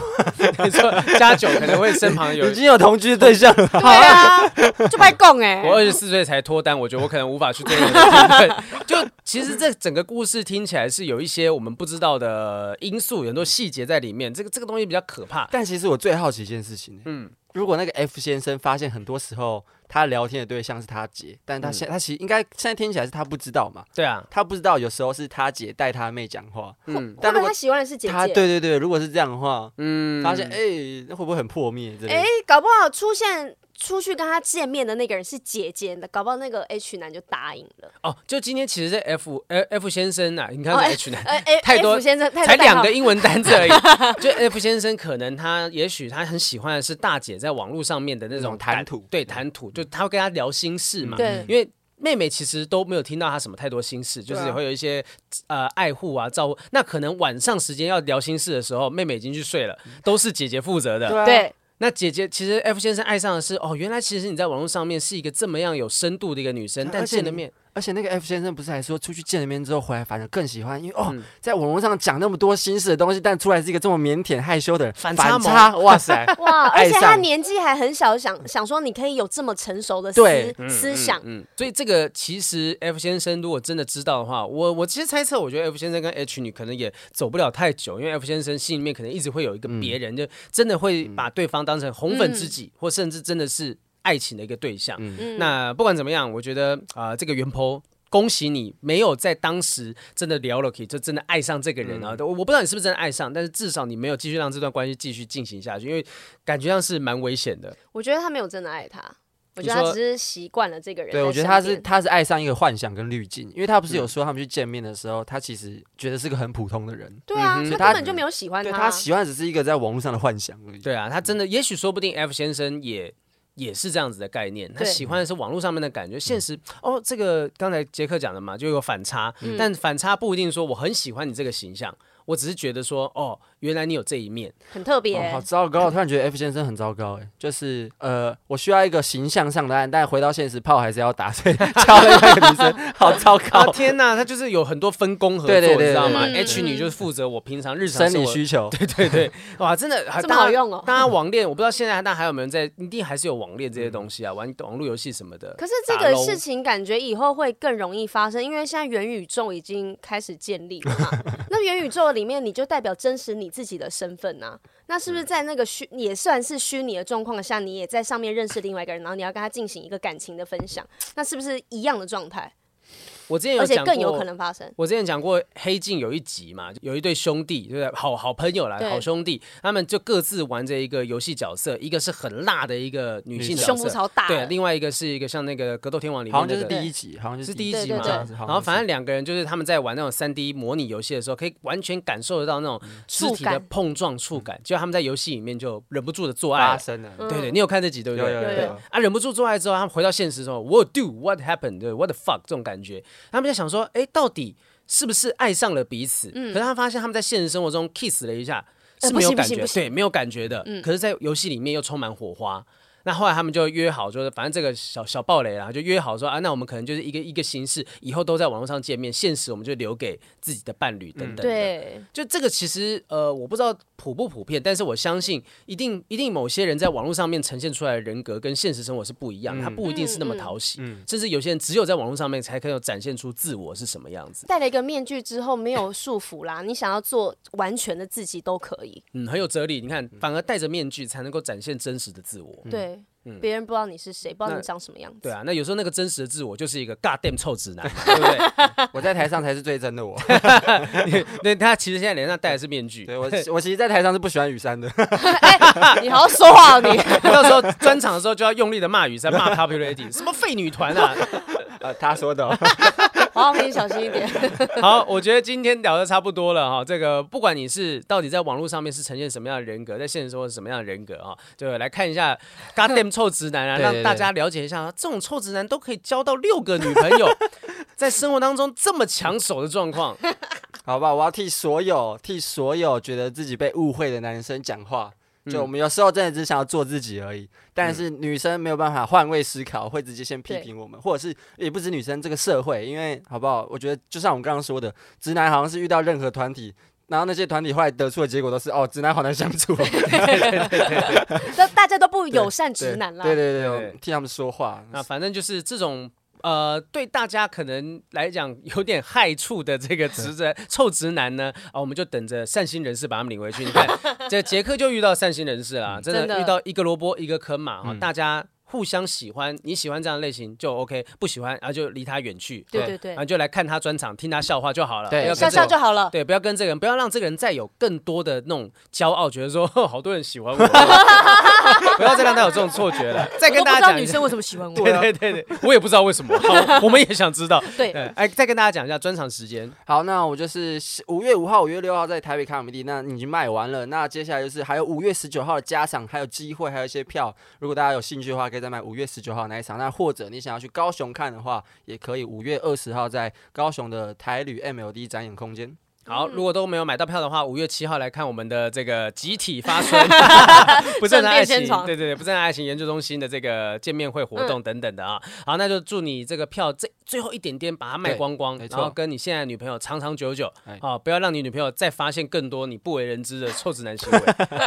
[SPEAKER 2] 没错，加九可能会身旁
[SPEAKER 1] [LAUGHS]
[SPEAKER 2] 有
[SPEAKER 1] 已经有同居对象 [LAUGHS] 了。
[SPEAKER 3] 对啊，就白供哎、
[SPEAKER 2] [LAUGHS] 我二嗯十四岁才脱单，我觉得我可能无法去做那个评论。 [LAUGHS] 就其实这整个故事听起来是有一些我们不知道的因素，有很多细节在里面。这个这个东西比较可怕。
[SPEAKER 1] 但其实我最好奇一件事情，嗯，如果那个 F 先生发现很多时候他聊天的对象是他姐，但他现、他其实应该现在听起来是他不知道嘛，
[SPEAKER 2] 对啊，
[SPEAKER 1] 他不知道有时候是他姐带他妹讲话，
[SPEAKER 2] 嗯
[SPEAKER 1] 但
[SPEAKER 3] 但
[SPEAKER 1] 如果
[SPEAKER 3] 如果他喜欢的是姐姐，
[SPEAKER 1] 他对对对，如果是这样的话，
[SPEAKER 2] 嗯，
[SPEAKER 1] 发现哎、那会不会很破灭之类
[SPEAKER 3] 哎、
[SPEAKER 1] 的？
[SPEAKER 3] 搞不好出现出去跟他见面的那个人是姐姐的，搞不好那个 H 男就答应了。
[SPEAKER 2] 哦，就今天其实这 F 呃 F 先生啊，你看是 H 男。
[SPEAKER 3] 呃，
[SPEAKER 2] [LAUGHS]
[SPEAKER 3] 哎、
[SPEAKER 2] 太多
[SPEAKER 3] F 先生太多
[SPEAKER 2] 才
[SPEAKER 3] 代号
[SPEAKER 2] 两个英文单字
[SPEAKER 3] [LAUGHS]
[SPEAKER 2] 而已，就 F 先生可能他也许他很喜欢的是大姐在网络上面的那
[SPEAKER 1] 那
[SPEAKER 2] 种
[SPEAKER 1] 种嗯谈
[SPEAKER 2] 感
[SPEAKER 1] 吐嗯
[SPEAKER 2] 对谈吐，就他会跟他聊心事嘛，
[SPEAKER 3] 对
[SPEAKER 2] 因为。妹妹其实都没有听到她什么太多心事，就
[SPEAKER 1] 对
[SPEAKER 2] 是
[SPEAKER 1] 啊
[SPEAKER 2] 会有一些、呃爱护啊、照顾。那可能晚上时间要聊心事的时候，妹妹已经去睡了，都是姐姐负责的。
[SPEAKER 1] 嗯啊
[SPEAKER 3] 对，
[SPEAKER 2] 那姐姐其实 F 先生爱上的是哦，原来其实你在网络上面是一个这么样有深度的一个女生，
[SPEAKER 1] 对
[SPEAKER 2] 但
[SPEAKER 1] 而且
[SPEAKER 2] 见了
[SPEAKER 1] 你
[SPEAKER 2] 面，
[SPEAKER 1] 而且那个 F 先生不是还说出去见了面之后回来反而更喜欢，因为哦，在网络上讲那么多心事的东西，但出来是一个这么腼腆害羞的人，
[SPEAKER 2] 反
[SPEAKER 1] 差
[SPEAKER 2] 差萌
[SPEAKER 1] 哇塞！
[SPEAKER 2] 啊 [LAUGHS]
[SPEAKER 3] 哇，而且
[SPEAKER 1] 爱
[SPEAKER 3] 他
[SPEAKER 1] 上
[SPEAKER 3] 年纪还很小，想想说你可以有这么成熟的
[SPEAKER 1] 对
[SPEAKER 3] 思思想，
[SPEAKER 2] 嗯，所以这个其实 F 先生如果真的知道的话，我我其实猜测，我觉得 F 先生跟 H 女可能也走不了太久，因为 F 先生心里面可能一直会有一个别人，就真的会把对方当成红粉知己，或甚至真的是爱情的一个对象。
[SPEAKER 3] 嗯
[SPEAKER 2] 那不管怎么样，我觉得啊、呃这个袁坡。恭喜你没有在当时真的聊了，可以就真的爱上这个人啊！我我不知道你是不是真的爱上，但是至少你没有继续让这段关系继续进行下去，因为感觉上是蛮危险的。
[SPEAKER 3] 我觉得他没有真的爱他，我
[SPEAKER 2] 你
[SPEAKER 3] 觉得他
[SPEAKER 2] 说
[SPEAKER 3] 只是习惯了这个人在
[SPEAKER 1] 对，我
[SPEAKER 3] 身边。
[SPEAKER 1] 觉得他是他是爱上一个幻想跟滤镜，因为他不是有说他们去见面的时候，他其实觉得是个很普通的人，
[SPEAKER 3] 对啊，
[SPEAKER 2] 嗯哼
[SPEAKER 3] 他
[SPEAKER 1] 他
[SPEAKER 3] 根本就没有喜欢
[SPEAKER 1] 对
[SPEAKER 3] 他
[SPEAKER 1] 他喜欢只是一个在网络上的幻想而已。
[SPEAKER 2] 对啊，他真的，
[SPEAKER 3] 嗯
[SPEAKER 2] 也许说不定 F 先生也也是这样子的概念，他
[SPEAKER 3] 对
[SPEAKER 2] 喜欢的是网络上面的感觉，现实哦，这个刚才杰克讲的嘛，就有反差，
[SPEAKER 3] 嗯
[SPEAKER 2] 但反差不一定说我很喜欢你这个形象，我只是觉得说哦，原来你有这一面，
[SPEAKER 3] 很特别、
[SPEAKER 1] 哦，好糟糕！我突然觉得 F 先生很糟糕，哎，就是呃，我需要一个形象上的案，但回到现实，炮还是要打， [LAUGHS] 所以交了一个女生，好糟
[SPEAKER 2] 啊
[SPEAKER 1] [LAUGHS]
[SPEAKER 3] 哦
[SPEAKER 1] 糕，
[SPEAKER 2] 天哪，他就是有很多分工合作，
[SPEAKER 1] 对对对
[SPEAKER 2] 你知道吗
[SPEAKER 3] 嗯
[SPEAKER 2] ？H
[SPEAKER 3] 嗯
[SPEAKER 2] 女就是负责我平常日常
[SPEAKER 1] 生
[SPEAKER 2] 生
[SPEAKER 1] 理
[SPEAKER 2] 活。
[SPEAKER 1] 需求。
[SPEAKER 2] 对对对，哇，真
[SPEAKER 3] [LAUGHS]
[SPEAKER 2] 的啊
[SPEAKER 3] 这么好。用
[SPEAKER 2] 大
[SPEAKER 3] 哦
[SPEAKER 2] 家。大家网恋，我不知道现在大家还有没有人在，一定还是有网恋这些东西啊，玩网络游戏什么的。
[SPEAKER 3] 嗯可是这
[SPEAKER 2] 打
[SPEAKER 3] 个
[SPEAKER 2] 咯
[SPEAKER 3] 事情感觉以后会更容易发生，因为现在元宇宙已经开始建立
[SPEAKER 2] [LAUGHS]
[SPEAKER 3] 了嘛。那元宇宙里面你就代表真实你自己的身份呐、那是不是
[SPEAKER 2] 嗯
[SPEAKER 3] 在那个虚也算是虚拟的状况下，你也在上面认识另外一个人，然后你要跟他进行一个感情的分享，那是不是一样的状态？
[SPEAKER 2] 我之前有
[SPEAKER 3] 而且
[SPEAKER 2] 讲
[SPEAKER 3] 更有
[SPEAKER 2] 过
[SPEAKER 3] 可能发生。
[SPEAKER 2] 我之前讲过《黑镜》有一集嘛，有一对兄弟，就是好好朋友啦，
[SPEAKER 3] 对
[SPEAKER 2] 好兄弟，他们就各自玩着一个游戏角色，一个是很辣的一个女性
[SPEAKER 1] 女
[SPEAKER 2] 角
[SPEAKER 3] 胸
[SPEAKER 1] 生
[SPEAKER 3] 部
[SPEAKER 2] 色，
[SPEAKER 3] 超大的，
[SPEAKER 2] 对，另外一个是一个像那个《格斗天王》里
[SPEAKER 1] 好
[SPEAKER 2] 面
[SPEAKER 1] 像
[SPEAKER 2] 那
[SPEAKER 1] 就是
[SPEAKER 2] 个。
[SPEAKER 1] 第一集，好像
[SPEAKER 2] 是
[SPEAKER 1] 是
[SPEAKER 2] 第一
[SPEAKER 1] 集
[SPEAKER 2] 集嘛，
[SPEAKER 3] 对对
[SPEAKER 1] 对
[SPEAKER 2] 然后反正两个人就是他们在玩那种三 D 模拟游戏的时候，可以完全感受得到那种肢体
[SPEAKER 3] 嗯触
[SPEAKER 2] 的
[SPEAKER 3] 感
[SPEAKER 2] 碰撞触感，就他们在游戏里面就忍不住的做爱
[SPEAKER 1] 发
[SPEAKER 2] 了。
[SPEAKER 1] 生了，
[SPEAKER 3] 嗯
[SPEAKER 2] 对对，你有看这集对不对？
[SPEAKER 1] 有有
[SPEAKER 3] 有
[SPEAKER 2] 对
[SPEAKER 1] 有
[SPEAKER 2] 啊，忍不住做爱之后，他们回到现实之后，What do what happened？对，What the fuck 这种感觉，他们在想说，哎，到底是不是爱上了彼此？可是他发现他们在现实生活中 kiss 了一下
[SPEAKER 3] 嗯呃
[SPEAKER 2] 是没有
[SPEAKER 3] 不行不
[SPEAKER 2] 感
[SPEAKER 3] 行
[SPEAKER 2] 觉，
[SPEAKER 3] 不行嗯
[SPEAKER 2] 对，没有感觉的。可是，在游戏里面又充满火花。那后来他们就约好，就是反正这个小小暴雷啦，就约好说啊，那我们可能就是一个一个形式，以后都在网络上见面，现实我们就留给自己的伴侣等等的。
[SPEAKER 3] 对，
[SPEAKER 2] 就这个其实呃，我不知道普不普遍，但是我相信一定一定某些人在网络上面呈现出来的人格跟现实生活是不一样，他不一定是那么讨喜，甚至有些人只有在网络上面才可以展现出自我是什么样子，
[SPEAKER 3] 戴了一个面具之后没有束缚啦，你想要做完全的自己都可以。
[SPEAKER 2] 嗯，很有哲理。你看，反而戴着面具才能够展现真实的自我。
[SPEAKER 3] 对，对，别人不知道你是谁，不知道你长什么样子。
[SPEAKER 2] 对啊，那有时候那个真实的自我就是一个 god damn 臭直男嘛，对不对？ [LAUGHS]
[SPEAKER 1] 我在台上才是最真的我。
[SPEAKER 2] 对，他其实现在脸上戴的是面
[SPEAKER 1] [LAUGHS]
[SPEAKER 2] 具。
[SPEAKER 1] 对我，我其实，在台上是不喜欢雨山 [LAUGHS] 的。
[SPEAKER 3] 你好好说话哦，你
[SPEAKER 2] 到时候专场的时候就要用力的骂雨山，骂 popularity，什么废女团啊！
[SPEAKER 1] 呃，他说 [LAUGHS] 的、哦。
[SPEAKER 3] 好，你小心一点。
[SPEAKER 1] [LAUGHS]
[SPEAKER 2] 好，我觉得今天聊的差不多了哈。这个不管你是到底在网络上面是呈现什么样的人格，在现实生活是什么样的人格啊，就来看一下 god damn 臭直
[SPEAKER 1] [LAUGHS]
[SPEAKER 2] 男啊，
[SPEAKER 1] 对对对
[SPEAKER 2] 让大家了解一下，这种臭直男都可以交到六个女朋友， [LAUGHS] 在生活当中这么抢手的状况。
[SPEAKER 1] 好吧，我要替所有替所有觉得自己被误会的男生讲话。就我们有时候真的只想要做自己而已，但是女生没有办法换位思考，会直接先批
[SPEAKER 3] 对
[SPEAKER 1] 评我们，或者是也不止女生这个社会，因为好不好？我觉得就像我们刚刚说的，直男好像是遇到任何团体，然后那些团体后来得出的结果都是哦，直男好难相处哦。
[SPEAKER 3] 那大家都不 [LAUGHS] 友善直男啦。
[SPEAKER 1] 对对对，
[SPEAKER 2] 对
[SPEAKER 1] 我替他们说话。
[SPEAKER 3] 嗯
[SPEAKER 2] 那反正就是这种呃，对大家可能来讲有点害处的这个直
[SPEAKER 3] [LAUGHS]
[SPEAKER 2] 直臭直男呢，啊，我们就等着善心人士把他们领回去。你
[SPEAKER 3] [LAUGHS]
[SPEAKER 2] 看，这杰克就遇到善心人士啦，真
[SPEAKER 3] 真
[SPEAKER 2] 的
[SPEAKER 3] 的
[SPEAKER 2] 遇到一个萝卜一个坑嘛，
[SPEAKER 3] 嗯
[SPEAKER 2] 哈、大家。互相喜欢，你喜欢这样的类型就 OK，不喜欢然后就离他远去，
[SPEAKER 3] 对对对
[SPEAKER 2] 然后就来看他专场，听他笑话就好了，
[SPEAKER 1] 对
[SPEAKER 2] 不要跟
[SPEAKER 3] 笑
[SPEAKER 2] 这
[SPEAKER 3] 笑
[SPEAKER 2] 种
[SPEAKER 3] 就好了。
[SPEAKER 2] 对，不要跟这个人，不要让这个人再有更多的那种骄傲，觉得
[SPEAKER 3] [LAUGHS]
[SPEAKER 2] 说 [LAUGHS] 好多人喜欢我，不要再让他有这种错觉了。再
[SPEAKER 3] 我都
[SPEAKER 2] 跟
[SPEAKER 3] 不
[SPEAKER 2] 大
[SPEAKER 3] 知
[SPEAKER 2] 家
[SPEAKER 3] 道
[SPEAKER 2] 讲一
[SPEAKER 3] 女
[SPEAKER 2] 下
[SPEAKER 3] 生为什么喜欢
[SPEAKER 2] [LAUGHS]
[SPEAKER 3] 我。
[SPEAKER 2] 对对对对，我也不知道为什么， [LAUGHS] 好我们也想知道。
[SPEAKER 3] 对
[SPEAKER 2] 对，哎，再跟大家讲一下专场时间，
[SPEAKER 1] 好，那我就是五月五号、五月六号在台北卡米地，那已经卖完了。那接下来就是还有五月十九号的加场，还有机会，还有一些票。如果大家有兴趣的话，可以再买五月十九号那一场。那或者你想要去高雄看的话，也可以五月二十号在高雄的台旅 MLD 展演空间。
[SPEAKER 2] 好，如果都没有买到票的话，五月七号来看我们的这个集体发春， [LAUGHS] 不正常爱情
[SPEAKER 3] 顺便宣，传
[SPEAKER 2] 对对对，不正常爱情研究中心的这个见面会活动等等的啊。好，那就祝你这个票这最后一点点把它卖光光，
[SPEAKER 1] 对没错
[SPEAKER 2] 然后跟你现在的女朋友长长久久
[SPEAKER 1] 哎
[SPEAKER 2] 啊，不要让你女朋友再发现更多你不为人知的臭直男行为。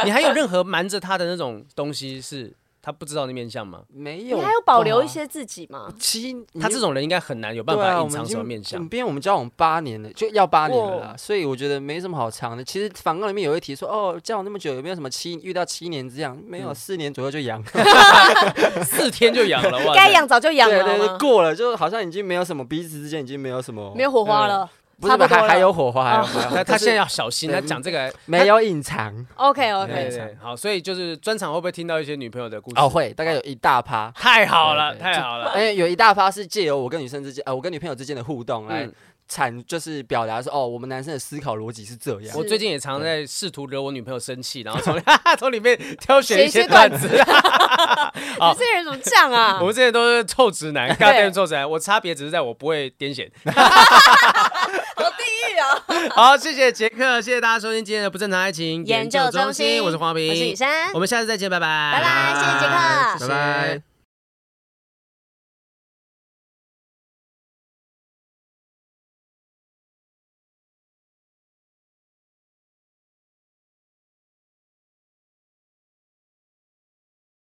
[SPEAKER 2] 你还有任何瞒着她的那种东西是她不知道的面相吗？
[SPEAKER 1] 没有，
[SPEAKER 3] 你还有保
[SPEAKER 2] 啊
[SPEAKER 3] 留一。些自己吗？
[SPEAKER 1] 七，
[SPEAKER 2] 他这种人应该很难有办
[SPEAKER 1] 对啊
[SPEAKER 2] 法
[SPEAKER 1] 我
[SPEAKER 2] 隐
[SPEAKER 1] 们
[SPEAKER 2] 藏
[SPEAKER 1] 已
[SPEAKER 2] 什么
[SPEAKER 1] 经
[SPEAKER 2] 面
[SPEAKER 1] [LAUGHS]
[SPEAKER 2] 相
[SPEAKER 1] 嗯。毕竟我们交往八年了，就要八年了啦
[SPEAKER 3] 哇，
[SPEAKER 1] 所以我觉得没什么好藏的。其实访纲里面有一题说，哦，交往那么久，有没有什么七遇到七年这样？没
[SPEAKER 2] 嗯
[SPEAKER 1] 有，四年左右就阳。
[SPEAKER 2] 四天就养了，哇塞！
[SPEAKER 3] [LAUGHS] 该养早就养
[SPEAKER 1] 对
[SPEAKER 3] 了好
[SPEAKER 1] 对对，
[SPEAKER 3] 吗？
[SPEAKER 1] 过了，就好像已经没有什么彼此之间已经没有什么，
[SPEAKER 3] 没有火花了，
[SPEAKER 1] 不是
[SPEAKER 3] 差不多
[SPEAKER 1] 还
[SPEAKER 3] 了
[SPEAKER 1] 还有火花，还有
[SPEAKER 3] 哦
[SPEAKER 1] 火 [LAUGHS] 花
[SPEAKER 2] 那他
[SPEAKER 1] 可是
[SPEAKER 2] 现在要小心，
[SPEAKER 1] 对
[SPEAKER 2] 他讲这个
[SPEAKER 1] 没有隐藏
[SPEAKER 3] OK
[SPEAKER 2] 对对
[SPEAKER 3] OK，
[SPEAKER 2] 对好，所以就是专场会不会听到一些女朋友的故事？
[SPEAKER 1] 哦，，会大概有一大
[SPEAKER 3] [LAUGHS]
[SPEAKER 1] 趴。
[SPEAKER 2] 太好了，
[SPEAKER 1] 对对
[SPEAKER 2] 太好了。
[SPEAKER 1] 因为有一大趴是借由我跟女生之间，呃，我跟女朋友之间的互动来
[SPEAKER 2] 嗯
[SPEAKER 1] 产，就是表达说，哦，我们男生的思考逻辑是这样
[SPEAKER 2] 我
[SPEAKER 3] 是。
[SPEAKER 2] 最近也常在试图惹我女朋友生气，然后从 [LAUGHS] 从里面挑选
[SPEAKER 3] 写
[SPEAKER 2] 一
[SPEAKER 3] 一
[SPEAKER 2] 些
[SPEAKER 3] 些
[SPEAKER 2] 段
[SPEAKER 3] 段
[SPEAKER 2] 子。
[SPEAKER 3] 你这人怎么这样啊
[SPEAKER 2] 我？们这些都是臭直男，尬电臭直男。我差别只是在我不会癫痫。
[SPEAKER 3] 好地狱啊！
[SPEAKER 2] 好，谢谢杰克，谢谢大家收听今天的不正常爱情
[SPEAKER 3] 研究中心
[SPEAKER 2] 我是黄平，
[SPEAKER 3] 我是雨珊
[SPEAKER 2] 我们下次再见，拜拜，
[SPEAKER 3] 拜拜谢谢杰
[SPEAKER 2] 拜
[SPEAKER 3] 克
[SPEAKER 2] 拜。